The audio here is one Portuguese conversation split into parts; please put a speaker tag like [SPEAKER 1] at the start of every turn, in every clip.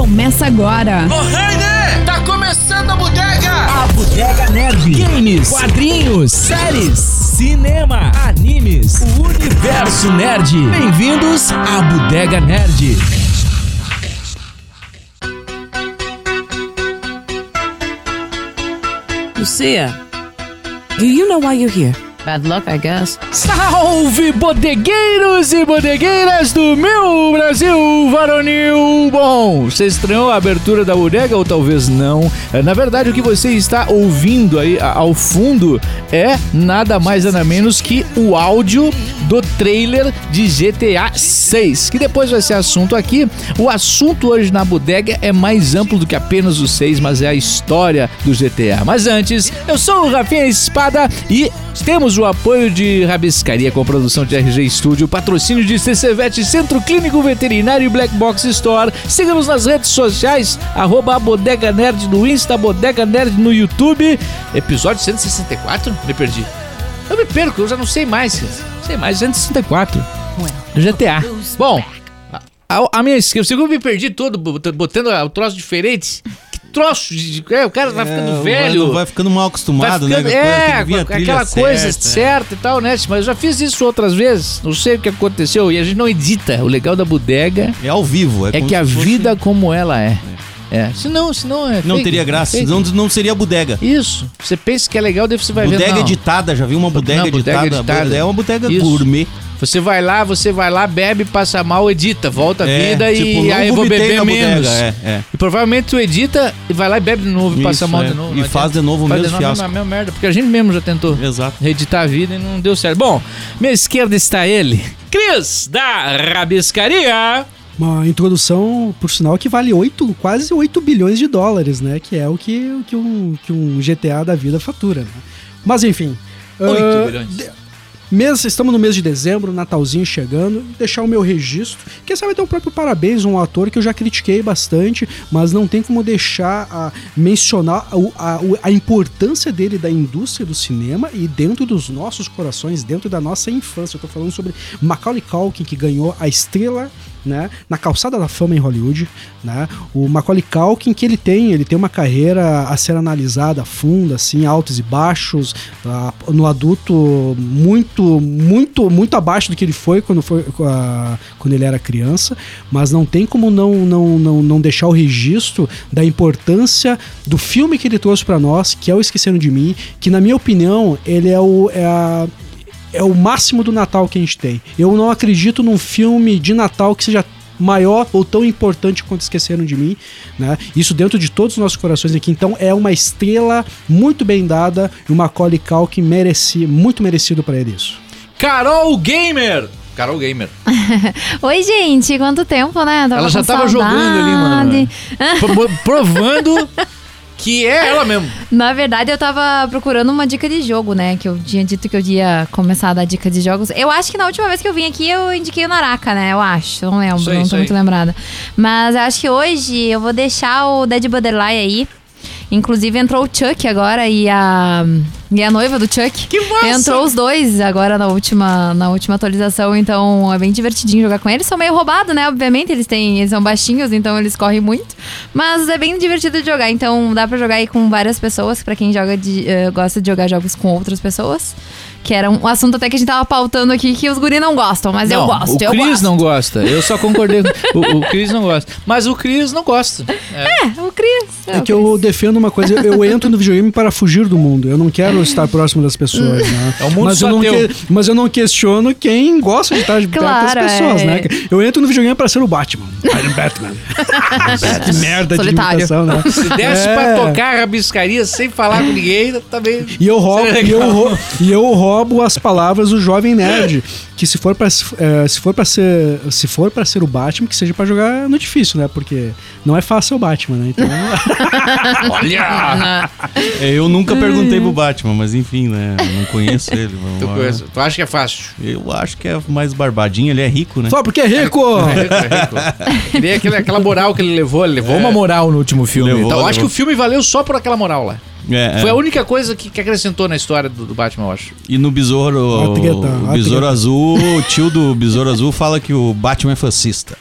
[SPEAKER 1] Começa agora.
[SPEAKER 2] Ô, Heine! Tá começando a bodega!
[SPEAKER 3] A Bodega Nerd. Games, quadrinhos, séries, cinema, animes, o universo nerd. Bem-vindos à Bodega Nerd.
[SPEAKER 4] Lucia, do you know why you're here? Bad luck, I guess.
[SPEAKER 3] Salve bodegueiros e bodegueiras do meu Brasil varonil! Bom, você estranhou a abertura da bodega ou talvez não? É, Na verdade, o que você está ouvindo aí a- ao fundo é nada mais nada menos que o áudio do trailer de GTA 6, que depois vai ser assunto aqui. O assunto hoje na bodega é mais amplo do que apenas o 6, mas é a história do GTA. Mas antes, eu sou o Rafinha Espada e temos o apoio de Rabiscaria com produção de RG Studio, patrocínio de CCVET, Centro Clínico Veterinário e Black Box Store. Siga-nos nas redes sociais, arroba a Bodega Nerd no Insta, Bodega Nerd no YouTube. Episódio 164? Me perdi. Eu me perco, eu já não sei mais. Não sei mais, 164. Do GTA. Bom, a- a, a minha esquerda, você viu que eu me perdi todo bot- botando ah, o troço diferente. Que troço de. de- é, o cara tá ficando
[SPEAKER 5] É,
[SPEAKER 3] velho.
[SPEAKER 5] Vai, vai ficando mal
[SPEAKER 3] Vai
[SPEAKER 5] acostumado,
[SPEAKER 3] ficando-
[SPEAKER 5] né?
[SPEAKER 3] É,
[SPEAKER 5] Tem que vir a
[SPEAKER 3] com
[SPEAKER 5] trilha
[SPEAKER 3] aquela coisa
[SPEAKER 5] certa. é.
[SPEAKER 3] certa e tal, né? Mas eu já fiz isso outras vezes. Não sei o que aconteceu. E a gente não edita. O legal da bodega
[SPEAKER 5] É ao vivo.
[SPEAKER 3] é
[SPEAKER 5] como
[SPEAKER 3] que a
[SPEAKER 5] se fosse- um-
[SPEAKER 3] vida como ela é. É. Senão, senão é.
[SPEAKER 5] Não
[SPEAKER 3] fake,
[SPEAKER 5] teria graça,
[SPEAKER 3] fake.
[SPEAKER 5] senão não seria bodega.
[SPEAKER 3] Isso. Você pensa que é legal, daí você vai ver.
[SPEAKER 5] Bodega
[SPEAKER 3] não.
[SPEAKER 5] editada, já vi uma bodega,
[SPEAKER 3] bodega
[SPEAKER 5] editada.
[SPEAKER 3] editada.
[SPEAKER 5] É uma bodega
[SPEAKER 3] Isso.
[SPEAKER 5] gourmet.
[SPEAKER 3] Você vai lá, você vai lá, bebe, passa mal, edita, volta a
[SPEAKER 5] É,
[SPEAKER 3] vida
[SPEAKER 5] tipo,
[SPEAKER 3] e
[SPEAKER 5] não
[SPEAKER 3] aí eu vou
[SPEAKER 5] vomitei
[SPEAKER 3] beber
[SPEAKER 5] na bodega,
[SPEAKER 3] menos.
[SPEAKER 5] é, é.
[SPEAKER 3] E provavelmente tu edita e vai lá e bebe de novo e passa
[SPEAKER 5] Isso,
[SPEAKER 3] mal
[SPEAKER 5] é.
[SPEAKER 3] de novo.
[SPEAKER 5] E
[SPEAKER 3] não
[SPEAKER 5] faz
[SPEAKER 3] adianta.
[SPEAKER 5] de novo o mesmo
[SPEAKER 3] a
[SPEAKER 5] fiasco.
[SPEAKER 3] mesma merda, porque a gente é mesmo já tentou.
[SPEAKER 5] Exato.
[SPEAKER 3] reeditar a vida e não deu certo. Bom, minha esquerda está ele, Cris da Rabiscaria.
[SPEAKER 6] Uma introdução, por sinal, que vale 8, quase 8 bilhões de dólares, né? Que é o que, o que, um, que um GTA da vida fatura. Né? Mas enfim. ah,
[SPEAKER 3] bilhões.
[SPEAKER 6] mês, estamos no mês de dezembro, Natalzinho chegando. Deixar o meu registro. Quem sabe até o próprio parabéns, um ator que eu já critiquei bastante, mas não tem como deixar a mencionar o- a, o- a importância dele da indústria do cinema e dentro dos nossos corações, dentro da nossa infância. Eu tô falando sobre Macaulay Culkin, que ganhou a estrela né, na calçada da fama em Hollywood, né, o Macaulay Culkin que ele tem, ele tem uma carreira a ser analisada a fundo, assim, altos e baixos, ah, no adulto muito, muito, muito abaixo do que ele foi quando foi ah, quando ele era criança, mas não tem como não não, não, não deixar o registro da importância do filme que ele trouxe pra nós, que é o Esquecendo de Mim, que na minha opinião ele é o é a- é o máximo do Natal que a gente tem. Eu não acredito num filme de Natal que seja maior ou tão importante quanto esqueceram de mim, né? Isso dentro de todos os nossos corações aqui. Então é uma estrela muito bem dada e o Macaulay Culkin merece, muito merecido pra ele isso.
[SPEAKER 3] Carol Gamer. Carol Gamer.
[SPEAKER 7] Oi, gente, quanto tempo, né? Tava
[SPEAKER 3] Ela já
[SPEAKER 7] com
[SPEAKER 3] tava jogando ali, mano.
[SPEAKER 7] saudade.
[SPEAKER 3] Pro- provando que é ela mesmo.
[SPEAKER 7] Na verdade, eu tava procurando uma dica de jogo, né? Que eu tinha dito que eu ia começar a dar dica de jogos. Eu acho que na última vez que eu vim aqui eu indiquei o Naraka, né? Eu acho. Não lembro,
[SPEAKER 3] Isso aí,
[SPEAKER 7] não
[SPEAKER 3] isso
[SPEAKER 7] tô
[SPEAKER 3] aí.
[SPEAKER 7] muito lembrada. Mas eu acho que hoje eu vou deixar o Dead Butterfly aí. Inclusive entrou o Chuck agora e a, e a noiva do Chuck.
[SPEAKER 3] Que massa!
[SPEAKER 7] Entrou os dois agora na última, na última atualização, então é bem divertidinho jogar com eles. São meio roubados, né? Obviamente, eles têm. Eles são baixinhos, então eles correm muito. Mas é bem divertido de jogar. Então dá pra jogar aí com várias pessoas, pra quem joga de, eh, gosta de jogar jogos com outras pessoas. Que era um assunto até que a gente tava pautando aqui que os guri não gostam, mas eu
[SPEAKER 3] Não,
[SPEAKER 7] gosto,
[SPEAKER 3] O
[SPEAKER 7] eu
[SPEAKER 3] Cris
[SPEAKER 7] gosto.
[SPEAKER 3] não gosta. Eu só concordei. com- o, o Cris não gosta. Mas o Cris não gosta.
[SPEAKER 7] É, o Cris.
[SPEAKER 6] É que
[SPEAKER 7] o
[SPEAKER 6] eu
[SPEAKER 7] Cris.
[SPEAKER 6] defendo uma coisa, eu entro no videogame para fugir do mundo. Eu não quero estar próximo das pessoas, né?
[SPEAKER 3] É um mundo
[SPEAKER 6] mas,
[SPEAKER 3] só
[SPEAKER 6] eu não
[SPEAKER 3] teu.
[SPEAKER 6] que- mas eu não questiono quem gosta de estar perto das
[SPEAKER 7] Claro,
[SPEAKER 6] pessoas,
[SPEAKER 7] é.
[SPEAKER 6] né? Eu entro no videogame para ser o Batman. I'm Batman. que merda
[SPEAKER 7] Solitário.
[SPEAKER 6] de imitação, né?
[SPEAKER 3] Se desse
[SPEAKER 6] É.
[SPEAKER 3] pra tocar a rabiscaria sem falar com ninguém, também.
[SPEAKER 6] E eu, roubo,
[SPEAKER 3] Seria
[SPEAKER 6] e, eu
[SPEAKER 3] legal.
[SPEAKER 6] rou- e eu roubo as palavras do jovem nerd, que se for para se for para ser se for para ser o Batman, que seja pra jogar no difícil, né? Porque não é fácil ser o Batman, né? Então,
[SPEAKER 3] Olha!
[SPEAKER 5] É, eu nunca perguntei pro Batman, mas enfim, né? eu Não conheço ele. vamos
[SPEAKER 3] tu,
[SPEAKER 5] lá.
[SPEAKER 3] conhece- tu acha que é fácil?
[SPEAKER 5] Eu acho que é mais barbadinho, ele é rico, né?
[SPEAKER 6] só porque é rico.
[SPEAKER 3] Queria aquele, aquela moral que ele levou. Ele levou uma moral no último filme.
[SPEAKER 5] Levou,
[SPEAKER 3] então, eu acho que
[SPEAKER 5] levou.
[SPEAKER 3] o filme valeu só por aquela moral lá.
[SPEAKER 5] É, é.
[SPEAKER 3] Foi a única coisa que, que acrescentou na história do, do Batman, eu acho.
[SPEAKER 5] E no Besouro,
[SPEAKER 6] Ó a treta, ó
[SPEAKER 5] o
[SPEAKER 6] a
[SPEAKER 5] Besouro
[SPEAKER 6] treta.
[SPEAKER 5] Azul, o tio do Besouro Azul fala que o Batman é fascista.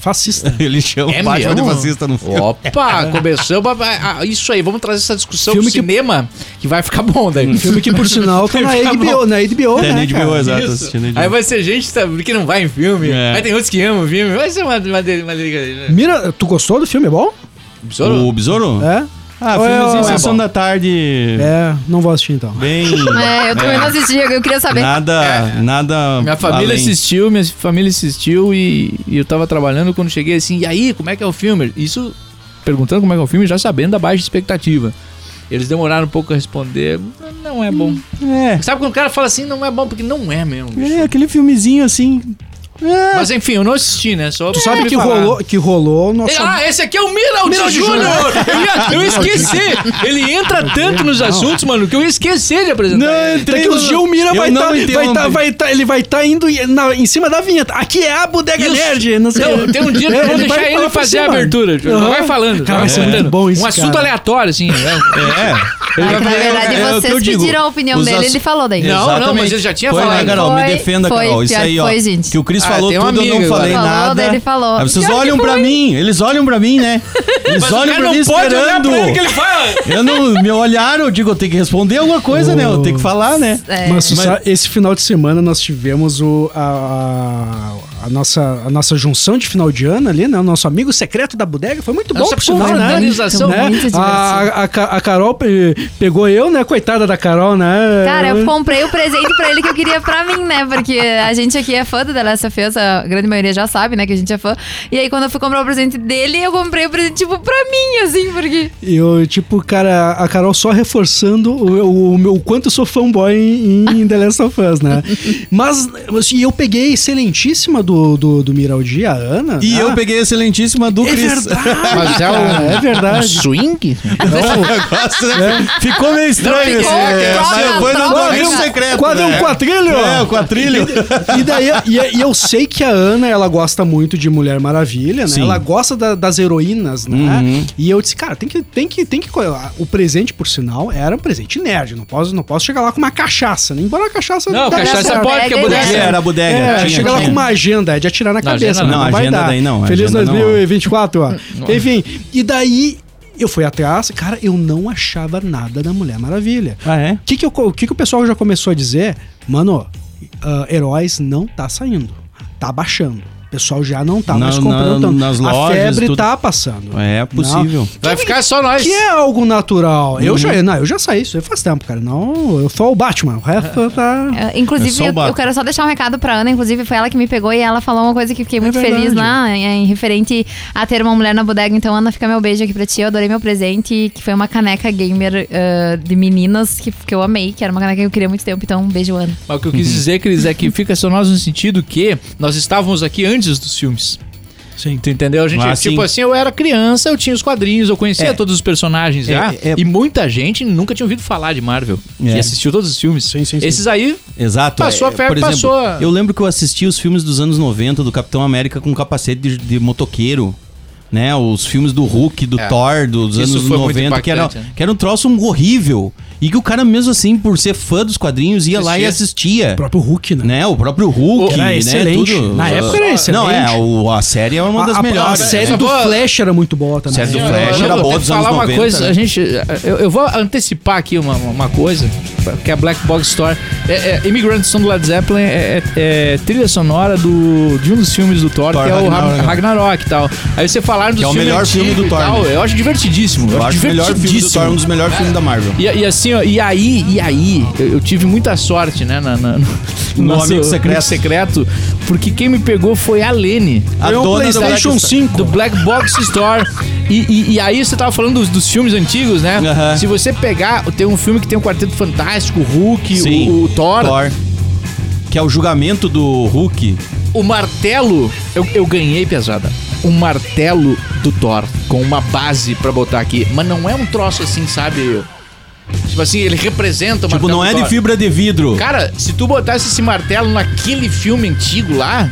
[SPEAKER 6] fascista.
[SPEAKER 5] Ele chama o Batman
[SPEAKER 3] É mesmo?
[SPEAKER 5] de fascista no filme.
[SPEAKER 3] Opa, começou. pra- pra- ah, isso aí, vamos trazer essa discussão
[SPEAKER 6] Filme
[SPEAKER 3] pro
[SPEAKER 6] que- Hum.
[SPEAKER 3] cinema, que vai ficar bom daí.
[SPEAKER 6] Filme que, por sinal, tá na HBO, na HBO,
[SPEAKER 5] É,
[SPEAKER 6] né,
[SPEAKER 5] nem de meu,
[SPEAKER 6] cara?
[SPEAKER 5] exato.
[SPEAKER 3] Isso.
[SPEAKER 5] assistindo
[SPEAKER 3] Aí
[SPEAKER 5] HBO.
[SPEAKER 3] vai ser gente tá, que não vai em filme.
[SPEAKER 5] É.
[SPEAKER 3] Aí tem outros que amam filme. Vai ser uma, uma, dele- uma né? dele-
[SPEAKER 6] Mira, tu gostou do filme? É bom?
[SPEAKER 3] Besouro?
[SPEAKER 5] O Besouro?
[SPEAKER 6] É?
[SPEAKER 5] Ah,
[SPEAKER 6] Ou é-
[SPEAKER 5] filmezinho
[SPEAKER 6] ou é
[SPEAKER 5] Sessão
[SPEAKER 3] bom?
[SPEAKER 5] da Tarde.
[SPEAKER 6] É, não vou assistir então.
[SPEAKER 5] Bem.
[SPEAKER 7] É, eu também não assisti, eu queria saber.
[SPEAKER 5] Nada. Nada.
[SPEAKER 3] É. Minha família
[SPEAKER 5] além.
[SPEAKER 3] assistiu, minha família assistiu e, e eu tava trabalhando quando cheguei assim, e aí, como é que é o filme? Isso perguntando como é que é o filme, já sabendo da baixa expectativa. Eles demoraram um pouco a responder, não é bom.
[SPEAKER 5] É.
[SPEAKER 3] Sabe quando o cara fala assim, não é bom, porque não é mesmo. bicho.
[SPEAKER 5] É, aquele filmezinho assim. É.
[SPEAKER 3] Mas enfim, eu não assisti, né? Só
[SPEAKER 6] Tu sabe
[SPEAKER 3] me
[SPEAKER 6] que
[SPEAKER 3] falar.
[SPEAKER 6] rolou, que rolou nossa.
[SPEAKER 3] Ah, esse aqui é o Miraldi
[SPEAKER 6] Miraldi
[SPEAKER 3] Júnior! Eu ia- Eu, esqueci! Ele entra tanto nos assuntos, mano, que eu ia esquecer de apresentar. ele.
[SPEAKER 6] Tem é que o Gil Mira
[SPEAKER 5] Eu
[SPEAKER 6] vai
[SPEAKER 5] não
[SPEAKER 6] estar. vai
[SPEAKER 5] interrompo.
[SPEAKER 6] tá, vai tá, ele vai estar indo na- em cima da vinheta. Aqui é a Bodega
[SPEAKER 3] Isso.
[SPEAKER 6] Nerd. Não sei. É,
[SPEAKER 3] Não, tem um dia que eu vou
[SPEAKER 6] ele
[SPEAKER 3] deixar
[SPEAKER 6] vai
[SPEAKER 3] ele
[SPEAKER 6] falar pra
[SPEAKER 3] fazer a
[SPEAKER 6] cima.
[SPEAKER 3] abertura. Júnior.
[SPEAKER 6] Aham.
[SPEAKER 3] Vai falando.
[SPEAKER 6] Cara, vai ser
[SPEAKER 3] vai
[SPEAKER 6] muito
[SPEAKER 3] falando.
[SPEAKER 6] bom isso,
[SPEAKER 3] Um assunto
[SPEAKER 6] cara.
[SPEAKER 3] aleatório, assim. né? Ele
[SPEAKER 7] Ah,
[SPEAKER 3] vai
[SPEAKER 7] que, na
[SPEAKER 3] falar-
[SPEAKER 7] verdade,
[SPEAKER 5] é o que eu
[SPEAKER 7] vocês
[SPEAKER 5] digo.
[SPEAKER 7] pediram a opinião
[SPEAKER 5] Os
[SPEAKER 7] dele,
[SPEAKER 5] ass-
[SPEAKER 7] ele falou daí.
[SPEAKER 3] Não,
[SPEAKER 5] Exatamente.
[SPEAKER 3] mas ele já tinha
[SPEAKER 5] foi,
[SPEAKER 3] falado.
[SPEAKER 5] Né, Carol? me
[SPEAKER 7] Foi,
[SPEAKER 5] defenda,
[SPEAKER 7] foi,
[SPEAKER 5] Carol. Isso
[SPEAKER 7] pior
[SPEAKER 5] aí,
[SPEAKER 7] que
[SPEAKER 5] ó.
[SPEAKER 7] foi, gente.
[SPEAKER 5] Que o Cris
[SPEAKER 3] Ah,
[SPEAKER 5] falou
[SPEAKER 3] tem um
[SPEAKER 5] tudo, eu não
[SPEAKER 3] amigo
[SPEAKER 5] falei
[SPEAKER 7] agora. Falou,
[SPEAKER 5] nada.
[SPEAKER 7] daí ele falou.
[SPEAKER 5] Aí vocês
[SPEAKER 7] Pior que
[SPEAKER 5] olham pra
[SPEAKER 7] foi.
[SPEAKER 5] mim, eles olham pra mim, né? Eles
[SPEAKER 3] Mas o
[SPEAKER 5] olham
[SPEAKER 3] cara
[SPEAKER 5] pra mim
[SPEAKER 3] não pode olhar
[SPEAKER 5] esperando.
[SPEAKER 3] pra ele que ele fala.
[SPEAKER 5] Eu não me olharam, eu digo, eu tenho que responder alguma coisa, né? Eu tenho que falar, né?
[SPEAKER 7] É.
[SPEAKER 6] Mas, tu
[SPEAKER 5] Mas-
[SPEAKER 6] sabe, esse final de semana nós tivemos o, a, a- a nossa, a nossa junção de final de ano ali, né? O nosso amigo secreto da bodega. Foi muito bom,
[SPEAKER 3] Nossa,
[SPEAKER 6] por sinal,
[SPEAKER 3] porra,
[SPEAKER 6] né?
[SPEAKER 3] organização.
[SPEAKER 6] Né?
[SPEAKER 7] Muito divertido.
[SPEAKER 6] A, a, Ca- a Carol pe- pegou eu, né? Coitada da Carol, né?
[SPEAKER 7] Cara, eu
[SPEAKER 6] eu
[SPEAKER 5] Então-
[SPEAKER 7] comprei o presente pra ele que eu queria pra mim, né? Porque a gente aqui é fã do The Last of Us, a grande maioria já sabe, né? Que a gente é fã. E aí, quando eu fui comprar o presente dele, eu comprei o presente, tipo, pra mim, assim, porque.
[SPEAKER 6] Eu, tipo, cara, a Carol só reforçando o, o meu o quanto eu sou fanboy em, em The Last of Us, né? Mas, assim, eu peguei excelentíssima do, do, do Miraldi, a Ana.
[SPEAKER 5] E
[SPEAKER 6] né?
[SPEAKER 5] eu peguei a excelentíssima do
[SPEAKER 6] É
[SPEAKER 5] Cris.
[SPEAKER 6] verdade!
[SPEAKER 3] Mas é
[SPEAKER 6] cara,
[SPEAKER 3] um-
[SPEAKER 6] é verdade.
[SPEAKER 3] Swing?
[SPEAKER 5] É um negócio, né? Ficou meio estranho
[SPEAKER 7] Não,
[SPEAKER 5] esse.
[SPEAKER 7] ficou,
[SPEAKER 5] é,
[SPEAKER 7] troca,
[SPEAKER 5] mas foi no
[SPEAKER 7] troca.
[SPEAKER 5] domínio secreto.
[SPEAKER 6] Quase
[SPEAKER 5] né?
[SPEAKER 6] um quadrilho!
[SPEAKER 5] É, o quadrilho.
[SPEAKER 6] E daí, e, e eu sei que a Ana, ela gosta muito de Mulher Maravilha, né?
[SPEAKER 5] Sim.
[SPEAKER 6] Ela gosta da- das heroínas, né?
[SPEAKER 5] Uhum.
[SPEAKER 6] E eu disse, cara, tem que, tem que, tem que. co- O presente, por sinal, era um presente nerd. Não posso, não posso chegar lá com uma cachaça, né? Embora a cachaça.
[SPEAKER 3] Não,
[SPEAKER 6] dá-
[SPEAKER 3] cachaça
[SPEAKER 7] essa
[SPEAKER 3] pode,
[SPEAKER 7] bodega
[SPEAKER 3] porque a
[SPEAKER 7] aí,
[SPEAKER 3] bodega
[SPEAKER 7] né?
[SPEAKER 3] é-
[SPEAKER 5] Era a bodega.
[SPEAKER 6] É,
[SPEAKER 5] tinha,
[SPEAKER 6] chega lá
[SPEAKER 5] tinha.
[SPEAKER 6] com uma agenda, é de atirar na
[SPEAKER 3] Não,
[SPEAKER 6] cabeça.
[SPEAKER 3] agenda
[SPEAKER 6] né?
[SPEAKER 5] não,
[SPEAKER 6] não, vai
[SPEAKER 5] agenda
[SPEAKER 6] dar.
[SPEAKER 5] daí não,
[SPEAKER 6] Feliz
[SPEAKER 5] agenda não.
[SPEAKER 6] 2024, ó. Enfim, e daí eu fui atrás, cara, eu não achava nada da Mulher Maravilha.
[SPEAKER 5] Ah, é?
[SPEAKER 6] O que, que, eu co- o que que o pessoal já começou a dizer? Mano, ah, heróis não tá saindo. Tá baixando. O pessoal já não tá
[SPEAKER 5] Na-
[SPEAKER 6] mais comprando
[SPEAKER 5] na-
[SPEAKER 6] tanto.
[SPEAKER 5] nas
[SPEAKER 6] a
[SPEAKER 5] lojas,
[SPEAKER 6] febre
[SPEAKER 5] tudo.
[SPEAKER 6] tá passando.
[SPEAKER 5] É possível. Uhum.
[SPEAKER 3] Vai ficar só nós.
[SPEAKER 6] Que é algo natural. Eu, já, não, eu já saí isso aí faz tempo, cara. Não, eu sou o Batman. O resto tá.
[SPEAKER 7] É,
[SPEAKER 5] É
[SPEAKER 7] Inclusive,
[SPEAKER 5] só o
[SPEAKER 7] eu- eu,
[SPEAKER 5] Batman.
[SPEAKER 7] quero só deixar um recado pra Ana. Inclusive, foi ela que me pegou e ela falou uma coisa que eu
[SPEAKER 5] É
[SPEAKER 7] fiquei muito
[SPEAKER 6] verdade.
[SPEAKER 7] feliz lá, em, em referente a ter uma mulher na bodega. Então, Ana, fica meu beijo aqui pra ti. Eu adorei meu presente, que foi uma caneca gamer ah, de meninas, que, que eu amei, que era uma caneca que eu queria há muito tempo. Então, um beijo, Ana.
[SPEAKER 3] Mas o que eu quis dizer, Cris, é que fica só nós no sentido que nós estávamos aqui antes dos filmes.
[SPEAKER 6] Sim.
[SPEAKER 3] Tu entendeu? A gente,
[SPEAKER 5] Ah,
[SPEAKER 3] tipo
[SPEAKER 5] sim.
[SPEAKER 3] assim, eu era criança, eu tinha os quadrinhos, eu conhecia
[SPEAKER 5] É.
[SPEAKER 3] todos os personagens
[SPEAKER 5] É,
[SPEAKER 3] já.
[SPEAKER 5] é, é.
[SPEAKER 3] E muita gente nunca tinha ouvido falar de Marvel.
[SPEAKER 5] É.
[SPEAKER 3] E assistiu todos os filmes.
[SPEAKER 6] Sim, sim, sim.
[SPEAKER 3] Esses aí,
[SPEAKER 5] Exato.
[SPEAKER 3] Passou a
[SPEAKER 5] é,
[SPEAKER 3] febre,
[SPEAKER 5] por exemplo,
[SPEAKER 3] passou.
[SPEAKER 5] Eu lembro que eu assisti os filmes dos anos 90 do Capitão América com capacete de, de motoqueiro. Né, os filmes do Hulk, do
[SPEAKER 3] É.
[SPEAKER 5] Thor, dos
[SPEAKER 3] Isso
[SPEAKER 5] anos
[SPEAKER 3] foi muito
[SPEAKER 5] 90, que era,
[SPEAKER 3] impactante, né?
[SPEAKER 5] que era um troço horrível. E que o cara, mesmo assim, por ser fã dos quadrinhos, ia lá e assistia.
[SPEAKER 6] O próprio Hulk, né?
[SPEAKER 5] Né, o próprio Hulk,
[SPEAKER 6] Era
[SPEAKER 5] né,
[SPEAKER 6] excelente.
[SPEAKER 5] tudo.
[SPEAKER 6] Na época era
[SPEAKER 5] Não, é,
[SPEAKER 6] excelente.
[SPEAKER 5] o- a série é uma das
[SPEAKER 6] a, a, a
[SPEAKER 5] melhores.
[SPEAKER 6] série
[SPEAKER 5] né?
[SPEAKER 6] do
[SPEAKER 3] Só vou-
[SPEAKER 6] Flash era muito boa também.
[SPEAKER 5] Série do
[SPEAKER 3] Eu-
[SPEAKER 5] Flash
[SPEAKER 3] eu
[SPEAKER 5] era
[SPEAKER 3] vou
[SPEAKER 5] boa
[SPEAKER 3] ter
[SPEAKER 5] dos
[SPEAKER 3] que falar
[SPEAKER 5] anos
[SPEAKER 3] uma
[SPEAKER 5] 90,
[SPEAKER 3] coisa,
[SPEAKER 5] né?
[SPEAKER 3] a gente, eu, eu vou antecipar aqui uma, uma coisa, que é a Black Box Store. É, é, Immigrant Song do Led Zeppelin é, é- é trilha sonora do, de um dos filmes do Thor,
[SPEAKER 5] Thor
[SPEAKER 3] que é o Ra-
[SPEAKER 5] Ragnarok. né?
[SPEAKER 3] Ragnarok e tal. Aí você falaram do
[SPEAKER 5] Que é o melhor filme do Thor, né?
[SPEAKER 3] eu acho divertidíssimo.
[SPEAKER 5] Eu acho o melhor filme do
[SPEAKER 3] divertidíssimo.
[SPEAKER 5] Thor, um dos melhores filmes da Marvel.
[SPEAKER 3] E, e assim, ó, e aí, e aí, eu, eu tive muita sorte, né, na, na- no,
[SPEAKER 5] No Amigo Secreto.
[SPEAKER 3] secreto, porque quem me pegou foi a Lene.
[SPEAKER 5] A
[SPEAKER 6] Ganhou
[SPEAKER 5] dona
[SPEAKER 6] um
[SPEAKER 5] da
[SPEAKER 6] PlayStation
[SPEAKER 5] Black Star.
[SPEAKER 6] 5.
[SPEAKER 3] Do Black Box Store. E, e- e aí você tava falando dos, dos filmes antigos, né?
[SPEAKER 5] Aham.
[SPEAKER 3] Se você pegar, tem um filme que tem um Quarteto Fantástico, o Hulk,
[SPEAKER 5] Sim,
[SPEAKER 3] o, o Thor,
[SPEAKER 5] Que é o julgamento do Hulk.
[SPEAKER 3] o martelo. Eu, eu ganhei, pesada. O martelo do Thor, com uma base pra botar aqui. Mas não é um troço assim, sabe? Tipo assim, ele representa o
[SPEAKER 5] tipo,
[SPEAKER 3] martelo
[SPEAKER 5] não
[SPEAKER 3] do
[SPEAKER 5] é de
[SPEAKER 3] tá Thor.
[SPEAKER 5] fibra de vidro.
[SPEAKER 3] Cara, se tu botasse esse martelo naquele filme antigo lá,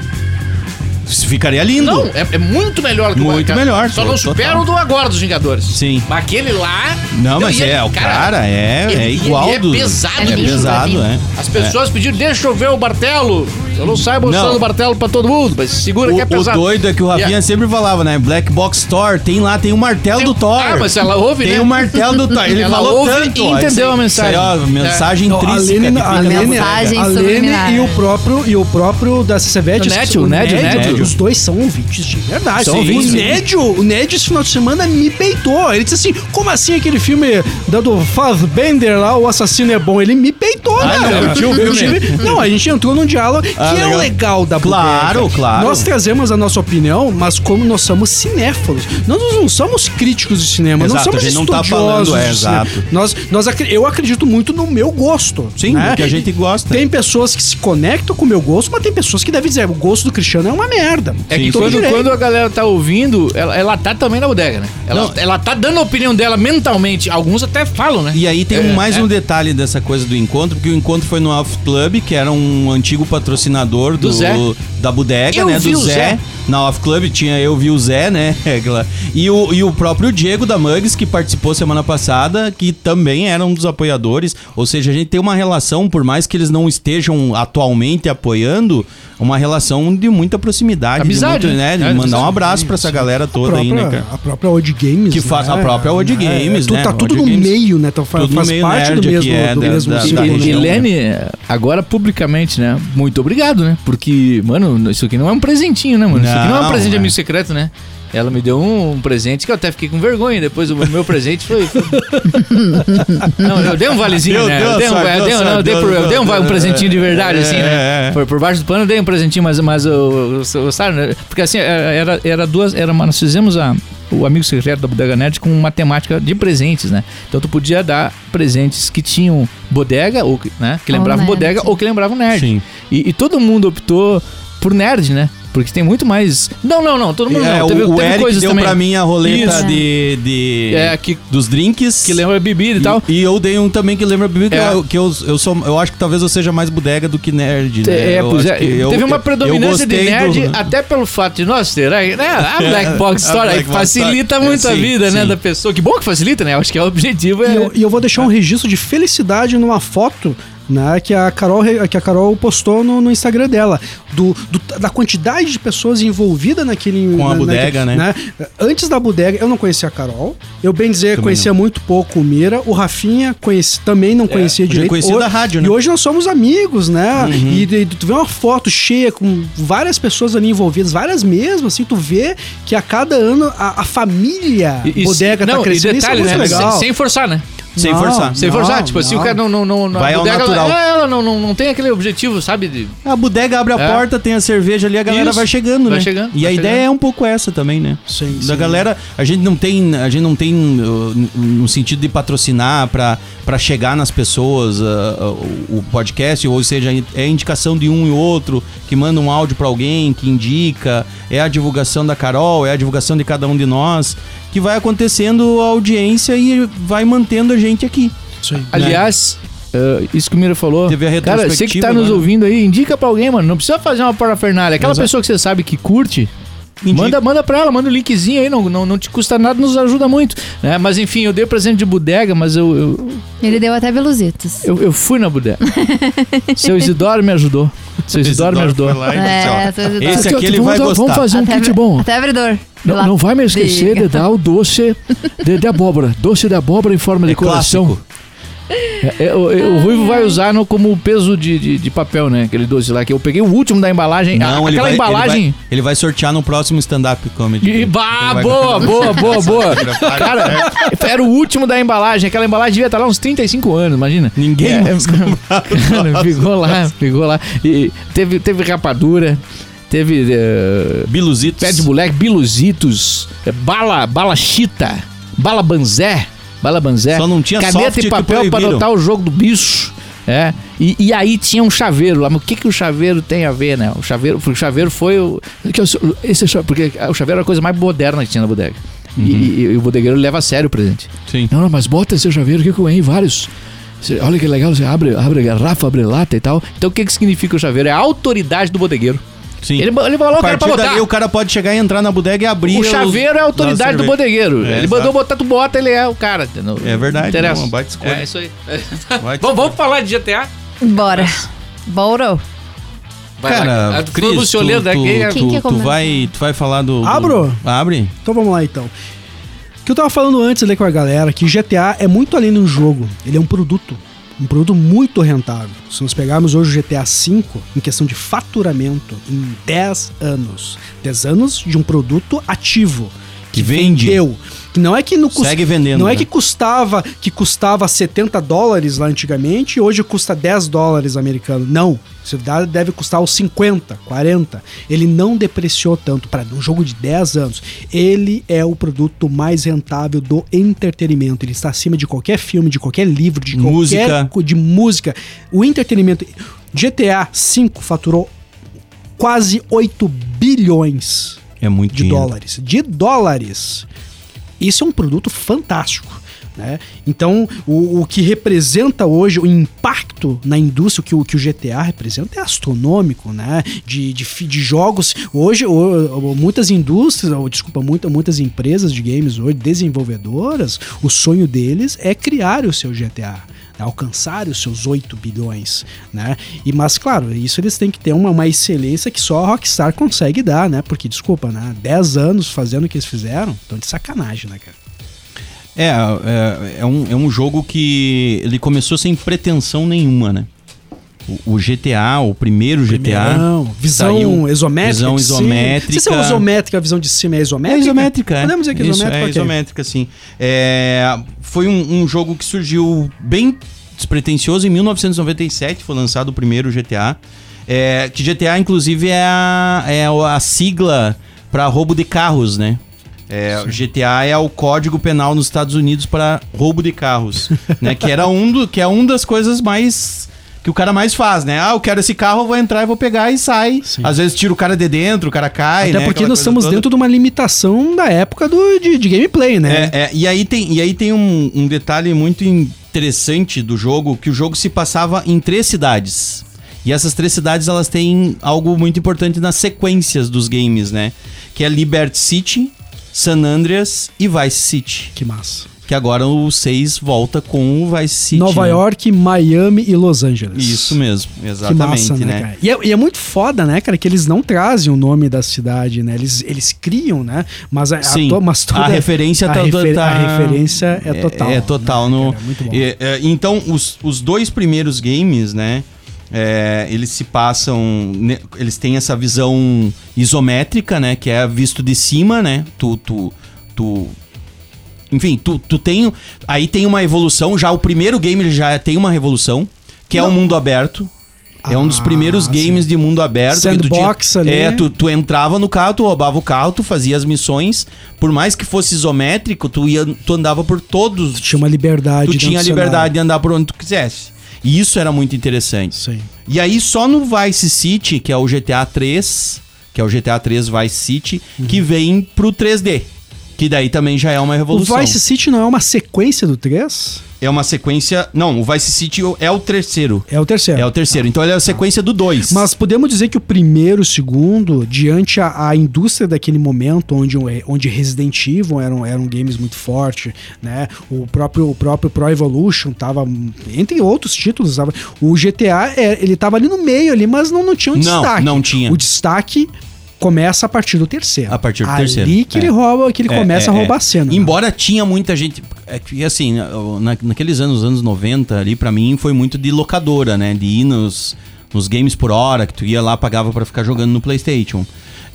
[SPEAKER 5] Isso Ficaria lindo.
[SPEAKER 3] não, é, é muito melhor que o
[SPEAKER 5] Muito
[SPEAKER 3] cara,
[SPEAKER 5] melhor,
[SPEAKER 3] Só
[SPEAKER 5] pô,
[SPEAKER 3] não
[SPEAKER 5] total.
[SPEAKER 3] supera o do agora dos Vingadores.
[SPEAKER 5] Sim.
[SPEAKER 3] Mas Aquele lá.
[SPEAKER 5] Não, mas
[SPEAKER 3] e ele-
[SPEAKER 5] é, o cara, é,
[SPEAKER 3] ele-
[SPEAKER 5] é
[SPEAKER 3] ele
[SPEAKER 5] igual
[SPEAKER 3] é
[SPEAKER 5] do.
[SPEAKER 3] pesado,
[SPEAKER 5] é
[SPEAKER 7] bicho,
[SPEAKER 5] pesado,
[SPEAKER 7] tá
[SPEAKER 5] é.
[SPEAKER 3] As pessoas pediram, deixa eu ver o martelo. Eu não saio mostrando
[SPEAKER 5] Não.
[SPEAKER 3] o martelo pra todo mundo, mas segura
[SPEAKER 5] O,
[SPEAKER 3] que é
[SPEAKER 5] o
[SPEAKER 3] pesado.
[SPEAKER 5] doido é que o Rafinha sempre falava, né? Black Box Store, tem lá, tem o martelo do Thor.
[SPEAKER 3] Ah, mas ela ouve,
[SPEAKER 5] tem
[SPEAKER 3] né?
[SPEAKER 5] o martelo do Thor. Ele
[SPEAKER 3] Ela
[SPEAKER 5] falou
[SPEAKER 3] ouve
[SPEAKER 5] tanto.
[SPEAKER 3] e
[SPEAKER 5] ó,
[SPEAKER 3] entendeu
[SPEAKER 5] isso aí-
[SPEAKER 3] a mensagem.
[SPEAKER 5] isso aí, ó, mensagem
[SPEAKER 6] Não, a
[SPEAKER 5] intrínseca. é
[SPEAKER 6] Lene,
[SPEAKER 5] que
[SPEAKER 6] a
[SPEAKER 5] fica na
[SPEAKER 6] Lene,
[SPEAKER 5] mensagem.
[SPEAKER 7] mensagem.
[SPEAKER 6] a Lene
[SPEAKER 7] subliminar.
[SPEAKER 6] e o próprio e o próprio da CCVET,
[SPEAKER 3] O Nédio, o Nédio, o Nédio.
[SPEAKER 6] os dois são ouvintes de verdade.
[SPEAKER 3] São
[SPEAKER 6] Sim.
[SPEAKER 3] ouvintes,
[SPEAKER 6] o
[SPEAKER 3] sim.
[SPEAKER 6] Nédio, o Nédio esse final de semana me peitou. Ele disse assim: "Como assim aquele filme da do Fassbender lá, o assassino é bom?" Ele me peitou,
[SPEAKER 5] Ah,
[SPEAKER 6] cara.
[SPEAKER 5] não, curtiu o
[SPEAKER 6] Eu
[SPEAKER 5] filme?
[SPEAKER 6] tive- não, a gente entrou num diálogo
[SPEAKER 5] Ah,
[SPEAKER 6] que é o
[SPEAKER 5] legal.
[SPEAKER 6] legal da
[SPEAKER 5] Claro,
[SPEAKER 6] bodega.
[SPEAKER 5] claro.
[SPEAKER 6] Nós trazemos a nossa opinião, mas como nós somos cinéfilos, nós não somos críticos de cinema,
[SPEAKER 5] Exato,
[SPEAKER 6] não
[SPEAKER 5] a
[SPEAKER 6] somos
[SPEAKER 5] gente não tá
[SPEAKER 6] estudiosos
[SPEAKER 5] falando, é,
[SPEAKER 6] de cinema.
[SPEAKER 5] exato.
[SPEAKER 6] Nós, nós, acre- eu acredito muito no meu gosto.
[SPEAKER 5] Sim,
[SPEAKER 6] né?
[SPEAKER 5] o que a gente gosta.
[SPEAKER 6] Tem pessoas que se conectam com o meu gosto, mas tem pessoas que devem dizer: o gosto do Cristiano é uma merda.
[SPEAKER 3] É que
[SPEAKER 6] Todo
[SPEAKER 3] quando,
[SPEAKER 6] direito.
[SPEAKER 3] quando a galera tá ouvindo, ela, ela tá também na bodega, né? Ela, ela tá dando a opinião dela mentalmente. Alguns até falam, né?
[SPEAKER 5] E aí tem um-
[SPEAKER 3] É,
[SPEAKER 5] mais
[SPEAKER 3] é.
[SPEAKER 5] um detalhe dessa coisa do encontro, porque o encontro foi no Alf Club, que era um antigo patrocinador do,
[SPEAKER 3] Do Zé.
[SPEAKER 5] da bodega,
[SPEAKER 3] Eu
[SPEAKER 5] né?
[SPEAKER 3] vi
[SPEAKER 5] do
[SPEAKER 3] o Zé.
[SPEAKER 5] Na Off Club tinha eu vi o Zé, né? Aquela- E o, e o próprio Diego da Mugs, que participou semana passada, que também era um dos apoiadores. Ou seja, a gente tem uma relação, por mais que eles não estejam atualmente apoiando, uma relação de muita proximidade.
[SPEAKER 3] Amizade,
[SPEAKER 5] de muito, né?
[SPEAKER 3] né?
[SPEAKER 5] De mandar um
[SPEAKER 3] Amizade.
[SPEAKER 5] abraço pra essa galera
[SPEAKER 6] a
[SPEAKER 5] toda
[SPEAKER 6] própria,
[SPEAKER 5] aí, né, cara?
[SPEAKER 6] a própria Odd Games. né?
[SPEAKER 5] Que faz- a própria Odd Games,
[SPEAKER 6] tu-
[SPEAKER 5] né?
[SPEAKER 6] Tá tudo
[SPEAKER 5] Odd
[SPEAKER 6] no
[SPEAKER 5] Games.
[SPEAKER 6] meio, né? Tá, faz
[SPEAKER 5] Tudo no
[SPEAKER 6] faz
[SPEAKER 5] meio
[SPEAKER 6] parte do
[SPEAKER 5] nerd aqui,
[SPEAKER 6] mesmo,
[SPEAKER 5] é,
[SPEAKER 6] do
[SPEAKER 5] da-
[SPEAKER 6] mesmo
[SPEAKER 5] da- da
[SPEAKER 6] círculo,
[SPEAKER 5] região.
[SPEAKER 6] né?
[SPEAKER 3] Helene, agora publicamente, né? Muito obrigado, né? Porque, mano, isso aqui não é um presentinho, né, mano? isso aqui não é um
[SPEAKER 5] Não,
[SPEAKER 3] presente de
[SPEAKER 5] é.
[SPEAKER 3] amigo secreto, né? Ela me deu um, um presente que eu até fiquei com vergonha. Depois o meu presente foi. foi- não, eu dei um valezinho,
[SPEAKER 5] Deu,
[SPEAKER 3] né?
[SPEAKER 5] deu,
[SPEAKER 3] eu dei um,
[SPEAKER 5] sabe,
[SPEAKER 3] eu
[SPEAKER 5] deu,
[SPEAKER 3] dei, um- não, eu
[SPEAKER 5] sabe,
[SPEAKER 3] dei,
[SPEAKER 5] deu,
[SPEAKER 3] por- eu
[SPEAKER 5] deu,
[SPEAKER 3] dei um, va- um
[SPEAKER 5] deu.
[SPEAKER 3] presentinho de verdade,
[SPEAKER 5] É,
[SPEAKER 3] assim,
[SPEAKER 5] é,
[SPEAKER 3] né?
[SPEAKER 5] é.
[SPEAKER 3] Foi por baixo do pano, eu dei um presentinho, mas, mas eu, eu, eu- sabe, né? Porque assim, era, era duas. Era, nós fizemos a, o amigo secreto da Bodega Nerd com uma temática de presentes, né? Então tu podia dar presentes que tinham bodega, ou que, né? Que
[SPEAKER 7] Ou
[SPEAKER 3] lembravam
[SPEAKER 7] nerd.
[SPEAKER 3] bodega, ou que lembravam nerd.
[SPEAKER 5] Sim.
[SPEAKER 3] E, e todo mundo optou por nerd, né? Porque tem muito mais. Não, não, não, todo mundo
[SPEAKER 5] É,
[SPEAKER 3] não.
[SPEAKER 5] o,
[SPEAKER 3] Teve,
[SPEAKER 5] o
[SPEAKER 3] teve
[SPEAKER 5] Eric
[SPEAKER 3] coisas
[SPEAKER 5] deu
[SPEAKER 3] também
[SPEAKER 5] pra mim a roleta
[SPEAKER 7] Isso.
[SPEAKER 5] de, de-
[SPEAKER 3] É, que-
[SPEAKER 5] dos drinks.
[SPEAKER 3] que lembra bebida e,
[SPEAKER 5] e,
[SPEAKER 3] tal.
[SPEAKER 5] e eu dei um também que lembra bebida,
[SPEAKER 3] É.
[SPEAKER 5] que, eu, que eu, eu sou, eu acho que talvez eu seja mais bodega do que nerd, né?
[SPEAKER 3] É,
[SPEAKER 5] Eu
[SPEAKER 3] pois
[SPEAKER 5] acho
[SPEAKER 3] é.
[SPEAKER 5] que eu-
[SPEAKER 3] Teve uma
[SPEAKER 5] eu
[SPEAKER 3] predominância de
[SPEAKER 5] gostei
[SPEAKER 3] nerd,
[SPEAKER 5] do-
[SPEAKER 3] até pelo fato de nós ter, né? A Black Box
[SPEAKER 5] a
[SPEAKER 3] Store aí
[SPEAKER 5] Black Box
[SPEAKER 3] facilita
[SPEAKER 5] Store.
[SPEAKER 3] muito
[SPEAKER 5] É,
[SPEAKER 3] a
[SPEAKER 5] sim,
[SPEAKER 3] vida, né,
[SPEAKER 5] sim.
[SPEAKER 3] da pessoa. Que bom que facilita, né? Acho que é o objetivo.
[SPEAKER 6] E
[SPEAKER 3] É...
[SPEAKER 6] eu, e eu vou deixar um registro de felicidade numa foto. Né, que, a Carol, re- que a Carol postou no, no Instagram dela, do, do- da quantidade de pessoas envolvidas naquele...
[SPEAKER 5] Com a bodega, né?
[SPEAKER 6] Antes da bodega, eu não conhecia a Carol, eu bem dizer,
[SPEAKER 5] Também
[SPEAKER 6] conhecia muito pouco o Mira, o Rafinha conheci, também não conhecia
[SPEAKER 5] É, eu já
[SPEAKER 6] direito.
[SPEAKER 5] conhecia
[SPEAKER 6] Ho-
[SPEAKER 5] da rádio,
[SPEAKER 6] E
[SPEAKER 5] né? Uhum.
[SPEAKER 6] hoje nós somos amigos, né, e, e tu vê uma foto cheia com várias pessoas ali envolvidas, várias mesmo, assim, tu vê que a cada ano a, a família
[SPEAKER 3] E- e-
[SPEAKER 6] bodega
[SPEAKER 3] não,
[SPEAKER 6] tá
[SPEAKER 3] e
[SPEAKER 6] crescendo,
[SPEAKER 3] detalhe,
[SPEAKER 6] isso é
[SPEAKER 3] né?
[SPEAKER 6] muito legal.
[SPEAKER 3] Sem, sem forçar, né?
[SPEAKER 5] Sem
[SPEAKER 6] Não,
[SPEAKER 5] forçar.
[SPEAKER 3] Sem
[SPEAKER 6] Não,
[SPEAKER 3] forçar. Tipo assim,
[SPEAKER 6] não.
[SPEAKER 3] o cara não. não, não na
[SPEAKER 5] Vai ao natural. Né.
[SPEAKER 3] Ela, ela não, não, não tem aquele objetivo, sabe? de-
[SPEAKER 5] A bodega abre a
[SPEAKER 3] É.
[SPEAKER 5] porta, tem a cerveja ali, a galera
[SPEAKER 3] Isso.
[SPEAKER 5] vai chegando,
[SPEAKER 3] Vai
[SPEAKER 5] né?
[SPEAKER 3] chegando,
[SPEAKER 5] E a
[SPEAKER 3] vai chegando.
[SPEAKER 5] ideia é um pouco essa também, né?
[SPEAKER 6] Sim,
[SPEAKER 5] Da
[SPEAKER 6] sim.
[SPEAKER 5] galera, a gente não tem, a gente não tem uh, n- no sentido de patrocinar pra pra chegar nas pessoas uh, uh, o o podcast, ou seja, é indicação de um e outro que manda um áudio pra alguém, que indica, é a divulgação da Carol, é a divulgação de cada um de nós, que vai acontecendo a audiência e vai mantendo a gente aqui.
[SPEAKER 6] Isso aí.
[SPEAKER 3] Aliás. eh, isso que o Mira falou.
[SPEAKER 5] Teve a
[SPEAKER 3] Cara, você que
[SPEAKER 5] retrospectiva
[SPEAKER 3] tá nos
[SPEAKER 5] agora.
[SPEAKER 3] ouvindo aí, indica pra alguém, mano. Não precisa fazer uma parafernália. Aquela
[SPEAKER 5] Exato.
[SPEAKER 3] pessoa que você sabe que curte,
[SPEAKER 5] Indica.
[SPEAKER 3] Manda, manda pra ela, manda o linkzinho aí, não, não, não te custa nada, nos ajuda muito. Né? Mas enfim, eu dei presente de bodega, mas eu, eu,
[SPEAKER 7] Ele deu até veluzitos.
[SPEAKER 3] eu, eu fui na bodega. Seu Isidoro me ajudou. Seu Isidoro me ajudou.
[SPEAKER 5] foi lá e disse, ó,
[SPEAKER 7] É, tô ajudando.
[SPEAKER 5] Esse aqui ele
[SPEAKER 3] vamos,
[SPEAKER 5] vai
[SPEAKER 3] dar- Vamos
[SPEAKER 5] gostar.
[SPEAKER 3] fazer um
[SPEAKER 7] até,
[SPEAKER 3] kit bom.
[SPEAKER 7] Até abridor.
[SPEAKER 3] Não,
[SPEAKER 7] Lá.
[SPEAKER 3] não vai me esquecer
[SPEAKER 7] Diga.
[SPEAKER 3] de dar o doce de, de abóbora. Doce de abóbora em forma de
[SPEAKER 5] É
[SPEAKER 3] coração.
[SPEAKER 5] clássico.
[SPEAKER 3] É, é, o, é, o Ruivo vai usar no, como peso de, de, de papel, né? Aquele doce lá que eu peguei o último da embalagem. a-
[SPEAKER 5] Não, ele
[SPEAKER 3] aquela
[SPEAKER 5] vai,
[SPEAKER 3] embalagem.
[SPEAKER 5] Ele vai, ele vai sortear no próximo stand-up comedy.
[SPEAKER 3] E,
[SPEAKER 5] Ele
[SPEAKER 3] bah,
[SPEAKER 5] Então vai-
[SPEAKER 3] boa, boa, boa, boa. Cara, era o último da embalagem. Aquela embalagem devia estar lá uns 35 anos, imagina.
[SPEAKER 5] Ninguém
[SPEAKER 3] É,
[SPEAKER 5] mais
[SPEAKER 3] Cara, ficou lá, ficou lá. E teve, teve rapadura, teve eh,
[SPEAKER 5] Biluzitos.
[SPEAKER 3] pé de moleque, biluzitos, eh, bala, bala chita, bala banzé, bala banzé.
[SPEAKER 5] Só não tinha
[SPEAKER 3] Caneta
[SPEAKER 5] soft
[SPEAKER 3] e
[SPEAKER 5] que
[SPEAKER 3] papel pra
[SPEAKER 5] proibiram.
[SPEAKER 3] anotar o jogo do bicho. É, e, e aí tinha um chaveiro lá, mas o que, que o chaveiro tem a ver, né? O chaveiro, porque o chaveiro foi o. é que eu sou- esse chave- porque o chaveiro era a coisa mais moderna que tinha na bodega. E-
[SPEAKER 5] Uhum.
[SPEAKER 3] E, e o bodegueiro leva a sério o presente.
[SPEAKER 5] Sim.
[SPEAKER 3] Não, não, mas bota esse chaveiro que eu ganhei vários. Você- olha que legal, você abre, abre garrafa, abre lata e tal. Então o que, que significa o chaveiro? É a autoridade do bodegueiro.
[SPEAKER 5] Sim.
[SPEAKER 3] Ele, ele falou
[SPEAKER 5] a
[SPEAKER 3] o cara é pra
[SPEAKER 5] partir
[SPEAKER 3] botar.
[SPEAKER 5] daí o cara pode chegar e entrar na bodega e abrir.
[SPEAKER 3] O
[SPEAKER 5] os-
[SPEAKER 3] chaveiro é a autoridade do
[SPEAKER 5] cerveja.
[SPEAKER 3] bodegueiro.
[SPEAKER 5] É,
[SPEAKER 3] ele
[SPEAKER 5] exato.
[SPEAKER 3] mandou botar, tu bota, ele é o cara. entendeu?
[SPEAKER 5] É verdade,
[SPEAKER 3] Não Interessa.
[SPEAKER 5] uma baita escolha.
[SPEAKER 3] É isso aí.
[SPEAKER 5] Vai te-
[SPEAKER 3] Bom, vamos falar de GTA?
[SPEAKER 7] Bora. Bora.
[SPEAKER 2] Vai lá.
[SPEAKER 3] Ah,
[SPEAKER 5] Cara,
[SPEAKER 2] A
[SPEAKER 5] Cris, tu,
[SPEAKER 2] Lucioleiro
[SPEAKER 5] tu-
[SPEAKER 3] né?
[SPEAKER 2] daqui é-
[SPEAKER 5] tu-
[SPEAKER 7] Quem quer
[SPEAKER 5] tu
[SPEAKER 7] começar?
[SPEAKER 5] vai, tu vai falar do... do-
[SPEAKER 6] Abro?
[SPEAKER 5] Abre?
[SPEAKER 6] Então vamos lá então. O que eu tava falando antes ali com a galera, que GTA é muito além de um jogo, ele é um produto. Um produto muito rentável. Se nós pegarmos hoje o GTA V, em questão de faturamento, em 10 anos. 10 anos de um produto ativo.
[SPEAKER 5] Que vende.
[SPEAKER 6] Vendeu. Que não é que no cus-
[SPEAKER 5] Segue vendendo,
[SPEAKER 6] Não é
[SPEAKER 5] né?
[SPEAKER 6] que custava que custava 70 dólares lá antigamente e hoje custa 10 dólares americano. Não. Isso dá- deve custar os 50, 40. Ele não depreciou tanto para um jogo de 10 anos. Ele é o produto mais rentável do entretenimento. Ele está acima de qualquer filme, de qualquer livro, de qualquer
[SPEAKER 5] Música.
[SPEAKER 6] co- de música. O entretenimento GTA V faturou quase 8 bilhões
[SPEAKER 5] É muito
[SPEAKER 6] de
[SPEAKER 5] dinheiro.
[SPEAKER 6] dólares. De dólares. Isso é um produto fantástico. Né? Então, o, o que representa hoje o impacto na indústria, o que o, que o GTA representa é astronômico, né? De, de, fi- de jogos. Hoje, o- o- muitas indústrias, ou, desculpa, muita, muitas empresas de games hoje, desenvolvedoras, o sonho deles é criar o seu GTA né, alcançar os seus 8 bilhões, né? E mas claro, isso eles têm que ter uma, uma excelência que só a Rockstar consegue dar, né? Porque desculpa, né? 10 anos fazendo o que eles fizeram, estão de sacanagem, né, cara?
[SPEAKER 5] É, é, é um, é um jogo que ele começou sem pretensão nenhuma, né? O, o GTA, o primeiro GTA...
[SPEAKER 6] Primeirão, visão
[SPEAKER 5] saiu-
[SPEAKER 6] isométrica.
[SPEAKER 5] visão
[SPEAKER 6] de cima.
[SPEAKER 5] isométrica.
[SPEAKER 6] Vocês são isométrica, a visão de cima é isométrica?
[SPEAKER 5] É isométrica, é.
[SPEAKER 6] Podemos dizer que é
[SPEAKER 5] Isso, é
[SPEAKER 6] isométrica, ok.
[SPEAKER 5] isométrica, sim. É, foi um, um jogo que surgiu bem despretensioso em 1997, foi lançado o primeiro GTA. É, que GTA, inclusive, é a, é a sigla para roubo de carros, né? É, GTA é o código penal nos Estados Unidos para roubo de carros, né? Que era um do, que é uma das coisas mais que o cara mais faz, né? Ah, eu quero esse carro, eu vou entrar e vou pegar e sai.
[SPEAKER 6] Sim.
[SPEAKER 5] Às vezes tira o cara de dentro, o cara cai,
[SPEAKER 6] Até
[SPEAKER 5] né?
[SPEAKER 6] porque
[SPEAKER 5] Aquela
[SPEAKER 6] nós
[SPEAKER 5] coisa
[SPEAKER 6] estamos
[SPEAKER 5] toda.
[SPEAKER 6] dentro de uma limitação da época do, de, de gameplay, né?
[SPEAKER 5] É, é, e aí tem, e aí tem um, um detalhe muito interessante do jogo, que o jogo se passava em três cidades. E essas três cidades, elas têm algo muito importante nas sequências dos games, né? Que é Liberty City, San Andreas e Vice City.
[SPEAKER 6] Que massa.
[SPEAKER 5] Que agora o 6 volta com o Vice City.
[SPEAKER 6] Nova
[SPEAKER 5] né?
[SPEAKER 6] York, Miami e Los Angeles.
[SPEAKER 5] Isso mesmo, exatamente,
[SPEAKER 6] que massa,
[SPEAKER 5] né?
[SPEAKER 6] cara? E é, e é muito foda, né, cara, que eles não trazem o nome da cidade, né? Eles, eles criam, né? Mas a, a
[SPEAKER 5] Sim,
[SPEAKER 6] to- mas toda
[SPEAKER 5] a referência
[SPEAKER 6] a,
[SPEAKER 5] tá-
[SPEAKER 6] refer-
[SPEAKER 5] tá-
[SPEAKER 6] a referência é total.
[SPEAKER 5] É, total.
[SPEAKER 6] né,
[SPEAKER 5] no,
[SPEAKER 6] cara? É muito bom.
[SPEAKER 5] é, é, então, os, os dois primeiros games, né? é, eles se passam. ne- Eles têm essa visão isométrica, né? Que é visto de cima, né? Tu. tu, tu enfim, tu, tu tem. Aí tem uma evolução. Já o primeiro game ele já tem uma revolução, que é o mundo aberto. É um dos
[SPEAKER 6] Ah,
[SPEAKER 5] primeiros
[SPEAKER 6] sim.
[SPEAKER 5] games de mundo aberto. que tu tinha-
[SPEAKER 6] Sandbox ali.
[SPEAKER 5] É, tu, tu entrava no carro, tu roubava o carro, tu fazia as missões. Por mais que fosse isométrico, tu, ia, tu andava por todos.
[SPEAKER 6] Tu tinha uma liberdade.
[SPEAKER 5] tu
[SPEAKER 6] dentro
[SPEAKER 5] tinha a
[SPEAKER 6] do
[SPEAKER 5] liberdade de andar por onde tu quisesse. E isso era muito interessante.
[SPEAKER 6] cenário. Sim.
[SPEAKER 5] E aí só no Vice City, que é o GTA 3, que é o GTA 3 Vice City,
[SPEAKER 6] Uhum.
[SPEAKER 5] que vem pro 3D. Que daí também já é uma
[SPEAKER 6] O
[SPEAKER 5] revolução.
[SPEAKER 6] Vice City não é uma sequência do 3?
[SPEAKER 5] É uma sequência... Não, o Vice City é o terceiro.
[SPEAKER 6] É o terceiro.
[SPEAKER 5] É o terceiro. Então ele é a sequência do 2.
[SPEAKER 6] Mas podemos dizer que o primeiro, o segundo, diante a, a indústria daquele momento, onde, o- é, onde Resident Evil eram, eram games muito fortes, né? O próprio, o próprio Pro Evolution tava, entre outros títulos, tava, o GTA, é, ele tava ali no meio ali, mas não, não tinha um
[SPEAKER 5] Não,
[SPEAKER 6] destaque.
[SPEAKER 5] não tinha.
[SPEAKER 6] O destaque começa a partir do terceiro.
[SPEAKER 5] A partir do
[SPEAKER 6] ali
[SPEAKER 5] terceiro,
[SPEAKER 6] que
[SPEAKER 5] é.
[SPEAKER 6] ele rouba, que ele
[SPEAKER 5] É,
[SPEAKER 6] começa
[SPEAKER 5] é,
[SPEAKER 6] a roubar
[SPEAKER 5] é.
[SPEAKER 6] a cena.
[SPEAKER 5] Embora tinha muita gente. É que assim, na, naqueles anos, anos 90, ali, pra mim, foi muito de locadora, né? De ir nos, nos games por hora, que tu ia lá, pagava pra ficar jogando no Playstation.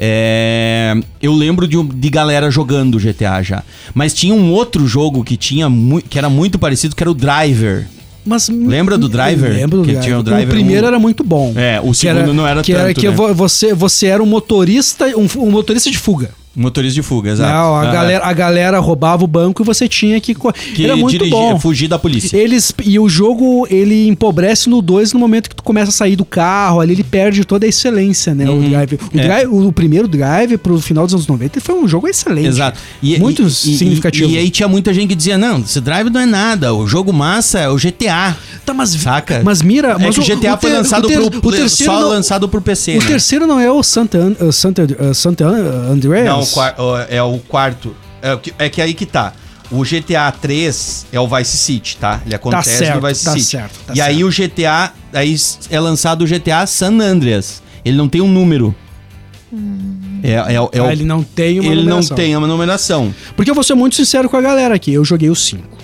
[SPEAKER 5] É, eu lembro de, um- de galera jogando GTA já. Mas tinha um outro jogo que tinha mui- que era muito parecido, que era o Driver.
[SPEAKER 6] Mas
[SPEAKER 5] Lembra do Driver?
[SPEAKER 6] Lembro do
[SPEAKER 5] Que
[SPEAKER 6] driver.
[SPEAKER 5] tinha o Driver
[SPEAKER 6] primeiro
[SPEAKER 5] um-
[SPEAKER 6] era muito bom.
[SPEAKER 5] É, o
[SPEAKER 6] Que
[SPEAKER 5] segundo não era
[SPEAKER 6] que
[SPEAKER 5] tanto,
[SPEAKER 6] Era que
[SPEAKER 5] né?
[SPEAKER 6] vo- você, você era um motorista, um, fu- um motorista de fuga.
[SPEAKER 5] Motorista de fuga, exato.
[SPEAKER 6] Não, a,
[SPEAKER 5] Ah,
[SPEAKER 6] galera, a galera roubava o banco e você tinha que. co-
[SPEAKER 5] que
[SPEAKER 6] era muito
[SPEAKER 5] dirigia-
[SPEAKER 6] bom.
[SPEAKER 5] fugir da polícia.
[SPEAKER 6] Eles, e o jogo, ele empobrece no 2 no momento que tu começa a sair do carro, ali ele perde toda a excelência, né? O, drive. O,
[SPEAKER 5] é.
[SPEAKER 6] drive- o primeiro drive pro final dos anos 90 foi um jogo excelente.
[SPEAKER 5] Exato. é,
[SPEAKER 6] muito significativo.
[SPEAKER 5] E, aí tinha muita gente que dizia: não, esse drive não é nada, o jogo massa é o GTA.
[SPEAKER 6] Tá, mas, vi-
[SPEAKER 5] Saca?
[SPEAKER 6] mas mira, mas
[SPEAKER 5] é que o GTA foi
[SPEAKER 6] ter-
[SPEAKER 5] lançado
[SPEAKER 6] o ter-
[SPEAKER 5] pro,
[SPEAKER 6] o terceiro
[SPEAKER 5] só
[SPEAKER 6] não-
[SPEAKER 5] lançado pro PC.
[SPEAKER 6] O
[SPEAKER 5] né?
[SPEAKER 6] terceiro não é o Santa, An- uh, Santa, uh, Santa An- uh, Andreas?
[SPEAKER 5] Não, o quar- ó, é o quarto. É, o que- é que aí que tá. O GTA 3 é o Vice City, tá? Ele acontece
[SPEAKER 6] certo,
[SPEAKER 5] no Vice
[SPEAKER 6] tá
[SPEAKER 5] City.
[SPEAKER 6] certo, tá
[SPEAKER 5] e aí o GTA, aí s- é lançado o GTA San Andreas, Ele não tem um número. É, é, é, o-
[SPEAKER 6] Ah, ele não tem uma
[SPEAKER 5] ele não
[SPEAKER 6] numeração.
[SPEAKER 5] tem uma numeração.
[SPEAKER 6] Porque eu vou ser muito sincero com a galera aqui, eu joguei o 5.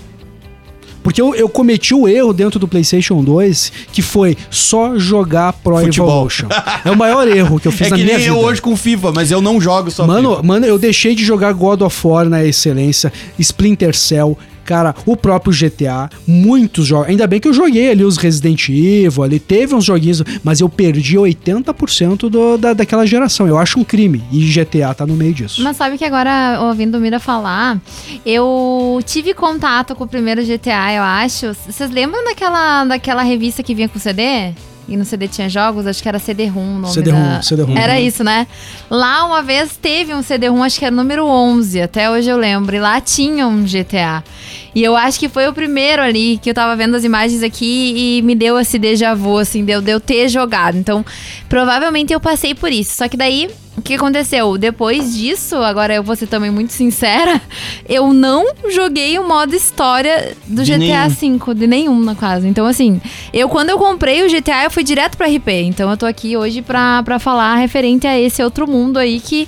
[SPEAKER 6] Porque eu, eu cometi o erro dentro do PlayStation 2, que foi só jogar Pro
[SPEAKER 5] Futebol.
[SPEAKER 6] Evolution. É o maior erro que eu fiz
[SPEAKER 5] é
[SPEAKER 6] na
[SPEAKER 5] que
[SPEAKER 6] minha
[SPEAKER 5] nem
[SPEAKER 6] vida.
[SPEAKER 5] eu hoje com FIFA, mas eu não jogo só
[SPEAKER 6] Mano,
[SPEAKER 5] FIFA.
[SPEAKER 6] mano, eu deixei de jogar God of War na excelência, Splinter Cell, cara, o próprio GTA, muitos jogos. Ainda bem que eu joguei ali os Resident Evil, ali teve uns joguinhos, mas eu perdi 80% do, da, daquela geração. Eu acho um crime. E GTA tá no meio disso.
[SPEAKER 7] Mas sabe que agora, ouvindo o Mira falar, eu tive contato com o primeiro GTA, eu acho. Vocês lembram daquela, daquela revista que vinha com CD? E no CD tinha jogos? Acho que era CD-ROM o nome
[SPEAKER 6] CD-ROM,
[SPEAKER 7] da-
[SPEAKER 6] CD-ROM.
[SPEAKER 3] Uhum.
[SPEAKER 7] Era isso, né? Lá uma vez teve um CD-ROM, acho que era número 11, até hoje eu lembro. E lá tinha um GTA. E eu acho que foi o primeiro ali que eu tava vendo as imagens aqui e me deu esse déjà vu, assim, deu, deu ter jogado. Então, provavelmente eu passei por isso. Só que daí, o que aconteceu? Depois disso, agora eu vou ser também muito sincera, eu não joguei o modo história do
[SPEAKER 5] De
[SPEAKER 7] GTA
[SPEAKER 5] nenhum.
[SPEAKER 7] V, de nenhum, na casa. Então, assim, eu quando eu comprei o GTA, eu fui direto pra RP. Então, eu tô aqui hoje pra, pra falar referente a esse outro mundo aí que,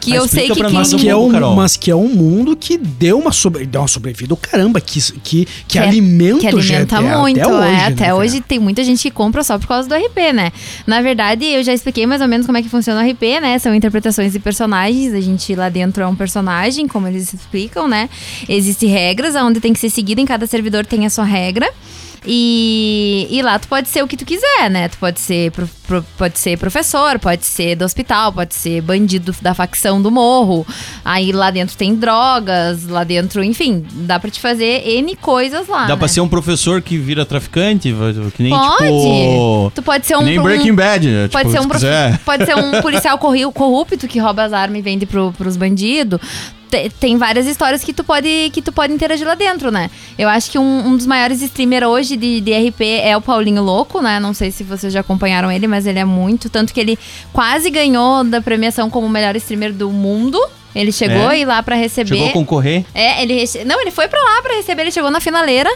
[SPEAKER 7] que
[SPEAKER 5] Mas
[SPEAKER 7] eu sei
[SPEAKER 5] Ah, explica
[SPEAKER 7] que
[SPEAKER 5] pra
[SPEAKER 7] quem...
[SPEAKER 5] nós
[SPEAKER 6] Mas que, é
[SPEAKER 5] mundo,
[SPEAKER 6] um,
[SPEAKER 5] Carol.
[SPEAKER 6] mas que é um mundo que deu uma, sobre, deu uma sobrevida do caramba, que, que, que, alimenta
[SPEAKER 7] que
[SPEAKER 6] o
[SPEAKER 7] alimenta
[SPEAKER 6] GTA
[SPEAKER 7] muito,
[SPEAKER 6] até hoje.
[SPEAKER 7] é,
[SPEAKER 6] né,
[SPEAKER 7] até
[SPEAKER 6] cara?
[SPEAKER 7] hoje tem muita gente que compra só por causa do RP, né? Na verdade, eu já expliquei mais ou menos como é que funciona o RP, né? São interpretações de personagens, a gente lá dentro é um personagem, como eles explicam, né? Existem regras onde tem que ser seguida, em cada servidor tem a sua regra. E, e lá tu pode ser o que tu quiser, né? Tu pode ser, pro- pro- pode ser professor, pode ser do hospital, pode ser bandido da facção do morro. Aí lá dentro tem drogas, lá dentro, enfim, dá pra te fazer N coisas lá.
[SPEAKER 5] Dá
[SPEAKER 7] né?
[SPEAKER 5] pra ser um professor que vira traficante? Que nem
[SPEAKER 7] Pode.
[SPEAKER 5] tipo.
[SPEAKER 7] Tu pode ser um.
[SPEAKER 5] que nem
[SPEAKER 7] um-
[SPEAKER 5] Breaking Bad. né?
[SPEAKER 7] Pode,
[SPEAKER 5] tipo,
[SPEAKER 7] ser
[SPEAKER 5] se
[SPEAKER 7] um prof-
[SPEAKER 5] quiser.
[SPEAKER 7] pode ser um policial corri- corrupto que rouba as armas e vende pro, pros bandidos. Tem várias histórias que tu, pode, que tu pode interagir lá dentro, né? Eu acho que um, um dos maiores streamers hoje de, de RP é o Paulinho Louco, né? Não sei se vocês já acompanharam ele, mas ele é muito. Tanto que ele quase ganhou da premiação como o melhor streamer do mundo. Ele chegou
[SPEAKER 5] É?
[SPEAKER 7] e lá pra receber.
[SPEAKER 5] Chegou a concorrer.
[SPEAKER 7] É, ele rece- não, ele foi pra lá pra receber, ele chegou na finaleira,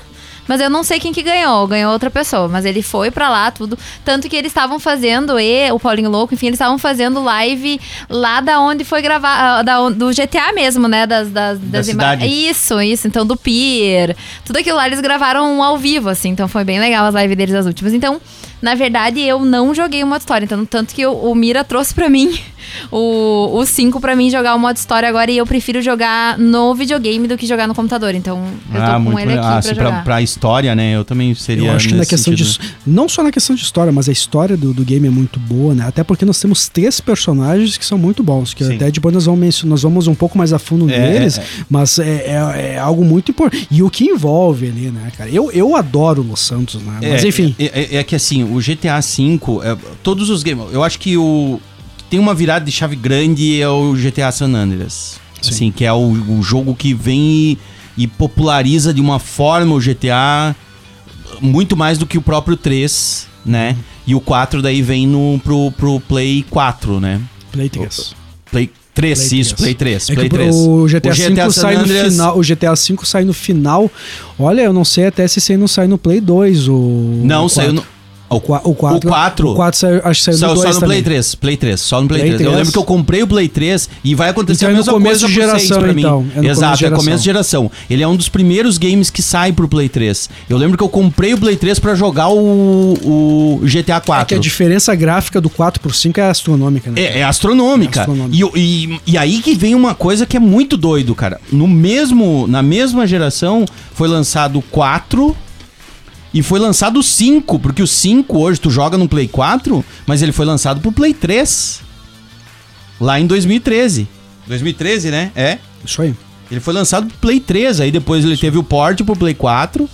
[SPEAKER 7] mas eu não sei quem que ganhou, ganhou outra pessoa, mas ele foi pra lá tudo, tanto que eles estavam fazendo e o Paulinho Louco, enfim, eles estavam fazendo live lá da onde foi gravar, ah, da on- do GTA mesmo, né, das das, das ima-
[SPEAKER 5] cidade.
[SPEAKER 7] Isso, isso, então do Pier, tudo aquilo lá eles gravaram ao vivo assim, então foi bem legal as lives deles as últimas. Então, na verdade, eu não joguei o modo história, então tanto que o, o Mira trouxe pra mim o, o 5 pra mim jogar o modo história agora e eu prefiro jogar no videogame do que jogar no computador. Então eu tô com ele aqui
[SPEAKER 5] Ah, legal.
[SPEAKER 7] pra
[SPEAKER 5] se
[SPEAKER 7] jogar.
[SPEAKER 5] pra, pra história, né? Eu também seria.
[SPEAKER 6] Eu acho que na
[SPEAKER 5] nesse
[SPEAKER 6] questão
[SPEAKER 5] sentido. né?
[SPEAKER 6] disso, não só na questão de história, mas a história do, do game é muito boa, né? Até porque nós temos três personagens que são muito bons, que
[SPEAKER 5] Sim.
[SPEAKER 6] até depois nós vamos, mencio- nós vamos um pouco mais a fundo
[SPEAKER 5] É,
[SPEAKER 6] neles,
[SPEAKER 5] é, é.
[SPEAKER 6] mas é, é- é algo muito importante. E o que envolve ali, né, cara? Eu, eu adoro o Los Santos, né? Mas
[SPEAKER 5] É,
[SPEAKER 6] enfim.
[SPEAKER 5] É, é- é que assim, o GTA V, é, todos os games. Eu acho que o. que Tem uma virada de chave grande é o GTA San Andreas. Assim, que é o, o jogo que vem e, e populariza de uma forma o GTA muito mais do que o próprio 3, né? E o 4 daí vem no, pro, pro Play 4, né?
[SPEAKER 6] Play 3.
[SPEAKER 5] Play 3,
[SPEAKER 6] Play
[SPEAKER 5] isso,
[SPEAKER 6] 3.
[SPEAKER 5] Play 3.
[SPEAKER 6] É
[SPEAKER 5] Play
[SPEAKER 6] que
[SPEAKER 5] 3.
[SPEAKER 6] o GTA
[SPEAKER 5] O GTA
[SPEAKER 6] V
[SPEAKER 5] San
[SPEAKER 6] sai no
[SPEAKER 5] Andreas-
[SPEAKER 6] final. O GTA V sai no final. Olha, eu não sei até se isso aí não sai no Play 2. O,
[SPEAKER 5] Não,
[SPEAKER 6] o
[SPEAKER 5] saiu no.
[SPEAKER 6] O 4. O
[SPEAKER 5] o 4.
[SPEAKER 6] 4 saiu, acho que saiu
[SPEAKER 5] Só,
[SPEAKER 6] no 2
[SPEAKER 5] só no
[SPEAKER 6] também.
[SPEAKER 5] Play 3, Play 3, só no Play,
[SPEAKER 6] Play
[SPEAKER 5] 3. Eu
[SPEAKER 6] 3.
[SPEAKER 5] lembro que eu comprei o Play 3 e vai acontecer
[SPEAKER 6] Então
[SPEAKER 5] a
[SPEAKER 6] é no
[SPEAKER 5] mesma
[SPEAKER 6] começo
[SPEAKER 5] coisa
[SPEAKER 6] de
[SPEAKER 5] pro
[SPEAKER 6] geração,
[SPEAKER 5] 6 pra mim.
[SPEAKER 6] então. É no começo
[SPEAKER 5] Exato,
[SPEAKER 6] de
[SPEAKER 5] é começo de geração. Ele é um dos primeiros games que sai pro Play 3. Eu lembro que eu comprei o Play 3 pra jogar o, o GTA
[SPEAKER 6] É que a
[SPEAKER 5] 4.
[SPEAKER 6] diferença gráfica do 4 pro 5 é astronômica, né?
[SPEAKER 5] É, é astronômica.
[SPEAKER 6] É astronômica.
[SPEAKER 5] E, o- e- e aí que vem uma coisa que é muito doido, cara. No mesmo, na mesma geração foi lançado o 4 e foi lançado o 5, porque o 5 hoje tu joga no Play 4, mas ele foi lançado pro Play 3. Lá em 2013. 2013, né? É.
[SPEAKER 6] Isso aí.
[SPEAKER 5] Ele foi lançado pro Play 3, aí depois ele teve o port pro Play 4,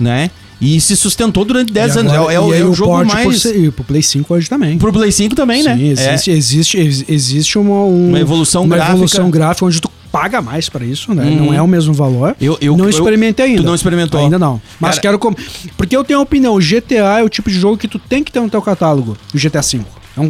[SPEAKER 5] né? E se sustentou durante 10
[SPEAKER 6] E
[SPEAKER 5] anos. É, o-
[SPEAKER 6] agora-
[SPEAKER 5] é o,
[SPEAKER 6] e aí
[SPEAKER 5] é o
[SPEAKER 6] o
[SPEAKER 5] jogo
[SPEAKER 6] port pro
[SPEAKER 5] mais.
[SPEAKER 6] se- e pro Play 5 hoje também.
[SPEAKER 5] Pro Play 5 também, né?
[SPEAKER 6] Sim,
[SPEAKER 5] É.
[SPEAKER 6] existe, existe, ex- existe uma, um-
[SPEAKER 5] Uma evolução
[SPEAKER 6] uma
[SPEAKER 5] gráfica.
[SPEAKER 6] evolução gráfica onde tu paga mais pra isso, né?
[SPEAKER 5] Uhum.
[SPEAKER 6] Não é o mesmo valor.
[SPEAKER 5] Eu- eu-
[SPEAKER 6] não
[SPEAKER 5] eu-
[SPEAKER 6] experimentei ainda.
[SPEAKER 5] tu não experimentou?
[SPEAKER 6] Ainda não. Mas
[SPEAKER 5] Cara-
[SPEAKER 6] quero... Com... Porque eu tenho a opinião, GTA é o tipo de jogo que tu tem que ter no teu catálogo, o GTA V.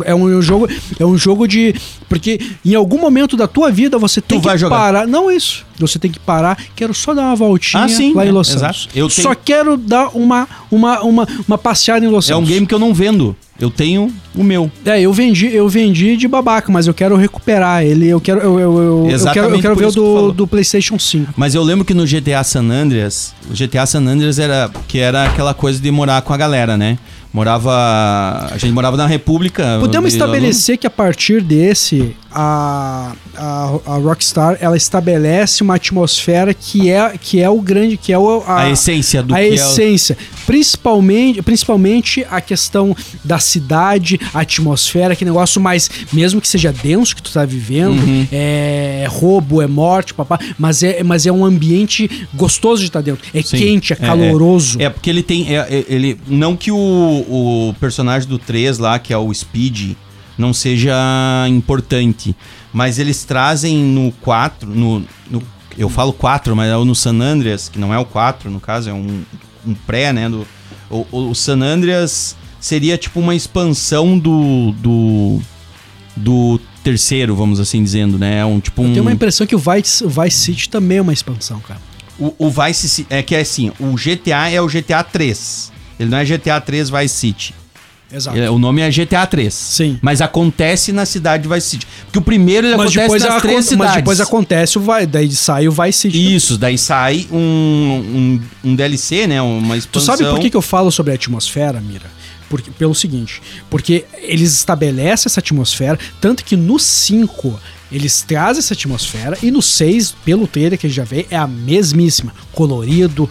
[SPEAKER 6] É um, é um jogo é um jogo de porque em algum momento da tua vida você tem
[SPEAKER 5] vai
[SPEAKER 6] que
[SPEAKER 5] jogar.
[SPEAKER 6] parar não isso você tem que parar quero só dar uma voltinha
[SPEAKER 5] Ah, sim,
[SPEAKER 6] lá em
[SPEAKER 5] é,
[SPEAKER 6] Los
[SPEAKER 5] exato.
[SPEAKER 6] Santos
[SPEAKER 5] Eu
[SPEAKER 6] só
[SPEAKER 5] tenho-
[SPEAKER 6] quero dar uma uma uma, uma passeada em Los
[SPEAKER 5] É um
[SPEAKER 6] Santos
[SPEAKER 5] game que eu não vendo. Eu tenho o meu.
[SPEAKER 6] É, eu vendi, eu vendi de babaca, mas eu quero recuperar ele. Eu quero, eu, eu, eu- eu, quero, eu
[SPEAKER 5] Exatamente
[SPEAKER 6] quero
[SPEAKER 5] por
[SPEAKER 6] ver o
[SPEAKER 5] isso que tu
[SPEAKER 6] do,
[SPEAKER 5] falou.
[SPEAKER 6] do PlayStation 5.
[SPEAKER 5] Mas eu lembro que no GTA San Andreas, o GTA San Andreas era que era aquela coisa de morar com a galera, né? Morava, a gente morava na República.
[SPEAKER 6] Podemos
[SPEAKER 5] e-
[SPEAKER 6] estabelecer que a partir desse, a, a, a Rockstar ela estabelece uma atmosfera que é, que é o grande, que é o,
[SPEAKER 5] a, essência do
[SPEAKER 6] a
[SPEAKER 5] que é
[SPEAKER 6] essência. Principalmente, principalmente a questão da cidade, a atmosfera, que negócio mais, mesmo que seja denso que tu tá vivendo,
[SPEAKER 5] Uhum.
[SPEAKER 6] é roubo, é morte, papá, mas é, mas é um ambiente gostoso de estar dentro. É
[SPEAKER 5] Sim.
[SPEAKER 6] quente, é,
[SPEAKER 5] É,
[SPEAKER 6] caloroso.
[SPEAKER 5] É, porque ele tem. é, é, ele, não que o, o personagem do 3 lá, que é o Speed, não seja importante. Mas eles trazem no 4. No, no- eu falo 4, mas é o no San Andreas, que não é o 4, no caso, é um, um pré, né? Do, o, o San Andreas seria tipo uma expansão do. do. do terceiro, vamos assim dizendo, né? É um tipo
[SPEAKER 6] Eu
[SPEAKER 5] um.
[SPEAKER 6] tenho uma impressão que o Vice, Vice City também é uma expansão, cara.
[SPEAKER 5] O, o Vice Ci- é que é assim, o GTA é o GTA 3. Ele não é GTA 3 Vice City.
[SPEAKER 6] Exato.
[SPEAKER 5] Ele- o nome é GTA 3.
[SPEAKER 6] Tá. Sim.
[SPEAKER 5] Mas acontece na cidade de Vice City. Porque o primeiro ele
[SPEAKER 6] Mas
[SPEAKER 5] acontece
[SPEAKER 6] depois,
[SPEAKER 5] nas
[SPEAKER 6] acon-
[SPEAKER 5] três cidades.
[SPEAKER 6] mas depois é acontece o vai, daí sai o Vice City.
[SPEAKER 5] Isso, daí sai um, um, um DLC, né? Uma
[SPEAKER 6] Tu
[SPEAKER 5] expansão.
[SPEAKER 6] sabe por que, que eu falo sobre a atmosfera, Mira? Porque, pelo seguinte, porque eles estabelecem essa atmosfera, tanto que no 5 eles trazem essa atmosfera, e no 6, pelo trailer que a gente já vê, é a mesmíssima. Colorido,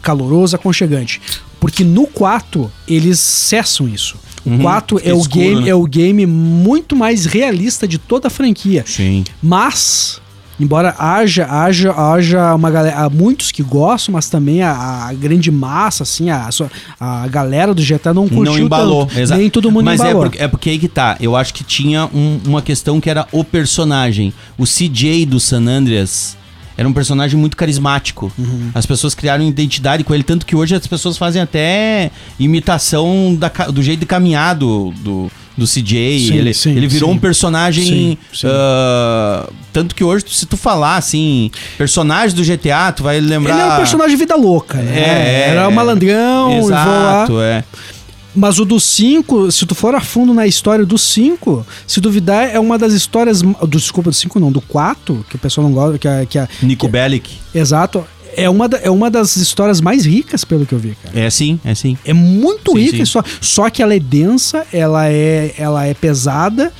[SPEAKER 6] caloroso, aconchegante. Porque no 4 eles cessam isso. O
[SPEAKER 5] Uhum,
[SPEAKER 6] 4 é,
[SPEAKER 5] fica
[SPEAKER 6] o
[SPEAKER 5] escuro,
[SPEAKER 6] game,
[SPEAKER 5] né?
[SPEAKER 6] é o game muito mais realista de toda a franquia.
[SPEAKER 5] Sim.
[SPEAKER 6] Mas, embora haja, haja, haja uma galera, há muitos que gostam, mas também a, a grande massa, assim, a, sua- a galera do GTA não curtiu
[SPEAKER 5] não embalou.
[SPEAKER 6] tanto.
[SPEAKER 5] exato.
[SPEAKER 6] Nem todo mundo
[SPEAKER 5] Mas
[SPEAKER 6] embalou.
[SPEAKER 5] É, porque, é porque aí que tá. Eu acho que tinha um- uma questão que era o personagem. O CJ do San Andreas era um personagem muito carismático.
[SPEAKER 6] Uhum.
[SPEAKER 5] As pessoas criaram identidade com ele, tanto que hoje as pessoas fazem até imitação da ca- do jeito de caminhar do, do, do CJ.
[SPEAKER 6] Sim,
[SPEAKER 5] ele,
[SPEAKER 6] sim,
[SPEAKER 5] ele virou
[SPEAKER 6] sim.
[SPEAKER 5] um personagem.
[SPEAKER 6] Sim, sim.
[SPEAKER 5] ah, tanto que hoje, se tu falar assim, personagem do GTA, tu vai lembrar.
[SPEAKER 6] Ele é um personagem vida louca, né?
[SPEAKER 5] É, é.
[SPEAKER 6] Era um malandrão, e vou lá.
[SPEAKER 5] Exato, é.
[SPEAKER 6] Mas o do 5, se tu for a fundo na história do 5, se duvidar, é uma das histórias. Do, desculpa, do 5 não, do 4, que o pessoal não gosta. Que a, que a,
[SPEAKER 5] Nico
[SPEAKER 6] que-
[SPEAKER 5] Bellic.
[SPEAKER 6] Exato. É uma, da- é uma das histórias mais ricas, pelo que eu vi, cara.
[SPEAKER 5] É sim, é sim.
[SPEAKER 6] É muito
[SPEAKER 5] Sim,
[SPEAKER 6] rica,
[SPEAKER 5] sim.
[SPEAKER 6] Só, só que ela é densa, ela é, ela é pesada,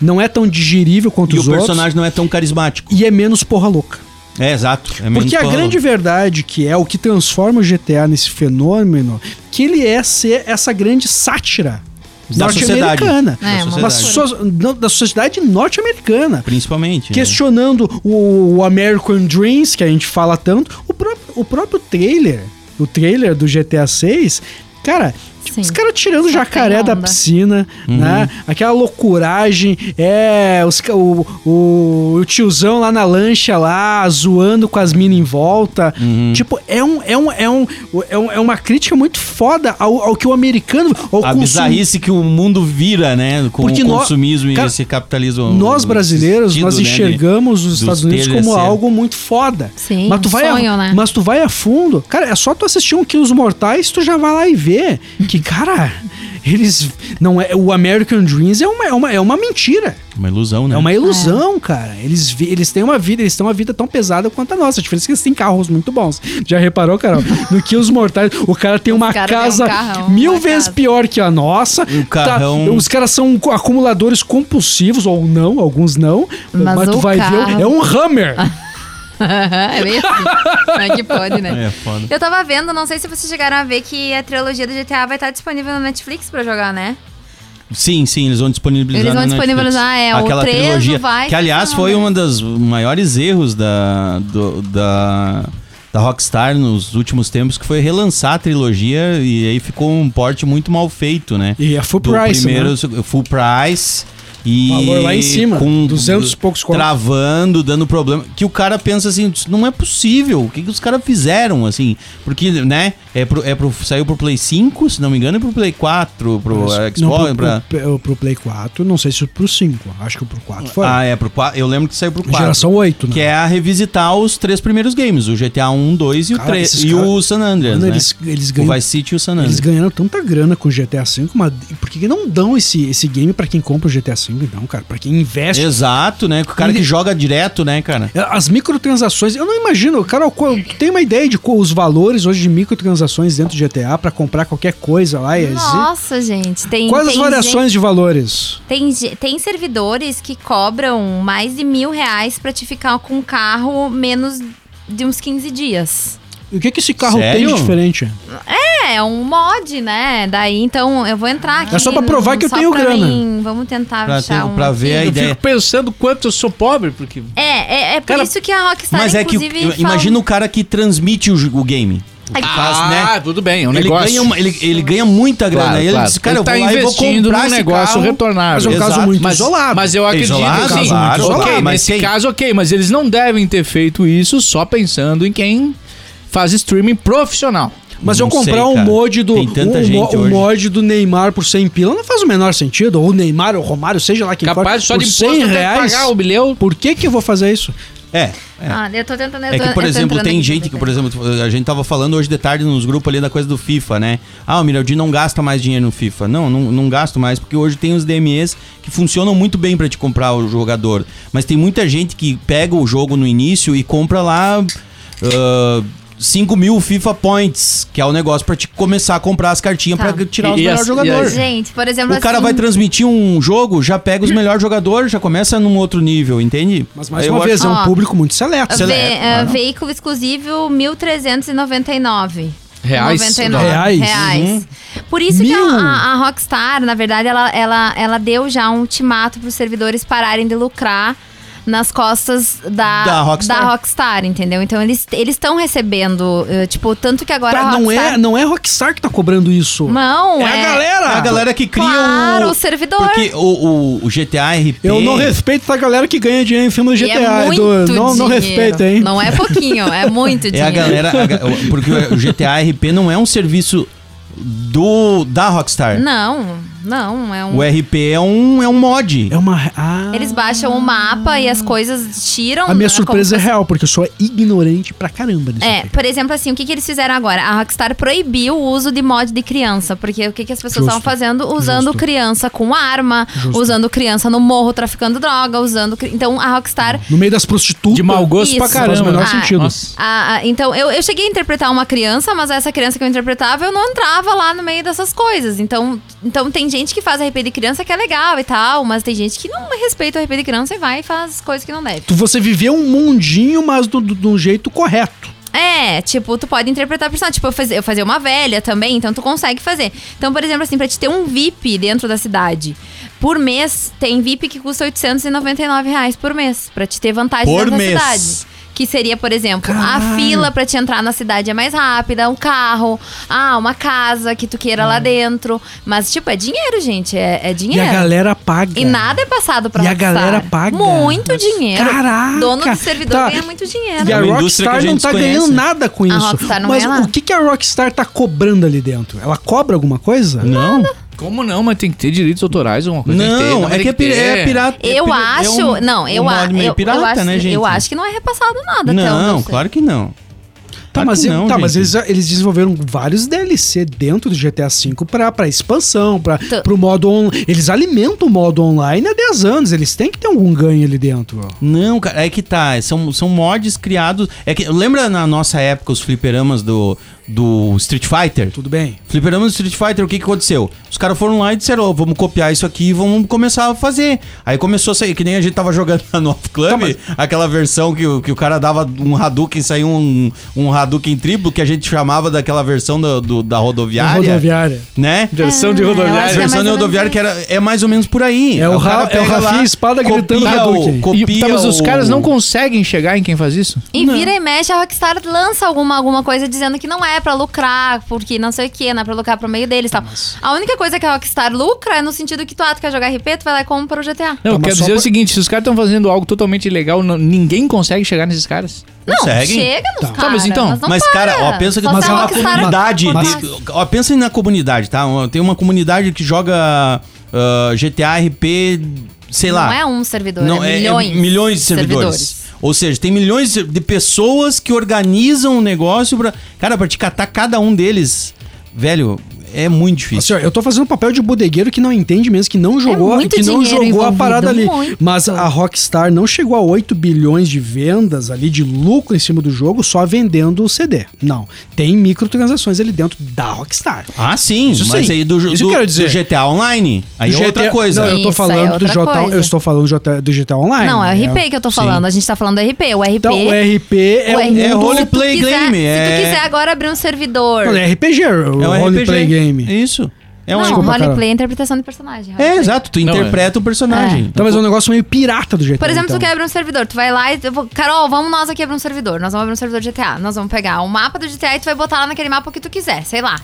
[SPEAKER 6] não é tão digerível quanto
[SPEAKER 5] E
[SPEAKER 6] os
[SPEAKER 5] o
[SPEAKER 6] outros.
[SPEAKER 5] personagem não é tão carismático.
[SPEAKER 6] E é menos porra louca.
[SPEAKER 5] É, exato. É menos
[SPEAKER 6] Porque a
[SPEAKER 5] porra
[SPEAKER 6] grande
[SPEAKER 5] louca.
[SPEAKER 6] verdade que é o que transforma o GTA nesse fenômeno, que ele é ser essa grande sátira
[SPEAKER 5] Da sociedade.
[SPEAKER 6] norte-americana.
[SPEAKER 7] É, uma
[SPEAKER 6] Mas
[SPEAKER 5] sociedade.
[SPEAKER 6] so- não, da sociedade norte-americana.
[SPEAKER 5] Principalmente. né?
[SPEAKER 6] Questionando o, o American Dreams, que a gente fala tanto, o, pró- o próprio trailer, o trailer do GTA 6, cara, tipo,
[SPEAKER 7] Sim.
[SPEAKER 6] os caras tirando o
[SPEAKER 7] Só
[SPEAKER 6] jacaré
[SPEAKER 7] tem
[SPEAKER 6] da
[SPEAKER 7] onda.
[SPEAKER 6] piscina,
[SPEAKER 5] Uhum.
[SPEAKER 6] né? Aquela loucuragem, é, os, ca- o, o, o tiozão lá na lancha lá, zoando com as minas em volta.
[SPEAKER 5] Uhum.
[SPEAKER 6] Tipo, é, um, é, um, é, um, é, um- é uma crítica muito foda ao, ao que o americano... Ao
[SPEAKER 5] A
[SPEAKER 6] consumi-
[SPEAKER 5] bizarrice que o mundo vira, né? Com
[SPEAKER 6] Porque
[SPEAKER 5] o
[SPEAKER 6] nó-
[SPEAKER 5] consumismo
[SPEAKER 6] cara,
[SPEAKER 5] e esse capitalismo.
[SPEAKER 6] Nós brasileiros,
[SPEAKER 5] assistido,
[SPEAKER 6] nós
[SPEAKER 5] né, de-
[SPEAKER 6] enxergamos os
[SPEAKER 5] dos
[SPEAKER 6] Estados Unidos
[SPEAKER 5] telhas,
[SPEAKER 6] como
[SPEAKER 5] assim.
[SPEAKER 6] algo muito foda.
[SPEAKER 7] Sim,
[SPEAKER 6] mas tu
[SPEAKER 7] um
[SPEAKER 6] vai a,
[SPEAKER 7] sonho, né?
[SPEAKER 6] Mas tu vai a fundo, cara, é só tu assistir um Quilos Mortais, tu já vai lá e vê que, cara, eles não é o American Dreams é uma, é uma, é uma mentira.
[SPEAKER 5] Uma ilusão, né?
[SPEAKER 6] É uma ilusão, cara. Eles, vi- eles têm uma vida, eles têm uma vida tão pesada quanto a nossa. A diferença é que eles têm carros muito bons. Já reparou, Carol? No que os mortais, o cara tem uma
[SPEAKER 7] cara tem um
[SPEAKER 6] casa
[SPEAKER 7] carrão,
[SPEAKER 6] mil
[SPEAKER 7] uma
[SPEAKER 6] vezes
[SPEAKER 7] casa.
[SPEAKER 6] pior que a nossa. Tá,
[SPEAKER 5] Um carrão.
[SPEAKER 6] os caras são co- acumuladores compulsivos, ou não, alguns não. Mas,
[SPEAKER 7] Mas
[SPEAKER 6] tu
[SPEAKER 7] o
[SPEAKER 6] vai
[SPEAKER 7] carro-
[SPEAKER 6] ver. É um Hammer.
[SPEAKER 7] é meio assim. Não é que pode, né?
[SPEAKER 5] É, foda.
[SPEAKER 7] Eu tava vendo, não sei se vocês chegaram a ver que a trilogia do GTA vai estar disponível na Netflix pra jogar, né?
[SPEAKER 5] Sim, sim, eles vão disponibilizar.
[SPEAKER 7] Eles vão
[SPEAKER 5] na Netflix.
[SPEAKER 7] disponibilizar, é, o
[SPEAKER 5] Aquela
[SPEAKER 7] três, o
[SPEAKER 5] trilogia.
[SPEAKER 7] Vice,
[SPEAKER 5] que, aliás,
[SPEAKER 7] não,
[SPEAKER 5] foi
[SPEAKER 7] né?
[SPEAKER 5] um dos maiores erros da, do- da, da Rockstar nos últimos tempos, que foi relançar a trilogia e aí ficou um porte muito mal feito, né?
[SPEAKER 6] E é full
[SPEAKER 5] do
[SPEAKER 6] price,
[SPEAKER 5] primeiro,
[SPEAKER 6] né?
[SPEAKER 5] seg- full price. E
[SPEAKER 6] Valor lá em cima, 200 e poucos contos.
[SPEAKER 5] Travando, dando problema. Que o cara pensa assim, não é possível. O que, que os caras fizeram, assim? Porque, né, é pro, é pro, saiu pro Play 5, se não me engano, e pro Play 4, pro Xbox,
[SPEAKER 6] não, pro,
[SPEAKER 5] pra...
[SPEAKER 6] pro, pro Play 4, não sei se pro 5. Acho que pro 4 foi.
[SPEAKER 5] Ah, é, pro 4. Eu lembro que saiu pro 4.
[SPEAKER 6] Geração 8, né?
[SPEAKER 5] Que é a revisitar os três primeiros games, o GTA 1, 2 um, e o
[SPEAKER 6] Cara,
[SPEAKER 5] 3.
[SPEAKER 6] esses
[SPEAKER 5] E
[SPEAKER 6] caras-
[SPEAKER 5] o San Andreas,
[SPEAKER 6] Mano,
[SPEAKER 5] né?
[SPEAKER 6] eles, eles
[SPEAKER 5] O
[SPEAKER 6] ganham-
[SPEAKER 5] Vice City e o San
[SPEAKER 3] Ah.
[SPEAKER 6] eles
[SPEAKER 5] Andreas.
[SPEAKER 6] ganharam tanta grana com o GTA V, mas por que que não dão esse, esse game pra quem compra o GTA V, então, cara? Pra quem investe.
[SPEAKER 5] Exato, né? O cara que
[SPEAKER 6] Ele-
[SPEAKER 5] joga direto, né, cara?
[SPEAKER 6] As microtransações, eu não imagino, cara, qual- tu tem uma ideia de qual, os valores hoje de microtransações dentro de GTA pra comprar qualquer coisa lá e exi-
[SPEAKER 7] Nossa, gente. Tem,
[SPEAKER 6] Quais as
[SPEAKER 7] tem
[SPEAKER 6] variações de valores?
[SPEAKER 7] Tem, ge- tem servidores que cobram mais de mil reais pra te ficar com um carro menos de uns 15 dias.
[SPEAKER 6] E o que que esse carro tem
[SPEAKER 5] Sério?
[SPEAKER 6] de diferente?
[SPEAKER 7] É, é um mod, né? Daí, então, eu vou entrar aqui.
[SPEAKER 6] É só pra
[SPEAKER 7] no-
[SPEAKER 6] provar que eu
[SPEAKER 7] só
[SPEAKER 6] tenho
[SPEAKER 7] pra
[SPEAKER 6] grana.
[SPEAKER 7] mim. Vamos tentar
[SPEAKER 5] Pra,
[SPEAKER 7] achar
[SPEAKER 5] ter-
[SPEAKER 7] um
[SPEAKER 5] pra
[SPEAKER 7] aqui.
[SPEAKER 5] ver a
[SPEAKER 1] Eu
[SPEAKER 5] ideia.
[SPEAKER 1] fico pensando quanto eu sou pobre, porque.
[SPEAKER 7] É, é, é por
[SPEAKER 1] Cara,
[SPEAKER 7] isso que a Rockstar,
[SPEAKER 5] Mas é que
[SPEAKER 7] inclusive,
[SPEAKER 5] eu-
[SPEAKER 7] fala-
[SPEAKER 5] imagina o cara que transmite o, jo- o game.
[SPEAKER 7] Ai,
[SPEAKER 5] Que faz, né?
[SPEAKER 3] Ah, tudo bem, é um
[SPEAKER 5] ele,
[SPEAKER 3] negócio.
[SPEAKER 5] ganha uma- ele, ele ganha muita grana.
[SPEAKER 3] Claro,
[SPEAKER 5] ele
[SPEAKER 3] claro.
[SPEAKER 5] diz, cara,
[SPEAKER 3] Ele
[SPEAKER 5] eu vou
[SPEAKER 3] tá
[SPEAKER 5] lá e vou
[SPEAKER 3] investindo
[SPEAKER 5] comprar
[SPEAKER 3] num
[SPEAKER 5] esse
[SPEAKER 3] negócio
[SPEAKER 5] carro.
[SPEAKER 3] retornável.
[SPEAKER 6] Mas é um
[SPEAKER 5] Exato.
[SPEAKER 6] caso muito
[SPEAKER 3] Ah, Mas,
[SPEAKER 6] isolado.
[SPEAKER 3] mas eu acredito
[SPEAKER 5] Isolado,
[SPEAKER 3] sim.
[SPEAKER 5] isolado,
[SPEAKER 3] ok,
[SPEAKER 5] isolado, mas
[SPEAKER 3] nesse
[SPEAKER 5] tem.
[SPEAKER 3] caso, ok, mas eles não devem ter feito isso só pensando em quem faz streaming profissional.
[SPEAKER 6] Mas
[SPEAKER 5] Não
[SPEAKER 6] eu comprar
[SPEAKER 5] sei,
[SPEAKER 6] um
[SPEAKER 5] cara.
[SPEAKER 6] mod do
[SPEAKER 5] Tem tanta
[SPEAKER 6] um, mo-
[SPEAKER 5] gente
[SPEAKER 6] um
[SPEAKER 5] hoje.
[SPEAKER 6] mod do Neymar por 100 pila não faz o menor sentido. Ou o Neymar, ou o Romário, seja lá quem for,
[SPEAKER 3] Capaz só
[SPEAKER 6] por
[SPEAKER 3] de imposto
[SPEAKER 6] 100
[SPEAKER 3] tem que
[SPEAKER 6] reais.
[SPEAKER 3] pagar o bilhão.
[SPEAKER 6] Por que que eu vou fazer isso?
[SPEAKER 5] É, é.
[SPEAKER 7] Ah, eu tô tentando... eu
[SPEAKER 5] É
[SPEAKER 7] tô-
[SPEAKER 5] que, por
[SPEAKER 7] eu tô
[SPEAKER 5] exemplo,
[SPEAKER 7] entrando
[SPEAKER 5] tem
[SPEAKER 7] aqui pra
[SPEAKER 5] gente que,
[SPEAKER 7] ver.
[SPEAKER 5] por exemplo, a gente tava falando hoje de tarde nos grupos ali da coisa do FIFA, né? Ah, o Miraldinho não gasta mais dinheiro no FIFA. Não, não, não gasto mais, porque hoje tem os DMEs que funcionam muito bem pra te comprar o jogador. Mas tem muita gente que pega o jogo no início e compra lá. ah, 5 mil FIFA Points, que é o negócio pra te começar a comprar as cartinhas
[SPEAKER 7] Tá.
[SPEAKER 5] pra tirar os
[SPEAKER 1] E- e
[SPEAKER 5] melhores
[SPEAKER 1] as- e
[SPEAKER 5] jogadores.
[SPEAKER 1] as-
[SPEAKER 7] Gente, por exemplo,
[SPEAKER 5] O cara
[SPEAKER 7] assim,
[SPEAKER 5] vai transmitir um jogo, já pega os melhores jogadores, já começa num outro nível, entende?
[SPEAKER 6] Mas mais
[SPEAKER 5] Eu
[SPEAKER 6] uma
[SPEAKER 5] acho-
[SPEAKER 6] vez, é
[SPEAKER 7] Ó,
[SPEAKER 6] um público muito seleto.
[SPEAKER 7] Ve
[SPEAKER 5] Seleto,
[SPEAKER 7] é,
[SPEAKER 5] claro.
[SPEAKER 7] veículo exclusivo 1.399.
[SPEAKER 3] Reais?
[SPEAKER 7] 99.
[SPEAKER 6] Reais? Uhum.
[SPEAKER 7] Por isso que
[SPEAKER 6] Mil?
[SPEAKER 7] a, a- a Rockstar, na verdade, ela, ela, ela deu já um ultimato para os servidores pararem de lucrar nas costas da,
[SPEAKER 5] Da Rockstar.
[SPEAKER 7] Rockstar, entendeu? Então eles eles estão recebendo, eh, tipo, tanto que agora
[SPEAKER 6] Pra-
[SPEAKER 7] a
[SPEAKER 6] não,
[SPEAKER 7] Rockstar...
[SPEAKER 6] é, não é Rockstar que tá cobrando isso.
[SPEAKER 7] Não,
[SPEAKER 6] é, a galera.
[SPEAKER 5] É a galera que cria
[SPEAKER 7] Claro,
[SPEAKER 5] o...
[SPEAKER 7] o servidor.
[SPEAKER 5] Porque o, o- o GTA RP...
[SPEAKER 6] Eu não respeito essa galera que ganha dinheiro em filme do
[SPEAKER 7] E
[SPEAKER 6] GTA.
[SPEAKER 7] é muito
[SPEAKER 6] Edu. não, não
[SPEAKER 7] dinheiro.
[SPEAKER 6] respeita, hein?
[SPEAKER 7] Não é pouquinho, é muito
[SPEAKER 5] É
[SPEAKER 7] dinheiro.
[SPEAKER 5] a galera... a ga- porque o GTA RP não é um serviço do da Rockstar.
[SPEAKER 7] Não, não, é um...
[SPEAKER 5] O RP é um, é um mod.
[SPEAKER 6] É uma. Ah,
[SPEAKER 7] Eles baixam o mapa e as coisas tiram.
[SPEAKER 6] a minha
[SPEAKER 7] né,
[SPEAKER 6] surpresa é
[SPEAKER 7] como se-
[SPEAKER 6] real, porque eu sou ignorante pra caramba nisso.
[SPEAKER 7] É,
[SPEAKER 6] aqui.
[SPEAKER 7] por exemplo, assim, o que, que eles fizeram agora? A Rockstar proibiu o uso de mod de criança, porque o que, que as pessoas
[SPEAKER 6] Justo.
[SPEAKER 7] estavam fazendo? Usando
[SPEAKER 6] Justo.
[SPEAKER 7] criança com arma,
[SPEAKER 6] Justo.
[SPEAKER 7] usando criança no morro, traficando droga, usando. cri- Então a Rockstar.
[SPEAKER 6] No meio das prostitutas.
[SPEAKER 3] De mau gosto pra
[SPEAKER 7] Isso.
[SPEAKER 6] Não faz o
[SPEAKER 3] caramba.
[SPEAKER 6] menor
[SPEAKER 7] Ah,
[SPEAKER 6] sentido.
[SPEAKER 3] Nossa.
[SPEAKER 7] a- a- então, eu, eu cheguei a interpretar uma criança, mas essa criança que eu interpretava, eu não entrava lá no meio dessas coisas. Então, então tem gente que faz RP de criança que é legal e tal, mas tem gente que não respeita o RP de criança e vai e faz coisas que não deve.
[SPEAKER 6] Tu, você viveu um mundinho, mas do, do, de um jeito correto.
[SPEAKER 7] É, tipo, tu pode interpretar personagem. Tipo, eu fazia, eu fazia uma velha também, então tu consegue fazer. Então, por exemplo, assim, pra te ter um VIP dentro da cidade, por mês, tem VIP que custa R$ 899 reais por mês, pra te ter vantagem
[SPEAKER 5] Por
[SPEAKER 7] dentro
[SPEAKER 5] mês.
[SPEAKER 7] da cidade. Que seria, por exemplo,
[SPEAKER 6] Caralho.
[SPEAKER 7] a fila pra te entrar na cidade é mais rápida, um carro, ah, uma casa que tu queira lá dentro. Mas, tipo, é dinheiro, gente, é, é
[SPEAKER 6] E
[SPEAKER 7] dinheiro.
[SPEAKER 6] a galera paga.
[SPEAKER 7] E nada é passado pra
[SPEAKER 6] E a
[SPEAKER 7] Rockstar.
[SPEAKER 6] galera paga.
[SPEAKER 7] Muito dinheiro.
[SPEAKER 6] Caraca.
[SPEAKER 7] Dono de servidor
[SPEAKER 6] Tá.
[SPEAKER 7] ganha muito dinheiro.
[SPEAKER 6] E
[SPEAKER 5] É
[SPEAKER 6] a
[SPEAKER 5] uma indústria que
[SPEAKER 6] Rockstar
[SPEAKER 5] a
[SPEAKER 6] não
[SPEAKER 5] gente
[SPEAKER 6] tá
[SPEAKER 5] desconhece. né?
[SPEAKER 6] ganhando nada com isso.
[SPEAKER 7] Rockstar não
[SPEAKER 6] Mas
[SPEAKER 7] ganha nada.
[SPEAKER 6] o que, que a Rockstar tá cobrando ali dentro? Ela cobra alguma coisa?
[SPEAKER 5] Não,
[SPEAKER 3] Como não? Mas tem que ter direitos autorais, uma coisa. tem ter,
[SPEAKER 5] não, é
[SPEAKER 3] tem
[SPEAKER 5] que é, pira-
[SPEAKER 3] ter.
[SPEAKER 5] é pirata. é
[SPEAKER 7] Eu
[SPEAKER 5] pira- é
[SPEAKER 7] acho.
[SPEAKER 5] um-
[SPEAKER 7] não, eu,
[SPEAKER 5] um
[SPEAKER 7] a-
[SPEAKER 5] mod meio
[SPEAKER 7] eu,
[SPEAKER 5] pirata,
[SPEAKER 7] eu acho,
[SPEAKER 5] né, gente?
[SPEAKER 7] Eu acho que não é repassado nada. até onde eu
[SPEAKER 5] Não,
[SPEAKER 7] sei.
[SPEAKER 5] claro que não.
[SPEAKER 6] Tá,
[SPEAKER 5] Claro
[SPEAKER 6] mas,
[SPEAKER 5] que
[SPEAKER 6] ele-
[SPEAKER 5] não,
[SPEAKER 6] tá, mas
[SPEAKER 5] gente.
[SPEAKER 6] eles, eles desenvolveram vários DLC dentro do GTA V pra, pra expansão, pra,
[SPEAKER 7] Tá.
[SPEAKER 6] pro modo online. Eles alimentam o modo online há 10 anos, eles têm que ter algum ganho ali dentro.
[SPEAKER 5] Não, cara, é que tá. São, são mods criados. É que, lembra na nossa época os fliperamas do, do Street Fighter?
[SPEAKER 6] Tudo bem.
[SPEAKER 5] Fliperama do Street Fighter, o que, que aconteceu? Os caras foram lá e disseram, "Ô, vamos copiar isso aqui e vamos começar a fazer. Aí começou a sair, que nem a gente tava jogando na North Club, aquela versão que, o- que o cara dava um Hadouken e saiu um, um, Hadouken triplo, que a gente chamava daquela versão do, do- da rodoviária.
[SPEAKER 6] Rodoviária.
[SPEAKER 5] Né?
[SPEAKER 1] Versão de
[SPEAKER 7] É, eu
[SPEAKER 1] rodoviária.
[SPEAKER 5] A
[SPEAKER 7] acho que
[SPEAKER 5] versão
[SPEAKER 7] mais
[SPEAKER 5] de
[SPEAKER 7] ou menos
[SPEAKER 5] rodoviária
[SPEAKER 7] isso.
[SPEAKER 5] que era, é mais ou menos por aí.
[SPEAKER 6] É o Ra-
[SPEAKER 5] cara
[SPEAKER 6] é o
[SPEAKER 5] pega lá,
[SPEAKER 6] Rafinha Espada gritando
[SPEAKER 5] copia
[SPEAKER 6] Hadouken.
[SPEAKER 5] o, copia
[SPEAKER 3] E, tá, mas os
[SPEAKER 5] o-
[SPEAKER 3] caras não conseguem chegar em quem faz isso?
[SPEAKER 7] E vira e mexe, a Rockstar lança alguma, alguma coisa dizendo que não é pra lucrar, porque não sei o que, não é pra lucrar pro meio deles e tal. A única coisa que a Rockstar lucra é no sentido que tu, ah, tu quer jogar RP, tu vai lá e compra o GTA.
[SPEAKER 3] Não,
[SPEAKER 6] Tá,
[SPEAKER 3] eu
[SPEAKER 6] mas
[SPEAKER 3] quero
[SPEAKER 6] só
[SPEAKER 3] dizer o
[SPEAKER 6] pra-
[SPEAKER 3] seguinte, se os caras estão fazendo algo totalmente ilegal, não- ninguém consegue chegar nesses caras.
[SPEAKER 7] Não,
[SPEAKER 5] Conseguem.
[SPEAKER 7] chega nos
[SPEAKER 3] Tá,
[SPEAKER 7] caras.
[SPEAKER 3] mas então,
[SPEAKER 7] não
[SPEAKER 5] Mas,
[SPEAKER 7] para.
[SPEAKER 5] cara, ó, pensa que
[SPEAKER 7] Só
[SPEAKER 6] Mas
[SPEAKER 7] se a
[SPEAKER 6] é uma
[SPEAKER 7] Rockstar-
[SPEAKER 5] comunidade.
[SPEAKER 7] Mas-
[SPEAKER 5] de- ó, pensa na comunidade, tá? Ó, Tem uma comunidade que joga ah, GTA RP, sei lá.
[SPEAKER 7] Não é um servidor,
[SPEAKER 5] Não,
[SPEAKER 7] é
[SPEAKER 5] é- é
[SPEAKER 7] milhões.
[SPEAKER 5] milhões de servidores. Ou seja, tem milhões de pessoas que organizam o negócio pra. Cara, pra te catar cada um deles, velho, é muito difícil.
[SPEAKER 6] Assim, ó, eu tô fazendo um papel de bodegueiro que não entende mesmo, que não jogou,
[SPEAKER 7] É muito
[SPEAKER 6] que não
[SPEAKER 7] dinheiro
[SPEAKER 6] jogou a
[SPEAKER 7] envolvido,
[SPEAKER 6] parada ali.
[SPEAKER 7] muito.
[SPEAKER 6] Mas a Rockstar não chegou a 8 bilhões de vendas ali de lucro em cima do jogo só vendendo o CD. Não, tem microtransações ali dentro da Rockstar.
[SPEAKER 5] Ah, sim,
[SPEAKER 6] Isso
[SPEAKER 5] mas
[SPEAKER 6] sim.
[SPEAKER 5] aí do,
[SPEAKER 6] Isso
[SPEAKER 5] do-
[SPEAKER 6] eu quero dizer.
[SPEAKER 5] do GTA Online, aí
[SPEAKER 6] Do
[SPEAKER 5] é outra
[SPEAKER 6] GTA
[SPEAKER 5] coisa.
[SPEAKER 6] Não, eu tô
[SPEAKER 7] Isso,
[SPEAKER 6] falando
[SPEAKER 7] é
[SPEAKER 6] do
[SPEAKER 7] outra
[SPEAKER 6] GTA,
[SPEAKER 7] coisa.
[SPEAKER 6] eu estou falando do GTA, do GTA Online.
[SPEAKER 7] Não, é o RP que eu tô
[SPEAKER 6] Sim.
[SPEAKER 7] falando. A gente tá falando do RP. O RP.
[SPEAKER 6] Então, o RP é,
[SPEAKER 7] o
[SPEAKER 6] um
[SPEAKER 7] RP,
[SPEAKER 5] é
[SPEAKER 7] se tu
[SPEAKER 5] roleplay
[SPEAKER 7] quiser-
[SPEAKER 5] game,
[SPEAKER 7] Se
[SPEAKER 5] é-
[SPEAKER 7] tu quiser agora abrir um servidor.
[SPEAKER 6] Não, é RPG, o
[SPEAKER 5] é um
[SPEAKER 6] roleplay
[SPEAKER 5] RPG.
[SPEAKER 6] game.
[SPEAKER 5] Isso. É um
[SPEAKER 7] não,
[SPEAKER 6] Desculpa,
[SPEAKER 7] roleplay
[SPEAKER 6] Carol.
[SPEAKER 7] é interpretação do personagem.
[SPEAKER 5] É,
[SPEAKER 7] roleplay.
[SPEAKER 5] exato, tu
[SPEAKER 3] Não,
[SPEAKER 5] interpreta o personagem.
[SPEAKER 6] Então, mas é um negócio meio pirata do GTA.
[SPEAKER 7] Por exemplo,
[SPEAKER 6] então.
[SPEAKER 7] tu quer abrir um servidor, tu vai lá e. eu vou- Carol, vamos nós aqui abrir um servidor. Nós vamos abrir um servidor de GTA. Nós vamos pegar o mapa do GTA e tu vai botar lá naquele mapa o que tu quiser, sei lá.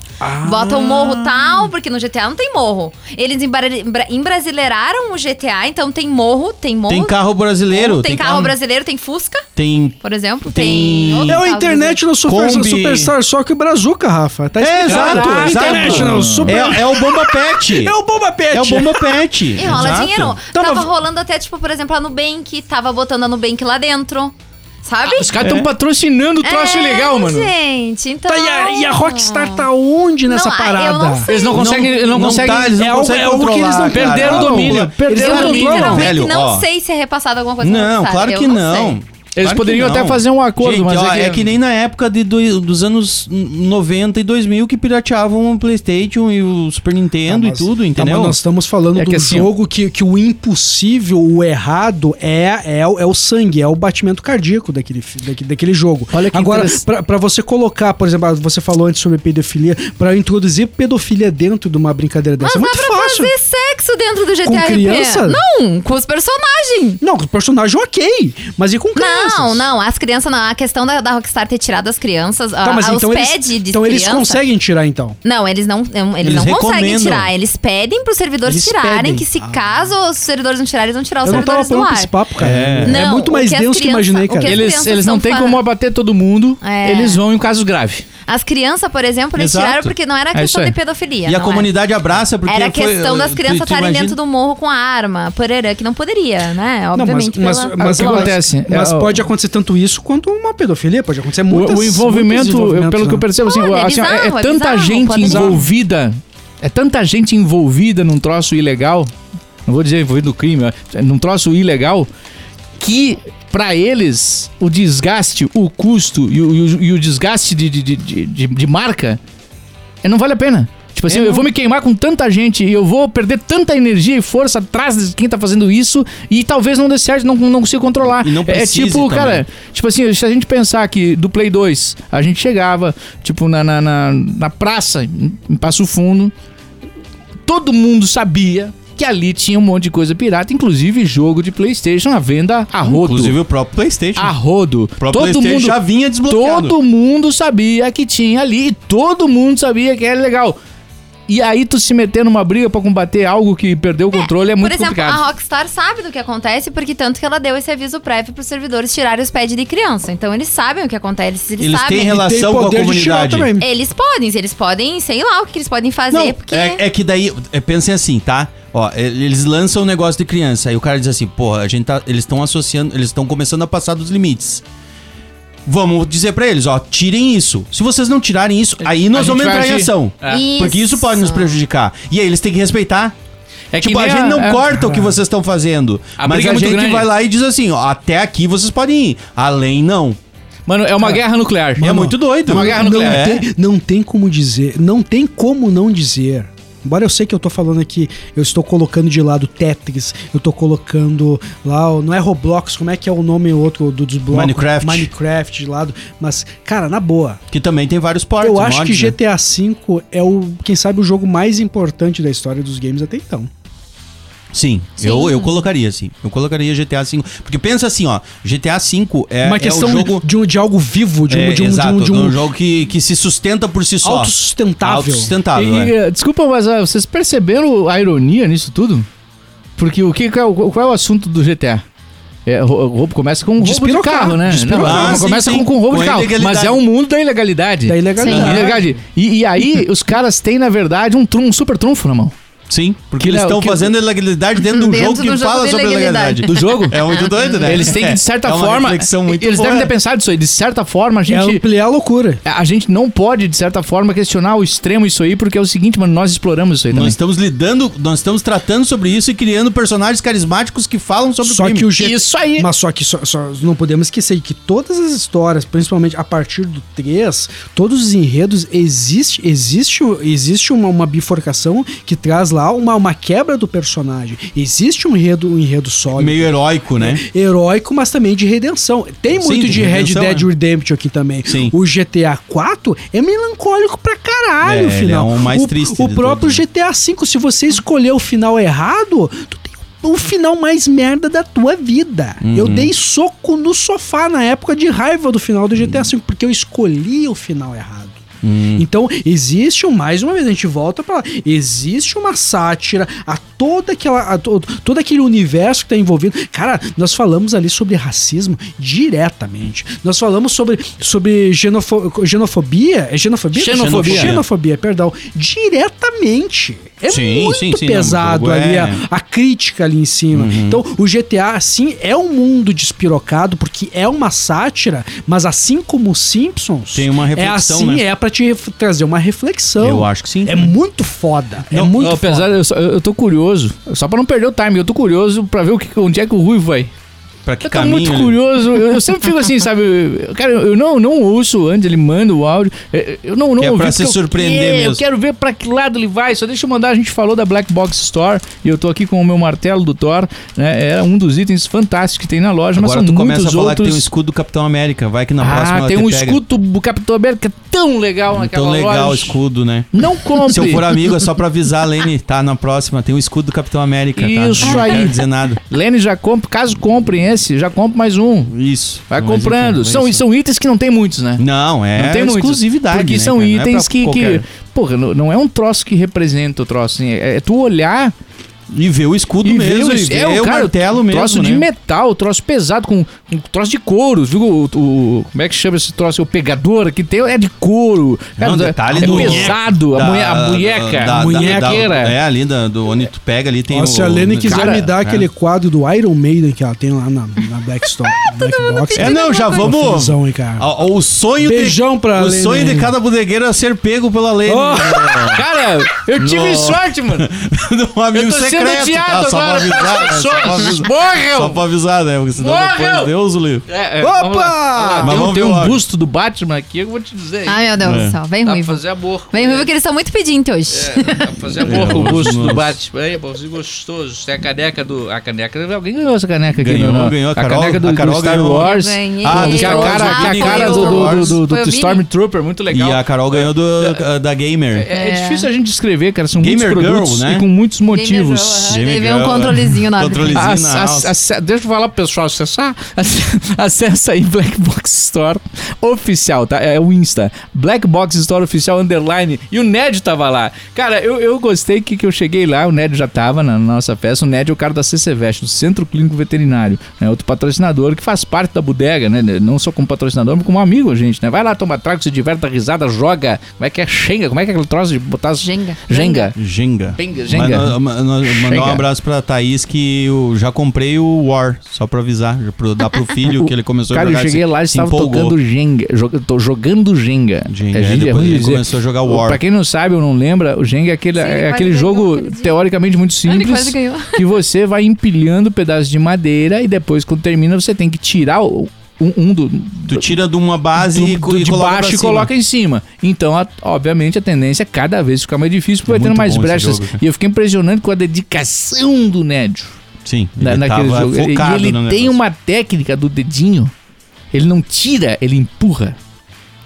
[SPEAKER 7] Bota o morro tal, porque no GTA não tem morro. Eles embra- embra- embrasileiraram o GTA, então tem morro, tem morro.
[SPEAKER 5] Tem carro brasileiro.
[SPEAKER 7] Tem, carro, brasileiro, tem Fusca,
[SPEAKER 5] Tem
[SPEAKER 7] por exemplo.
[SPEAKER 5] Tem-
[SPEAKER 7] Tem. outros
[SPEAKER 6] É a
[SPEAKER 7] carros
[SPEAKER 6] internet no super,
[SPEAKER 5] Kombi.
[SPEAKER 6] Superstar, só que o Brazuca, Rafa. Tá
[SPEAKER 5] É,
[SPEAKER 6] explicado.
[SPEAKER 5] exato, exato.
[SPEAKER 6] International, super...
[SPEAKER 5] É, é o Bomba Pet.
[SPEAKER 6] É o Bomba Pet.
[SPEAKER 5] É o Bomba Pet.
[SPEAKER 7] E rola
[SPEAKER 5] exato.
[SPEAKER 7] dinheiro.
[SPEAKER 6] Então,
[SPEAKER 7] tava
[SPEAKER 6] mas-
[SPEAKER 7] rolando até, tipo, por exemplo, a Nubank, tava botando a Nubank lá dentro. Sabe?
[SPEAKER 3] Os caras estão patrocinando o troço
[SPEAKER 7] Ah, É,
[SPEAKER 3] ilegal, mano.
[SPEAKER 7] Gente, então.
[SPEAKER 6] Tá, e, a, e a Rockstar tá onde nessa
[SPEAKER 7] Não, ah, eu
[SPEAKER 6] parada?
[SPEAKER 7] não sei.
[SPEAKER 3] Eles não conseguem, não, não conseguem.
[SPEAKER 5] tá, eles não
[SPEAKER 6] É algo-
[SPEAKER 5] conseguem
[SPEAKER 6] é algo que eles não
[SPEAKER 5] controlar, cara.
[SPEAKER 3] perderam o
[SPEAKER 5] Não,
[SPEAKER 3] domínio.
[SPEAKER 5] pô.
[SPEAKER 3] Perderam
[SPEAKER 7] Eu
[SPEAKER 3] o domínio.
[SPEAKER 7] literalmente
[SPEAKER 5] Velho,
[SPEAKER 7] não
[SPEAKER 5] ó.
[SPEAKER 7] sei se é repassado alguma coisa. pra
[SPEAKER 5] Não,
[SPEAKER 7] Rockstar,
[SPEAKER 5] claro
[SPEAKER 7] eu
[SPEAKER 5] que não.
[SPEAKER 7] sei.
[SPEAKER 3] Eles
[SPEAKER 5] Claro
[SPEAKER 3] poderiam
[SPEAKER 5] que
[SPEAKER 3] até
[SPEAKER 5] não.
[SPEAKER 3] fazer um acordo,
[SPEAKER 5] Gente,
[SPEAKER 3] mas
[SPEAKER 5] ó,
[SPEAKER 3] é que-
[SPEAKER 5] nem na época de do- dos anos 90 e 2000 que pirateavam o PlayStation e o Super Nintendo
[SPEAKER 6] Mas-
[SPEAKER 5] e tudo,
[SPEAKER 6] tá,
[SPEAKER 5] entendeu?
[SPEAKER 6] mas nós estamos falando
[SPEAKER 3] É
[SPEAKER 6] do
[SPEAKER 3] que assim, ó.
[SPEAKER 6] jogo que, que o impossível, o errado, é, é, o- é o sangue, é o batimento cardíaco daquele, fi- daque- daquele jogo.
[SPEAKER 3] Olha que
[SPEAKER 6] Agora,
[SPEAKER 3] interess-
[SPEAKER 6] pra pra você colocar, por exemplo, ah, você falou antes sobre pedofilia, pra introduzir pedofilia dentro de uma brincadeira
[SPEAKER 7] Mas
[SPEAKER 6] dessa é
[SPEAKER 7] dá
[SPEAKER 6] muito
[SPEAKER 7] pra
[SPEAKER 6] fácil.
[SPEAKER 7] fazer sexo dentro do GTA RP.
[SPEAKER 6] criança?
[SPEAKER 7] Não, com os personagens.
[SPEAKER 6] Não, com o personagem é ok, mas e com crianças?
[SPEAKER 7] Não, não, as crianças não. A questão da, da Rockstar ter tirado as crianças,
[SPEAKER 6] Tá,
[SPEAKER 7] a-
[SPEAKER 6] mas
[SPEAKER 7] a-
[SPEAKER 6] então
[SPEAKER 7] Ah, os
[SPEAKER 6] eles,
[SPEAKER 7] pad de
[SPEAKER 6] então eles
[SPEAKER 7] criança.
[SPEAKER 6] conseguem tirar então.
[SPEAKER 7] Não, eles não, não- eles,
[SPEAKER 5] Eles
[SPEAKER 7] não conseguem
[SPEAKER 5] recomendam.
[SPEAKER 7] tirar. Eles pedem pros servidores
[SPEAKER 6] Eles
[SPEAKER 7] tirarem,
[SPEAKER 6] pedem.
[SPEAKER 7] que se caso os servidores não tirarem, eles vão tirar os
[SPEAKER 6] Eu não tava
[SPEAKER 7] servidores do
[SPEAKER 6] falando
[SPEAKER 7] ar.
[SPEAKER 6] pra esse papo, cara.
[SPEAKER 5] É.
[SPEAKER 6] É,
[SPEAKER 7] Não,
[SPEAKER 6] muito
[SPEAKER 7] o
[SPEAKER 6] mais
[SPEAKER 7] que as
[SPEAKER 6] denso que eu
[SPEAKER 7] criança-
[SPEAKER 6] imaginei,
[SPEAKER 7] o que
[SPEAKER 6] cara.
[SPEAKER 7] as
[SPEAKER 3] Eles,
[SPEAKER 7] crianças
[SPEAKER 3] eles não
[SPEAKER 7] são
[SPEAKER 3] têm
[SPEAKER 7] fora.
[SPEAKER 3] como abater todo mundo,
[SPEAKER 7] É.
[SPEAKER 3] eles vão em casos graves.
[SPEAKER 7] As crianças, por exemplo, eles
[SPEAKER 5] Exato.
[SPEAKER 7] tiraram porque não era
[SPEAKER 3] É isso
[SPEAKER 7] questão
[SPEAKER 3] aí.
[SPEAKER 7] de pedofilia.
[SPEAKER 5] e a
[SPEAKER 7] não é?
[SPEAKER 5] comunidade abraça porque
[SPEAKER 7] Era, era a
[SPEAKER 5] foi,
[SPEAKER 7] questão das
[SPEAKER 5] tu-
[SPEAKER 7] crianças
[SPEAKER 5] tu
[SPEAKER 7] estarem
[SPEAKER 5] imagina-
[SPEAKER 7] dentro do morro com arma, porerã, que não poderia, né?
[SPEAKER 6] Não, mas,
[SPEAKER 7] Obviamente.
[SPEAKER 6] mas,
[SPEAKER 7] pela-
[SPEAKER 6] mas
[SPEAKER 3] o que
[SPEAKER 7] pela-
[SPEAKER 3] acontece?
[SPEAKER 6] mas
[SPEAKER 3] É, o-
[SPEAKER 6] pode acontecer tanto isso quanto uma pedofilia, pode acontecer
[SPEAKER 3] O-
[SPEAKER 6] muitas,
[SPEAKER 3] o envolvimento,
[SPEAKER 6] muitos
[SPEAKER 3] eu-
[SPEAKER 6] envolvimentos,
[SPEAKER 3] pelo que eu
[SPEAKER 6] né?
[SPEAKER 3] percebo, assim,
[SPEAKER 7] Olha, é
[SPEAKER 3] assim, ó, é,
[SPEAKER 7] bizarro, é
[SPEAKER 3] tanta
[SPEAKER 7] bizarro,
[SPEAKER 3] gente
[SPEAKER 7] pode ser.
[SPEAKER 3] envolvida, é tanta gente envolvida num troço ilegal, não vou dizer envolvido no crime, ó, num troço ilegal, que pra eles o desgaste, o custo e o, e o- e o desgaste de, de, de, de- de- de marca é, não vale a pena. Tipo
[SPEAKER 5] É
[SPEAKER 3] assim, eu, vou me queimar com tanta gente e eu vou perder tanta energia e força atrás de quem tá fazendo isso e talvez não dê certo, não, não consiga controlar.
[SPEAKER 5] E não
[SPEAKER 3] é
[SPEAKER 5] precise
[SPEAKER 3] tipo,
[SPEAKER 5] também.
[SPEAKER 3] cara, Tipo assim, se a gente pensar que do Play 2, a gente chegava, tipo, na, na, na, na praça, em em Passo Fundo, todo mundo sabia que ali tinha um monte de coisa pirata, inclusive jogo de Playstation à venda a rodo.
[SPEAKER 5] Inclusive o próprio PlayStation.
[SPEAKER 3] a rodo.
[SPEAKER 5] o próprio
[SPEAKER 3] Todo
[SPEAKER 5] PlayStation
[SPEAKER 3] mundo,
[SPEAKER 5] já vinha desbloqueado.
[SPEAKER 3] todo mundo sabia que tinha ali, e todo mundo sabia que era legal. E aí tu se meter numa briga pra combater algo que perdeu o controle é, muito
[SPEAKER 7] Por exemplo,
[SPEAKER 3] complicado.
[SPEAKER 7] a Rockstar sabe do que acontece, porque tanto que ela deu esse aviso prévio pros servidores tirarem os pads de criança. Então eles sabem o que acontece, eles,
[SPEAKER 5] Eles
[SPEAKER 7] sabem.
[SPEAKER 5] têm relação
[SPEAKER 6] Tem
[SPEAKER 5] com a
[SPEAKER 6] poder de tirar
[SPEAKER 5] comunidade.
[SPEAKER 6] também.
[SPEAKER 7] Eles podem, eles podem, sei lá o que que eles podem fazer,
[SPEAKER 5] Não,
[SPEAKER 7] porque.
[SPEAKER 5] é, é que daí, é, pensem assim, tá? Ó, é, eles lançam um negócio de criança, aí o cara diz assim, porra, a gente tá, eles estão associando, eles estão começando a passar dos limites. Vamos dizer pra eles, ó, tirem isso. Se vocês não tirarem isso, aí nós
[SPEAKER 3] É. gente
[SPEAKER 5] vamos
[SPEAKER 3] vai
[SPEAKER 5] entrar em
[SPEAKER 3] agir.
[SPEAKER 5] ação.
[SPEAKER 7] Isso.
[SPEAKER 5] Porque isso pode nos prejudicar. E aí eles têm que respeitar.
[SPEAKER 3] É que
[SPEAKER 5] tipo, a
[SPEAKER 3] nem
[SPEAKER 5] gente não
[SPEAKER 3] é-
[SPEAKER 5] corta o que vocês estão fazendo.
[SPEAKER 3] A
[SPEAKER 5] mas
[SPEAKER 3] briga
[SPEAKER 5] a
[SPEAKER 3] é muito
[SPEAKER 5] gente
[SPEAKER 3] grande.
[SPEAKER 5] vai lá e diz assim, ó, até aqui vocês podem ir. Além não.
[SPEAKER 3] Mano, é uma guerra nuclear.
[SPEAKER 5] é muito doido.
[SPEAKER 3] É uma guerra
[SPEAKER 6] Não
[SPEAKER 3] nuclear.
[SPEAKER 5] É.
[SPEAKER 6] tem, não tem como dizer, não tem como não dizer Embora eu sei que eu tô falando aqui, eu estou colocando de lado Tetris, eu tô colocando lá, o- não é Roblox, como é que é o nome outro do- dos blocos?
[SPEAKER 5] Minecraft.
[SPEAKER 6] Minecraft de lado. Mas, cara, na boa,
[SPEAKER 5] Que também tem vários portes.
[SPEAKER 6] eu acho que
[SPEAKER 5] mods, né?
[SPEAKER 6] GTA V é o, quem sabe, o jogo mais importante da história dos games até então.
[SPEAKER 5] Sim, Eu, eu colocaria, sim. Eu colocaria GTA V. Porque pensa assim, ó, GTA V é,
[SPEAKER 6] Uma
[SPEAKER 5] é
[SPEAKER 6] questão
[SPEAKER 5] o jogo.
[SPEAKER 6] de, um- de algo vivo, de um,
[SPEAKER 5] é,
[SPEAKER 6] de um, de um-
[SPEAKER 5] exato,
[SPEAKER 6] de um-
[SPEAKER 5] é um jogo que, que se sustenta por si só.
[SPEAKER 6] Autossustentável.
[SPEAKER 5] Autossustentável,
[SPEAKER 3] E,
[SPEAKER 5] é.
[SPEAKER 3] eh, Desculpa, mas ah, vocês perceberam a ironia nisso tudo? Porque o que, qual, é o- qual é o assunto do GTA? É, rou- roubo começa com roubo de
[SPEAKER 6] Despirocar,
[SPEAKER 3] carro, né? Não,
[SPEAKER 6] despirocar.
[SPEAKER 5] Ah,
[SPEAKER 3] não,
[SPEAKER 5] sim,
[SPEAKER 3] começa
[SPEAKER 5] sim.
[SPEAKER 3] com, com roubo
[SPEAKER 5] Com
[SPEAKER 3] de carro. Mas
[SPEAKER 5] ilegalidade.
[SPEAKER 3] é um mundo da ilegalidade.
[SPEAKER 6] da ilegalidade.
[SPEAKER 7] Sim.
[SPEAKER 3] Ilegalidade. E, e aí, os caras têm, na verdade, um, trum, um super trunfo na mão.
[SPEAKER 5] Sim, porque
[SPEAKER 3] Que
[SPEAKER 5] eles
[SPEAKER 3] le-
[SPEAKER 5] estão
[SPEAKER 3] que-
[SPEAKER 5] fazendo ilegalidade dentro de um
[SPEAKER 7] Dentro
[SPEAKER 5] jogo que
[SPEAKER 7] do jogo
[SPEAKER 5] fala
[SPEAKER 7] de
[SPEAKER 5] sobre ilegalidade.
[SPEAKER 7] ilegalidade.
[SPEAKER 3] Do jogo.
[SPEAKER 5] É muito doido, né?
[SPEAKER 3] Eles têm que, de certa
[SPEAKER 5] É uma
[SPEAKER 3] forma.
[SPEAKER 5] reflexão muito
[SPEAKER 3] eles
[SPEAKER 5] boa.
[SPEAKER 3] devem ter pensado isso aí. De certa forma, a
[SPEAKER 6] É
[SPEAKER 3] gente.
[SPEAKER 6] ampliar a loucura.
[SPEAKER 3] A gente não pode, de certa forma, questionar o extremo isso aí, porque é o seguinte, mano, nós exploramos isso aí também.
[SPEAKER 5] Nós estamos lidando, nós estamos tratando sobre isso e criando personagens carismáticos que falam sobre
[SPEAKER 6] Só
[SPEAKER 5] crime.
[SPEAKER 6] que o G-
[SPEAKER 3] Isso aí.
[SPEAKER 6] Mas só que só, só não podemos esquecer que todas as histórias, principalmente a partir do 3, todos os enredos, existe existe, existe uma, uma bifurcação que traz lá uma, uma quebra do personagem. Existe um enredo, um enredo sólido.
[SPEAKER 5] meio heróico, né?
[SPEAKER 6] É. heróico, mas também de redenção. Tem
[SPEAKER 5] Sim,
[SPEAKER 6] muito
[SPEAKER 5] de
[SPEAKER 6] de Red
[SPEAKER 5] redenção,
[SPEAKER 6] Dead
[SPEAKER 5] é.
[SPEAKER 6] Redemption aqui também.
[SPEAKER 5] Sim.
[SPEAKER 6] O GTA 4 é melancólico pra
[SPEAKER 5] É,
[SPEAKER 6] caralho o
[SPEAKER 5] ele
[SPEAKER 6] final.
[SPEAKER 5] é o mais
[SPEAKER 6] o,
[SPEAKER 5] triste
[SPEAKER 6] O
[SPEAKER 5] de
[SPEAKER 6] próprio
[SPEAKER 5] todos, né?
[SPEAKER 6] GTA 5, se você escolher o final errado, tu tem o final mais merda da tua vida.
[SPEAKER 5] Uhum.
[SPEAKER 6] Eu dei soco no sofá na época de raiva do final do GTA V, porque eu escolhi o final errado.
[SPEAKER 5] Uhum.
[SPEAKER 6] Então, existe, um- mais uma vez, a gente volta pra lá, existe uma sátira a toda aquela, a to- todo aquele universo que tá envolvido. Cara, nós falamos ali sobre racismo diretamente. Nós falamos sobre, sobre genofo- genofobia, é genofobia?
[SPEAKER 5] Xenofobia.
[SPEAKER 6] Xenofobia, perdão. Diretamente. É
[SPEAKER 5] Sim,
[SPEAKER 6] muito
[SPEAKER 5] sim, sim, não, o
[SPEAKER 6] pesado
[SPEAKER 5] jogo
[SPEAKER 6] ali
[SPEAKER 5] é- Uhum.
[SPEAKER 6] a, a crítica ali em cima. Então, o GTA, assim, é um mundo despirocado, porque é uma sátira, mas assim como os Simpsons,
[SPEAKER 5] Tem uma
[SPEAKER 6] é
[SPEAKER 5] reflexão,
[SPEAKER 6] assim,
[SPEAKER 5] né?
[SPEAKER 6] é pra te ref- trazer uma reflexão.
[SPEAKER 5] Eu acho que sim.
[SPEAKER 6] É muito foda. é
[SPEAKER 3] Não,
[SPEAKER 6] muito foda.
[SPEAKER 3] apesar, eu, só- eu tô curioso, só pra não perder o time, eu tô curioso pra ver o que, onde é que o Rui vai.
[SPEAKER 5] Pra que
[SPEAKER 3] Eu tô
[SPEAKER 5] caminho? né?
[SPEAKER 3] muito
[SPEAKER 5] ele-
[SPEAKER 3] curioso, eu, eu sempre fico assim, sabe? eu- Cara, eu não, não ouço antes, ele manda o áudio. é, Eu não, não
[SPEAKER 5] Que é
[SPEAKER 3] ouvi
[SPEAKER 5] pra
[SPEAKER 3] porque
[SPEAKER 5] se
[SPEAKER 3] eu-
[SPEAKER 5] surpreender
[SPEAKER 3] é, Eu
[SPEAKER 5] mesmo.
[SPEAKER 3] quero ver pra que lado ele vai. Só deixa eu mandar, a gente falou da Black Box Store e eu tô aqui com o meu martelo do Thor. Né? Era um dos itens fantásticos que tem na loja,
[SPEAKER 5] Agora
[SPEAKER 3] mas
[SPEAKER 5] tu
[SPEAKER 3] são
[SPEAKER 5] começa
[SPEAKER 3] muitos
[SPEAKER 5] a falar
[SPEAKER 3] outros.
[SPEAKER 5] que tem um escudo do Capitão América. Vai que na próxima
[SPEAKER 3] ah, tem
[SPEAKER 5] te
[SPEAKER 3] um
[SPEAKER 5] pega.
[SPEAKER 3] escudo do Capitão América tão legal naquela
[SPEAKER 5] Tão legal o
[SPEAKER 3] loja.
[SPEAKER 5] escudo, né?
[SPEAKER 3] Não compre.
[SPEAKER 5] Se eu for amigo, é só pra avisar a Lene, tá? Na próxima tem um escudo do Capitão América, tá?
[SPEAKER 3] Isso
[SPEAKER 5] Não
[SPEAKER 3] aí.
[SPEAKER 5] quero dizer nada.
[SPEAKER 3] Lene já compra, caso comprem esse, já compra mais um.
[SPEAKER 5] Isso.
[SPEAKER 3] Vai
[SPEAKER 5] Mas, enfim,
[SPEAKER 3] comprando.
[SPEAKER 5] é
[SPEAKER 3] são,
[SPEAKER 5] isso.
[SPEAKER 3] são itens que não tem muitos, né?
[SPEAKER 5] Não, é
[SPEAKER 3] não tem muitos.
[SPEAKER 5] exclusividade.
[SPEAKER 3] Porque
[SPEAKER 5] né,
[SPEAKER 3] são
[SPEAKER 5] cara? Não é pra
[SPEAKER 3] itens que,
[SPEAKER 5] qualquer.
[SPEAKER 3] que. Porra, não, não é um troço que representa o troço. assim, é, é tu olhar
[SPEAKER 5] E vê o escudo
[SPEAKER 3] e
[SPEAKER 5] mesmo,
[SPEAKER 3] ver
[SPEAKER 5] e
[SPEAKER 3] isso.
[SPEAKER 5] vê
[SPEAKER 3] É,
[SPEAKER 5] o
[SPEAKER 3] cara,
[SPEAKER 5] martelo mesmo.
[SPEAKER 3] Troço de
[SPEAKER 5] né?
[SPEAKER 3] metal, troço pesado, com, com troço de couro. Viu? O, o- como é que chama esse troço? O pegador que tem é de couro. Cara,
[SPEAKER 5] Não, detalhe
[SPEAKER 3] é
[SPEAKER 5] do-
[SPEAKER 3] pesado. a,
[SPEAKER 5] Da-
[SPEAKER 3] mulher, a
[SPEAKER 5] da-
[SPEAKER 3] munheca.
[SPEAKER 5] da-
[SPEAKER 3] a munhequeira.
[SPEAKER 5] da- é, ali da- do onde tu pega ali tem
[SPEAKER 6] Ó,
[SPEAKER 5] o...
[SPEAKER 6] se a Lene quiser
[SPEAKER 5] Cara,
[SPEAKER 6] me dar
[SPEAKER 5] é.
[SPEAKER 6] aquele quadro do Iron Maiden que ela tem lá na, na Black Store. Black Box,
[SPEAKER 5] É, não, já vamos...
[SPEAKER 6] Confusão, hein, cara.
[SPEAKER 5] Ó, ó, O sonho
[SPEAKER 6] Beijão
[SPEAKER 5] de,
[SPEAKER 6] pra
[SPEAKER 5] O
[SPEAKER 6] Lene Oh!
[SPEAKER 5] sonho de
[SPEAKER 6] aí.
[SPEAKER 5] cada bodegueiro é ser pego pela Lene. Né?
[SPEAKER 3] Cara, eu tive
[SPEAKER 5] No-
[SPEAKER 3] sorte, mano.
[SPEAKER 5] um amigo
[SPEAKER 3] Eu tô sendo
[SPEAKER 5] secreto.
[SPEAKER 3] odiado
[SPEAKER 5] tá? Só pra
[SPEAKER 3] agora.
[SPEAKER 5] avisar, né? Só pra avisar.
[SPEAKER 3] Morram!
[SPEAKER 5] Só pra avisar, né? Porque senão
[SPEAKER 3] Morram!
[SPEAKER 5] depois Deus o livre.
[SPEAKER 3] É, é,
[SPEAKER 5] Opa!
[SPEAKER 3] vamos lá,
[SPEAKER 5] Mas
[SPEAKER 3] vamos lá.
[SPEAKER 5] vamos
[SPEAKER 3] Tem,
[SPEAKER 5] ver
[SPEAKER 3] um- tem um
[SPEAKER 5] logo.
[SPEAKER 3] busto do Batman aqui, eu vou te dizer.
[SPEAKER 7] Ai, meu Deus do céu. Vem,
[SPEAKER 3] dá pra
[SPEAKER 7] Ruivo.
[SPEAKER 3] fazer a borra.
[SPEAKER 7] Vem, Ruivo, que eles são muito pedintes hoje.
[SPEAKER 5] É.
[SPEAKER 3] Dá pra fazer a borra o
[SPEAKER 5] nossa,
[SPEAKER 3] busto do
[SPEAKER 5] nossa.
[SPEAKER 3] Batman. Aí, pãozinho gostoso. Tem a caneca do... A caneca... Alguém ganhou essa caneca aqui,
[SPEAKER 5] Ganhou,
[SPEAKER 3] não, não?
[SPEAKER 5] ganhou, a
[SPEAKER 3] A
[SPEAKER 5] Carol-
[SPEAKER 3] caneca do,
[SPEAKER 5] a Carol
[SPEAKER 3] do Star
[SPEAKER 5] ganhou.
[SPEAKER 3] Wars.
[SPEAKER 7] Ganhei.
[SPEAKER 5] Ah,
[SPEAKER 3] Que a cara,
[SPEAKER 7] Ah,
[SPEAKER 3] que a
[SPEAKER 7] foi
[SPEAKER 3] cara
[SPEAKER 7] eu.
[SPEAKER 3] do, do- do- do- do
[SPEAKER 7] Foi o Vini?
[SPEAKER 3] Stormtrooper, muito legal.
[SPEAKER 5] E a Carol ganhou do, da Gamer.
[SPEAKER 3] É, é
[SPEAKER 7] É.
[SPEAKER 3] difícil a gente descrever, cara. São
[SPEAKER 5] Gamer
[SPEAKER 3] muitos
[SPEAKER 5] Girl,
[SPEAKER 3] produtos
[SPEAKER 5] né?
[SPEAKER 3] e com muitos
[SPEAKER 7] Game of
[SPEAKER 3] motivos.
[SPEAKER 7] Thrones,
[SPEAKER 5] Jimmy
[SPEAKER 7] Teve um
[SPEAKER 5] Girl.
[SPEAKER 7] controlezinho na
[SPEAKER 5] Controle-
[SPEAKER 7] hora.
[SPEAKER 5] Ah,
[SPEAKER 3] Ac-
[SPEAKER 5] na
[SPEAKER 3] ac-
[SPEAKER 5] alça.
[SPEAKER 3] ac- deixa eu falar pro pessoal acessar. Ac- Acessa aí Black Box Store oficial, tá? É o Insta. Black Box Store oficial underline. E o Ned tava lá. Cara, eu, eu gostei que, que eu cheguei lá, o Ned já tava na nossa festa. O Ned é o cara da CCVest, do Centro Clínico Veterinário, né? Outro patrocinador que faz parte da bodega, né? Não só como patrocinador, mas como amigo, gente, né? Vai lá, toma trago, se diverte, dá risada, joga. Como é que é? Xenga? Como é que é aquele troço de botar... as-
[SPEAKER 7] Jenga.
[SPEAKER 3] Jenga.
[SPEAKER 5] Jenga.
[SPEAKER 3] Jenga, Jenga.
[SPEAKER 5] Mas nós- ma- nós- Mandar um
[SPEAKER 3] Jenga.
[SPEAKER 5] abraço pra Thaís que eu já comprei o War, só pra avisar, já pro, dar pro filho que ele começou
[SPEAKER 3] Cara,
[SPEAKER 5] a
[SPEAKER 3] eu
[SPEAKER 5] jogar.
[SPEAKER 3] cheguei
[SPEAKER 5] se-
[SPEAKER 3] lá e
[SPEAKER 5] se
[SPEAKER 3] estava
[SPEAKER 5] empolgou.
[SPEAKER 3] tocando Jenga. Joga, tô jogando Jenga.
[SPEAKER 5] Jenga,
[SPEAKER 3] É,
[SPEAKER 5] aí
[SPEAKER 3] gente,
[SPEAKER 5] depois
[SPEAKER 3] é ruim
[SPEAKER 5] ele
[SPEAKER 3] dizer.
[SPEAKER 5] começou a jogar War.
[SPEAKER 3] Pra quem não sabe ou não lembra, o Jenga é aquele,
[SPEAKER 7] Sim, ele
[SPEAKER 3] é
[SPEAKER 7] quase
[SPEAKER 3] aquele
[SPEAKER 7] ganhou
[SPEAKER 3] jogo
[SPEAKER 7] aquele dia.
[SPEAKER 3] teoricamente muito
[SPEAKER 7] Ele quase
[SPEAKER 3] Ah, simples
[SPEAKER 7] ganhou.
[SPEAKER 3] que você vai empilhando pedaços de madeira e depois quando termina você tem que tirar o um, um do,
[SPEAKER 5] Tu tira de uma base
[SPEAKER 3] do-
[SPEAKER 5] e, co-
[SPEAKER 3] do-
[SPEAKER 5] e
[SPEAKER 3] de
[SPEAKER 5] coloca
[SPEAKER 3] baixo
[SPEAKER 5] pra
[SPEAKER 3] e
[SPEAKER 5] cima.
[SPEAKER 3] coloca em cima. Então, a- obviamente, a tendência é cada vez ficar mais difícil, porque vai
[SPEAKER 5] É Muito
[SPEAKER 3] tendo mais
[SPEAKER 5] bom esse
[SPEAKER 3] brechas.
[SPEAKER 5] jogo, cara.
[SPEAKER 3] e eu fiquei impressionante com a dedicação do Nédio
[SPEAKER 5] Sim, ele
[SPEAKER 3] na, Né, naquele
[SPEAKER 5] tava
[SPEAKER 3] jogo. E-
[SPEAKER 5] focado
[SPEAKER 3] e ele
[SPEAKER 5] no
[SPEAKER 3] tem
[SPEAKER 5] negócio.
[SPEAKER 3] uma técnica do dedinho. Ele não tira, ele empurra.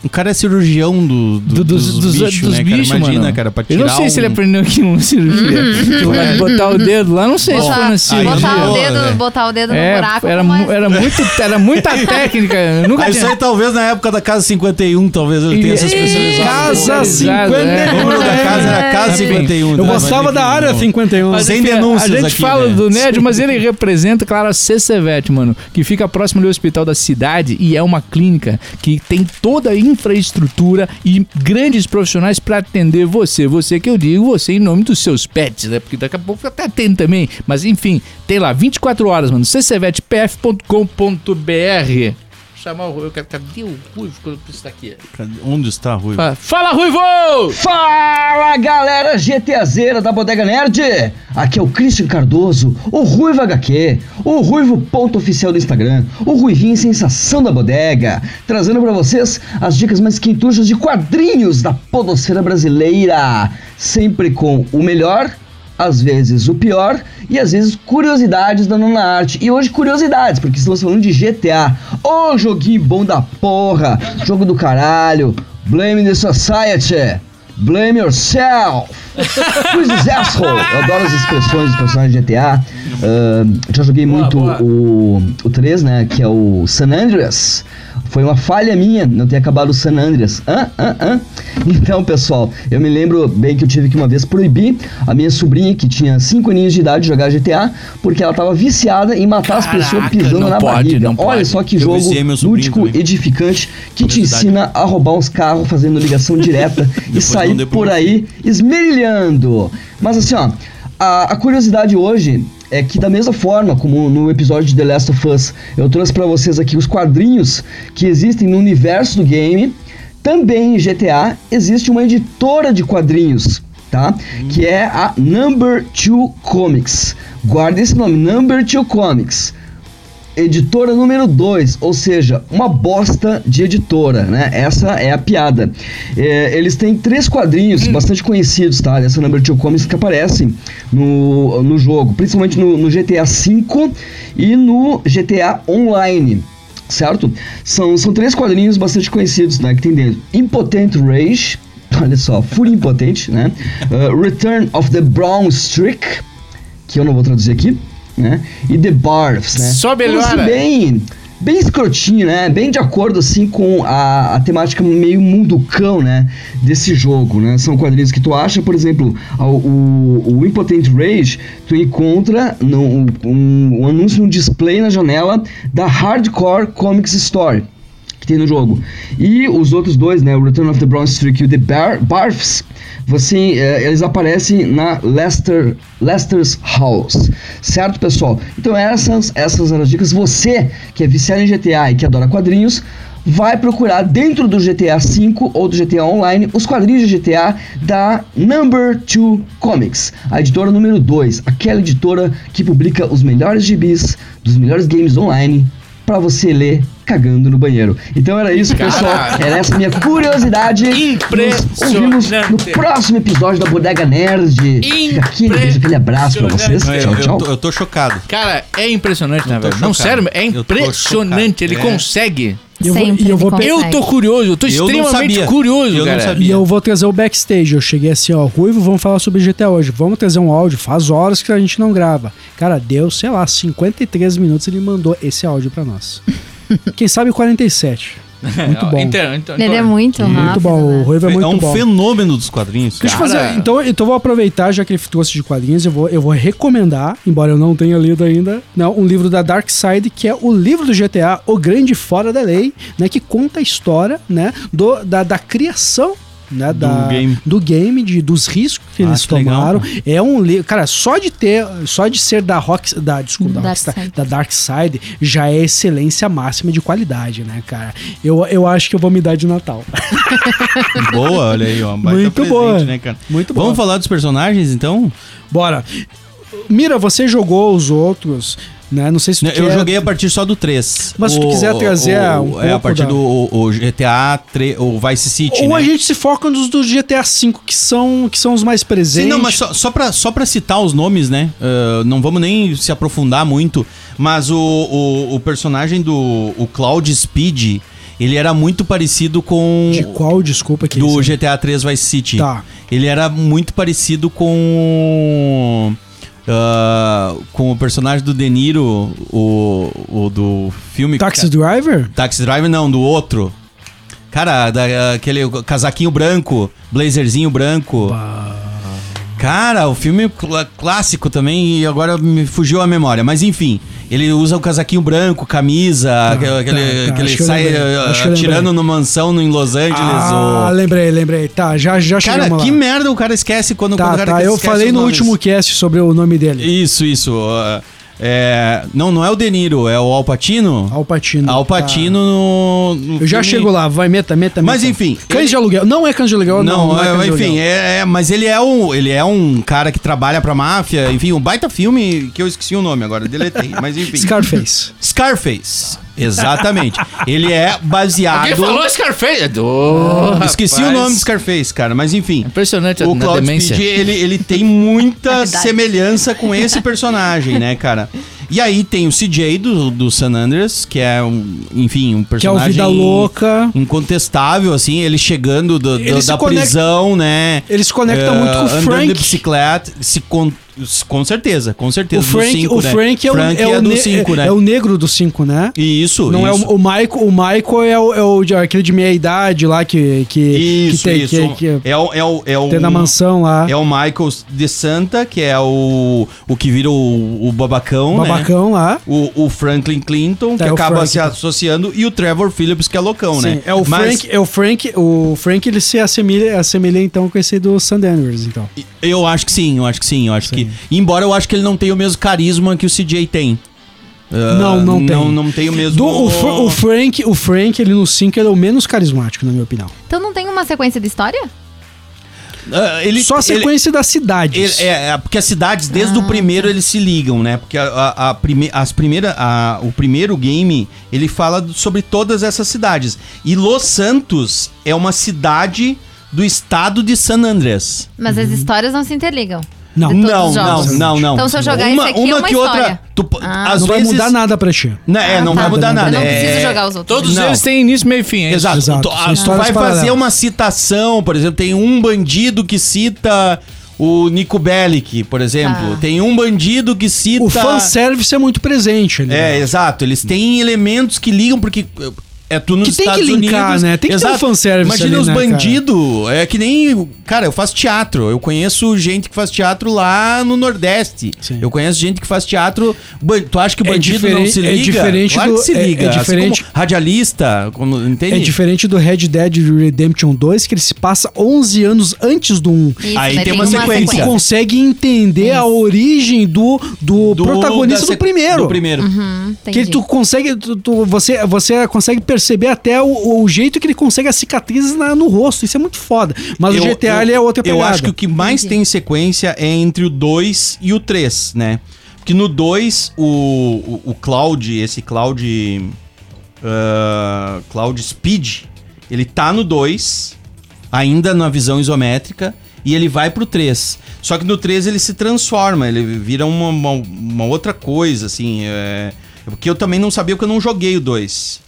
[SPEAKER 5] O cara é cirurgião do, do-
[SPEAKER 3] Do-
[SPEAKER 5] dos, bichos,
[SPEAKER 3] dos
[SPEAKER 5] né, cara?
[SPEAKER 3] bichos,
[SPEAKER 5] Imagina,
[SPEAKER 3] mano.
[SPEAKER 5] cara, pra tirar
[SPEAKER 3] Eu não sei se
[SPEAKER 6] é
[SPEAKER 5] um-
[SPEAKER 3] ele
[SPEAKER 5] Uhum.
[SPEAKER 3] aprendeu aqui numa cirurgia. Tu vai botar o dedo lá, não sei se foi
[SPEAKER 7] Botar,
[SPEAKER 3] na cirurgia.
[SPEAKER 7] botar, o
[SPEAKER 5] Boa,
[SPEAKER 7] dedo,
[SPEAKER 5] né?
[SPEAKER 7] botar o dedo
[SPEAKER 3] É,
[SPEAKER 7] no buraco.
[SPEAKER 3] era,
[SPEAKER 7] como é?
[SPEAKER 3] mu- era, muito, era muita técnica. Eu nunca
[SPEAKER 5] Ah,
[SPEAKER 3] tinha-
[SPEAKER 5] isso aí talvez na época da Casa 51, talvez ele tenha
[SPEAKER 3] E-
[SPEAKER 5] essa especialização.
[SPEAKER 6] Casa um.
[SPEAKER 3] Especializado, é.
[SPEAKER 5] 51. O número da né? casa era Casa
[SPEAKER 3] Enfim,
[SPEAKER 5] 51.
[SPEAKER 6] É. Eu
[SPEAKER 5] tá?
[SPEAKER 6] gostava
[SPEAKER 5] Mas
[SPEAKER 6] da
[SPEAKER 5] enfim,
[SPEAKER 6] área assim.
[SPEAKER 5] não.
[SPEAKER 6] 51.
[SPEAKER 5] Mas- Sem
[SPEAKER 3] enfim,
[SPEAKER 5] denúncias
[SPEAKER 3] A gente
[SPEAKER 5] aqui,
[SPEAKER 3] fala
[SPEAKER 5] né?
[SPEAKER 3] do Ned, mas ele representa, claro, a CCVET, mano, que fica próximo ali ao hospital da cidade e é uma clínica que tem toda a infraestrutura e grandes profissionais pra atender você. Você que eu digo, você em nome dos seus pets, né? Porque daqui a pouco até tem também. Mas enfim, tem lá 24 horas, mano. ccvetpf.com.br. Chamar o Rui, eu quero- cadê o Ruivo quando eu preciso daqui?
[SPEAKER 5] Cadê- Onde está, Rui?
[SPEAKER 3] Fala, fala Ruivo!
[SPEAKER 8] Fala galera GTAzeira da Bodega Nerd! Aqui é o Christian Cardoso, o Ruivo HQ, o Ruivo ponto oficial do Instagram, o Ruivinho Sensação da Bodega, trazendo pra vocês as dicas mais quentuchas de quadrinhos da podosfera brasileira, sempre com o melhor, às vezes o pior e às vezes curiosidades da nona arte. E hoje curiosidades, porque estamos falando de GTA, ô joguinho bom da porra, jogo do caralho, Blame the Society! Blame yourself! Who's this asshole? Eu adoro as expressões dos personagens de GTA. Ahn, Ah, já joguei muito O, o 3, né? Que é o San Andreas. Foi uma falha minha não ter acabado o San Andreas. Hã? Hã? Hã? Então, pessoal, eu me lembro bem que eu tive que uma vez proibir a minha sobrinha, que tinha 5 aninhos de idade, de jogar GTA, porque ela tava viciada em matar as pessoas
[SPEAKER 3] Caraca,
[SPEAKER 8] pisando
[SPEAKER 3] não
[SPEAKER 8] na
[SPEAKER 3] pode,
[SPEAKER 8] barriga.
[SPEAKER 3] não
[SPEAKER 8] Olha
[SPEAKER 3] pode.
[SPEAKER 8] só que
[SPEAKER 5] Eu
[SPEAKER 8] jogo
[SPEAKER 5] viciei meu sobrinho
[SPEAKER 8] lúdico,
[SPEAKER 5] também.
[SPEAKER 8] edificante, que te
[SPEAKER 5] Curiosidade.
[SPEAKER 8] ensina a roubar uns carros fazendo ligação direta e
[SPEAKER 5] Depois não
[SPEAKER 8] sair
[SPEAKER 5] deu pra
[SPEAKER 8] por
[SPEAKER 5] mim.
[SPEAKER 8] aí esmerilhando. Mas assim, ó, a, a curiosidade hoje é que da mesma forma como no episódio de The Last of Us, eu trouxe pra vocês aqui os quadrinhos que existem no universo do game, também em GTA existe uma editora de quadrinhos, tá?
[SPEAKER 5] Hum.
[SPEAKER 8] Que é a Number Two Comics. Guarda esse nome, Number Two Comics editora número 2, ou seja, uma bosta de editora, né? Essa é a piada. É, eles têm três quadrinhos bastante conhecidos, tá? Dessa Number 2 Comics que aparecem no, no jogo, principalmente no, no GTA V e no GTA Online. Certo? São, são três quadrinhos bastante conhecidos, né? Que tem dentro Impotent Rage, olha só, Fúria Impotente, né? Uh, Return of the Brown Streak, que eu não vou traduzir aqui, né? E The Barfs, né?
[SPEAKER 3] Só melhora.
[SPEAKER 8] Tudo assim Bem, bem escrotinho, né? Bem de acordo, assim, com a, a temática meio munducão, né? Desse jogo, né? São quadrinhos que tu acha, por exemplo, a- o, o Impotent Rage, tu encontra no, um, um anúncio, um display na janela da Hardcore Comics Store que tem no jogo. E os outros dois, né, o Return of the Bronze Streak e o The Bar Barfs, você, eh, eles aparecem na Lester, Lester's House. Certo, pessoal? Então essas, essas eram as dicas. Você que é viciado em GTA e que adora quadrinhos, vai procurar dentro do GTA V ou do GTA Online os quadrinhos de GTA da Number 2 Comics, a editora número 2, aquela editora que publica os melhores gibis dos melhores games online Pra você ler cagando no banheiro. Então era isso, pessoal. Era essa minha curiosidade. Nos ouvimos no
[SPEAKER 1] Impressionante.
[SPEAKER 8] próximo episódio da Bodega Nerd. Fica aqui, um beijo, aquele abraço pra vocês.
[SPEAKER 5] Não, eu,
[SPEAKER 8] Tchau,
[SPEAKER 5] eu
[SPEAKER 8] tchau.
[SPEAKER 5] tô, eu tô chocado.
[SPEAKER 3] Cara, é impressionante, na
[SPEAKER 5] tô
[SPEAKER 3] verdade. Não,
[SPEAKER 5] chocado.
[SPEAKER 3] sério, é
[SPEAKER 5] Eu tô
[SPEAKER 3] impressionante. Ele
[SPEAKER 5] chocado. É.
[SPEAKER 3] consegue.
[SPEAKER 6] eu vou-
[SPEAKER 7] Sempre
[SPEAKER 6] e eu vou
[SPEAKER 7] ele
[SPEAKER 6] pe-
[SPEAKER 7] consegue.
[SPEAKER 3] Eu tô curioso, eu tô
[SPEAKER 5] Eu não
[SPEAKER 3] extremamente
[SPEAKER 5] sabia.
[SPEAKER 3] curioso,
[SPEAKER 5] Eu não
[SPEAKER 3] cara.
[SPEAKER 5] sabia.
[SPEAKER 6] E eu vou trazer o backstage. Eu cheguei assim, ó, Ruivo, vamos falar sobre GTA hoje. Vamos trazer um áudio. Faz horas que a gente não grava. Cara, deu, sei lá, 53 minutos ele mandou esse áudio pra nós. Quem sabe 47. Muito bom.
[SPEAKER 3] Então, então,
[SPEAKER 7] Ele é
[SPEAKER 3] então-
[SPEAKER 7] muito rápido.
[SPEAKER 6] Muito bom, o
[SPEAKER 7] né?
[SPEAKER 6] Ruivo é muito
[SPEAKER 5] é um
[SPEAKER 6] bom.
[SPEAKER 5] fenômeno dos quadrinhos.
[SPEAKER 6] Deixa eu
[SPEAKER 5] cara.
[SPEAKER 6] fazer. Então, então eu vou aproveitar, já que ele trouxe de quadrinhos, eu vou, eu vou recomendar, embora eu não tenha lido ainda, não, um livro da Dark Side, que é o livro do GTA, O Grande Fora da Lei, né? Que conta a história, né? Do, da, da criação. Né, da,
[SPEAKER 5] game.
[SPEAKER 6] do game de, dos riscos que
[SPEAKER 5] Ah,
[SPEAKER 6] eles
[SPEAKER 5] que legal,
[SPEAKER 6] tomaram
[SPEAKER 5] cara.
[SPEAKER 6] é um livro cara só de ter só de ser da Rock da desculpa da,
[SPEAKER 7] Dark
[SPEAKER 6] Rockstar,
[SPEAKER 7] Side.
[SPEAKER 6] da Dark Side já é excelência máxima de qualidade né cara eu, eu acho que eu vou me dar de Natal
[SPEAKER 5] Boa, olha aí, ó. baita
[SPEAKER 6] Muito
[SPEAKER 5] presente,
[SPEAKER 6] boa.
[SPEAKER 5] né, cara?
[SPEAKER 6] Muito boa.
[SPEAKER 5] Vamos falar dos personagens, então?
[SPEAKER 6] Bora. Mira, você jogou os outros. Né? Não sei se tu
[SPEAKER 5] Eu
[SPEAKER 6] quer-
[SPEAKER 5] joguei a partir só do 3.
[SPEAKER 6] Mas se tu quiser trazer
[SPEAKER 5] o,
[SPEAKER 6] um
[SPEAKER 5] É, a
[SPEAKER 6] pouco
[SPEAKER 5] partir
[SPEAKER 6] da-
[SPEAKER 5] do o, o GTA 3, o Vice City,
[SPEAKER 6] Ou
[SPEAKER 5] né?
[SPEAKER 6] a gente se foca nos do GTA V, que são, que são os mais presentes.
[SPEAKER 5] Sim, não, mas só, só, pra, só pra citar os nomes, né? Ah, não vamos nem se aprofundar muito, mas o, o, o personagem do o Cloud Speed, ele era muito parecido com...
[SPEAKER 6] De qual, desculpa, que é
[SPEAKER 5] do
[SPEAKER 6] esse-
[SPEAKER 5] GTA 3 Vice City.
[SPEAKER 6] Tá.
[SPEAKER 5] Ele era muito parecido com. ah, com o personagem do De Niro, o, o do filme.
[SPEAKER 6] Taxi Driver?
[SPEAKER 5] Taxi Driver, não, do outro. Cara, da- aquele casaquinho branco, blazerzinho branco. Cara, o filme cl- clássico também, e agora me fugiu a memória. Mas enfim, ele usa o casaquinho branco, camisa, aquele,
[SPEAKER 6] tá,
[SPEAKER 5] aquele,
[SPEAKER 6] tá, acho que eu
[SPEAKER 5] sai
[SPEAKER 6] lembrei,
[SPEAKER 5] ah,
[SPEAKER 6] acho que eu
[SPEAKER 5] atirando
[SPEAKER 6] lembrei.
[SPEAKER 5] no mansão no- em Los Angeles.
[SPEAKER 6] Ah,
[SPEAKER 5] o-
[SPEAKER 6] lembrei, lembrei. Tá, já, já
[SPEAKER 5] Cara,
[SPEAKER 6] chegamos
[SPEAKER 5] que
[SPEAKER 6] lá.
[SPEAKER 5] merda o cara esquece quando, quando o
[SPEAKER 6] Tá,
[SPEAKER 5] cara
[SPEAKER 6] tá, eu
[SPEAKER 5] esquece
[SPEAKER 6] falei
[SPEAKER 5] os
[SPEAKER 6] no
[SPEAKER 5] nomes.
[SPEAKER 6] último cast sobre o nome dele.
[SPEAKER 5] Isso, isso. ah, é, não, não é o De Niro, é o Alpatino.
[SPEAKER 6] Alpatino.
[SPEAKER 5] Alpatino no, no
[SPEAKER 6] Tá. Ah. Eu já
[SPEAKER 5] filme-
[SPEAKER 6] chego lá, vai meta, meta, meta.
[SPEAKER 5] Mas enfim,
[SPEAKER 6] Cães
[SPEAKER 5] ele-
[SPEAKER 6] de aluguel. Não é cães de aluguel,
[SPEAKER 5] Não,
[SPEAKER 6] não. não é
[SPEAKER 5] é,
[SPEAKER 6] cães de
[SPEAKER 5] enfim,
[SPEAKER 6] aluguel.
[SPEAKER 5] é, é, mas ele é um, ele é um cara que trabalha pra máfia, enfim, um baita filme que eu esqueci o nome agora, deletei, mas enfim.
[SPEAKER 6] Scarface.
[SPEAKER 5] Scarface. Exatamente. ele é
[SPEAKER 1] Quem
[SPEAKER 5] baseado
[SPEAKER 1] falou Scarface? Do...
[SPEAKER 5] Esqueci o nome do Scarface, cara, mas enfim.
[SPEAKER 6] É
[SPEAKER 1] Impressionante a
[SPEAKER 5] Uhum. O
[SPEAKER 1] na
[SPEAKER 5] Cloud
[SPEAKER 1] demência.
[SPEAKER 5] Speed, ele, ele tem muita semelhança com esse personagem, né, cara? E aí tem o CJ do, do San Andreas, que é, um, enfim, um
[SPEAKER 6] Que é o
[SPEAKER 5] personagem...
[SPEAKER 6] Vida Louca.
[SPEAKER 5] Incontestável, assim, ele chegando do- do-
[SPEAKER 6] Ele se
[SPEAKER 5] da
[SPEAKER 6] conecta-
[SPEAKER 5] prisão, né?
[SPEAKER 6] Ele se conecta
[SPEAKER 5] eh,
[SPEAKER 6] muito com o
[SPEAKER 5] andando de
[SPEAKER 6] Frank.
[SPEAKER 5] bicicleta, se con- se- com certeza, com certeza.
[SPEAKER 6] O
[SPEAKER 5] do
[SPEAKER 6] Frank,
[SPEAKER 5] cinco,
[SPEAKER 6] o
[SPEAKER 5] né?
[SPEAKER 6] Frank é o,
[SPEAKER 5] Frank
[SPEAKER 6] é o
[SPEAKER 5] do
[SPEAKER 6] ne-
[SPEAKER 5] 5, né?
[SPEAKER 6] é o negro do 5, né?
[SPEAKER 5] Isso,
[SPEAKER 6] Não
[SPEAKER 5] isso.
[SPEAKER 6] é o, o Michael, o Michael é, o, é o de- aquele de meia idade lá que que que
[SPEAKER 5] Isso,
[SPEAKER 6] tem,
[SPEAKER 5] isso.
[SPEAKER 6] que, que
[SPEAKER 5] é o, é o, é o,
[SPEAKER 6] tem na mansão lá.
[SPEAKER 5] É o Michael de Santa, que é o, o que vira o, o babacão, né?
[SPEAKER 6] babacão lá.
[SPEAKER 5] O, o Franklin Clinton,
[SPEAKER 6] Tá,
[SPEAKER 5] que
[SPEAKER 6] é o
[SPEAKER 5] acaba
[SPEAKER 6] Frank,
[SPEAKER 5] se
[SPEAKER 6] tá.
[SPEAKER 5] associando, e o Trevor Phillips, que é loucão,
[SPEAKER 6] Sim,
[SPEAKER 5] né?
[SPEAKER 6] é o
[SPEAKER 5] Mas
[SPEAKER 6] Frank, é o Frank, o Frank ele se assemelha, assemelha então com esse do Sam Danvers, então.
[SPEAKER 5] Eu acho que sim, eu acho que sim, eu acho que. Embora eu acho que ele não tenha o mesmo carisma que o CJ tem. Ah,
[SPEAKER 6] Não, não tem.
[SPEAKER 5] Não, não tem o mesmo.
[SPEAKER 6] Do, o, Fra- o Frank, o Frank ele no 5 ele é o menos carismático na minha opinião.
[SPEAKER 7] Então não tem uma sequência de história?
[SPEAKER 5] Ah, ele,
[SPEAKER 6] Só a
[SPEAKER 5] ele-
[SPEAKER 6] sequência das cidades.
[SPEAKER 5] Ele- é, é, porque as cidades, desde
[SPEAKER 7] Ah,
[SPEAKER 5] o
[SPEAKER 7] tá.
[SPEAKER 5] primeiro, eles se ligam, né? Porque a, a, a prime- as primeira, a- o primeiro game, ele fala do- sobre todas essas cidades. E Los Santos é uma cidade do estado de San Andrés.
[SPEAKER 7] Mas as histórias não se interligam.
[SPEAKER 6] Não,
[SPEAKER 7] É todos
[SPEAKER 5] Não,
[SPEAKER 7] os
[SPEAKER 5] não,
[SPEAKER 7] jogos.
[SPEAKER 5] não, não.
[SPEAKER 7] Então, se eu jogar
[SPEAKER 5] uma,
[SPEAKER 7] esse aqui,
[SPEAKER 5] uma
[SPEAKER 7] é uma
[SPEAKER 5] que outra.
[SPEAKER 7] história.
[SPEAKER 5] Tu, po-
[SPEAKER 7] Ah.
[SPEAKER 5] às
[SPEAKER 6] não vai
[SPEAKER 5] vezes,
[SPEAKER 6] mudar nada pra ti.
[SPEAKER 5] Não, é, não vai
[SPEAKER 7] tá.
[SPEAKER 5] mudar nada.
[SPEAKER 7] Eu não
[SPEAKER 5] é-
[SPEAKER 7] preciso jogar os outros.
[SPEAKER 1] Todos
[SPEAKER 5] Não.
[SPEAKER 1] eles têm início, meio e fim. é isso?
[SPEAKER 5] Exato.
[SPEAKER 6] Exato,
[SPEAKER 5] Tu,
[SPEAKER 6] são
[SPEAKER 5] ah, tu
[SPEAKER 6] histórias
[SPEAKER 5] vai
[SPEAKER 6] paralelas.
[SPEAKER 5] fazer uma citação, por exemplo, tem um bandido que cita o Nico Bellic, por exemplo.
[SPEAKER 7] Tá.
[SPEAKER 5] Tem um bandido que cita.
[SPEAKER 6] O fanservice é muito presente ali.
[SPEAKER 5] tá É,
[SPEAKER 6] né?
[SPEAKER 5] exato. Eles têm elementos que ligam, porque. É tu nos
[SPEAKER 6] Que tem que
[SPEAKER 5] Estados
[SPEAKER 6] linkar,
[SPEAKER 5] Unidos.
[SPEAKER 6] né? Tem que ter um fanservice
[SPEAKER 5] Imagina
[SPEAKER 6] ali,
[SPEAKER 5] os
[SPEAKER 6] né, cara?
[SPEAKER 5] bandidos. É que nem. Cara, eu faço teatro. Eu conheço gente que faz teatro lá no Nordeste.
[SPEAKER 6] Sim.
[SPEAKER 5] Eu conheço gente que faz teatro. ban- Tu acha que o
[SPEAKER 6] É
[SPEAKER 5] bandido não
[SPEAKER 6] diferente-
[SPEAKER 5] se
[SPEAKER 6] é
[SPEAKER 5] liga?
[SPEAKER 6] diferente
[SPEAKER 5] claro
[SPEAKER 6] do-
[SPEAKER 5] que se
[SPEAKER 6] é- é
[SPEAKER 5] liga. Assim
[SPEAKER 6] diferente-
[SPEAKER 5] como radialista, como, entende?
[SPEAKER 6] É diferente do Red Dead Redemption 2, que ele se passa 11 anos antes do 1.
[SPEAKER 7] Isso, né?
[SPEAKER 5] Aí
[SPEAKER 7] daí
[SPEAKER 5] tem uma
[SPEAKER 6] E
[SPEAKER 5] sequência.
[SPEAKER 6] tu consegue entender a origem do, do, protagonista
[SPEAKER 5] da
[SPEAKER 6] do
[SPEAKER 5] sec-
[SPEAKER 6] primeiro. Uhum.
[SPEAKER 5] Do primeiro.
[SPEAKER 7] Hum,
[SPEAKER 6] Que
[SPEAKER 7] entendi.
[SPEAKER 6] tu consegue, tu, tu- você, você consegue perceber até o, o jeito que ele consegue as cicatrizes na- no rosto. Isso é muito foda. Mas
[SPEAKER 5] Eu-
[SPEAKER 6] o GTA
[SPEAKER 5] eu-
[SPEAKER 6] ele é outra
[SPEAKER 5] Eu
[SPEAKER 6] pegada.
[SPEAKER 5] acho que o que mais tem sequência é entre o 2 e o 3, né? Porque no 2, o, o, o Cloud, esse Cloud. ah, Cloud Speed, ele tá no 2, ainda na visão isométrica, e ele vai pro 3. Só que no 3 ele se transforma, ele vira uma, uma, uma outra coisa, assim. É, porque eu também não sabia porque eu não joguei o 2.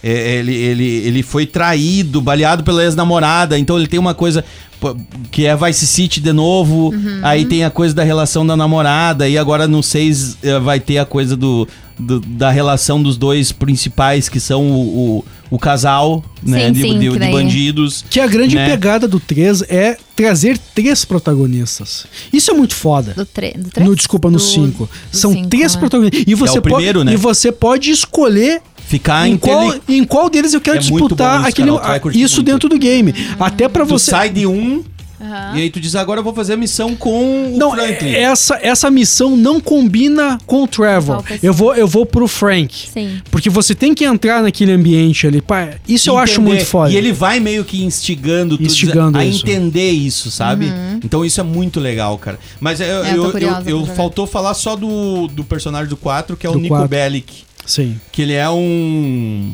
[SPEAKER 5] É, ele, ele, ele foi traído, baleado pela ex-namorada, então ele tem uma coisa pô, que é Vice City de novo,
[SPEAKER 7] Uhum.
[SPEAKER 5] aí tem a coisa da relação da namorada, e agora no 6 vai ter a coisa do, do- da relação dos dois principais, que são o, o, o casal, né,
[SPEAKER 7] Sim,
[SPEAKER 5] de,
[SPEAKER 7] sim,
[SPEAKER 5] de-
[SPEAKER 7] que
[SPEAKER 5] de
[SPEAKER 7] daí-
[SPEAKER 5] bandidos.
[SPEAKER 6] Que a grande
[SPEAKER 5] né?
[SPEAKER 6] pegada do 3 é trazer três protagonistas. Isso é muito foda.
[SPEAKER 7] Do, tre... do três?
[SPEAKER 6] No, desculpa, no
[SPEAKER 7] Do-
[SPEAKER 6] 5.
[SPEAKER 7] do
[SPEAKER 6] São
[SPEAKER 7] cinco,
[SPEAKER 6] três
[SPEAKER 7] né?
[SPEAKER 6] protagonistas. E você,
[SPEAKER 5] o primeiro,
[SPEAKER 6] pode,
[SPEAKER 5] né?
[SPEAKER 6] e você pode escolher
[SPEAKER 5] Ficar
[SPEAKER 6] em, qual,
[SPEAKER 5] intele-
[SPEAKER 6] em qual deles eu quero
[SPEAKER 5] É muito bom
[SPEAKER 6] disputar
[SPEAKER 5] isso,
[SPEAKER 6] aquele,
[SPEAKER 5] Carol, tu vai curtir
[SPEAKER 6] isso
[SPEAKER 5] muito.
[SPEAKER 6] dentro do game. Até pra
[SPEAKER 5] Tu
[SPEAKER 6] você.
[SPEAKER 5] sai de um
[SPEAKER 7] Aham.
[SPEAKER 5] E aí tu diz, agora eu vou fazer a missão com o
[SPEAKER 6] Não, é,
[SPEAKER 5] Franklin.
[SPEAKER 6] essa, essa missão não combina com o Trevor.
[SPEAKER 7] Falta esse-
[SPEAKER 6] Eu vou, eu vou pro Frank.
[SPEAKER 7] Sim.
[SPEAKER 6] Porque você tem que entrar naquele ambiente ali. Pá, isso eu acho
[SPEAKER 5] Entender.
[SPEAKER 6] muito foda.
[SPEAKER 5] E ele vai meio que instigando tu
[SPEAKER 6] Instigando
[SPEAKER 5] a
[SPEAKER 6] isso.
[SPEAKER 5] entender isso, sabe? Então isso é muito legal, cara. Mas eu,
[SPEAKER 7] Uhum. É, eu tô
[SPEAKER 5] eu, eu,
[SPEAKER 7] curiosa pra
[SPEAKER 5] eu
[SPEAKER 7] jogar.
[SPEAKER 5] faltou falar só do, do personagem do 4, que é o
[SPEAKER 6] Do
[SPEAKER 5] Nico
[SPEAKER 6] quatro.
[SPEAKER 5] Bellic.
[SPEAKER 6] Sim. É
[SPEAKER 5] Que ele é um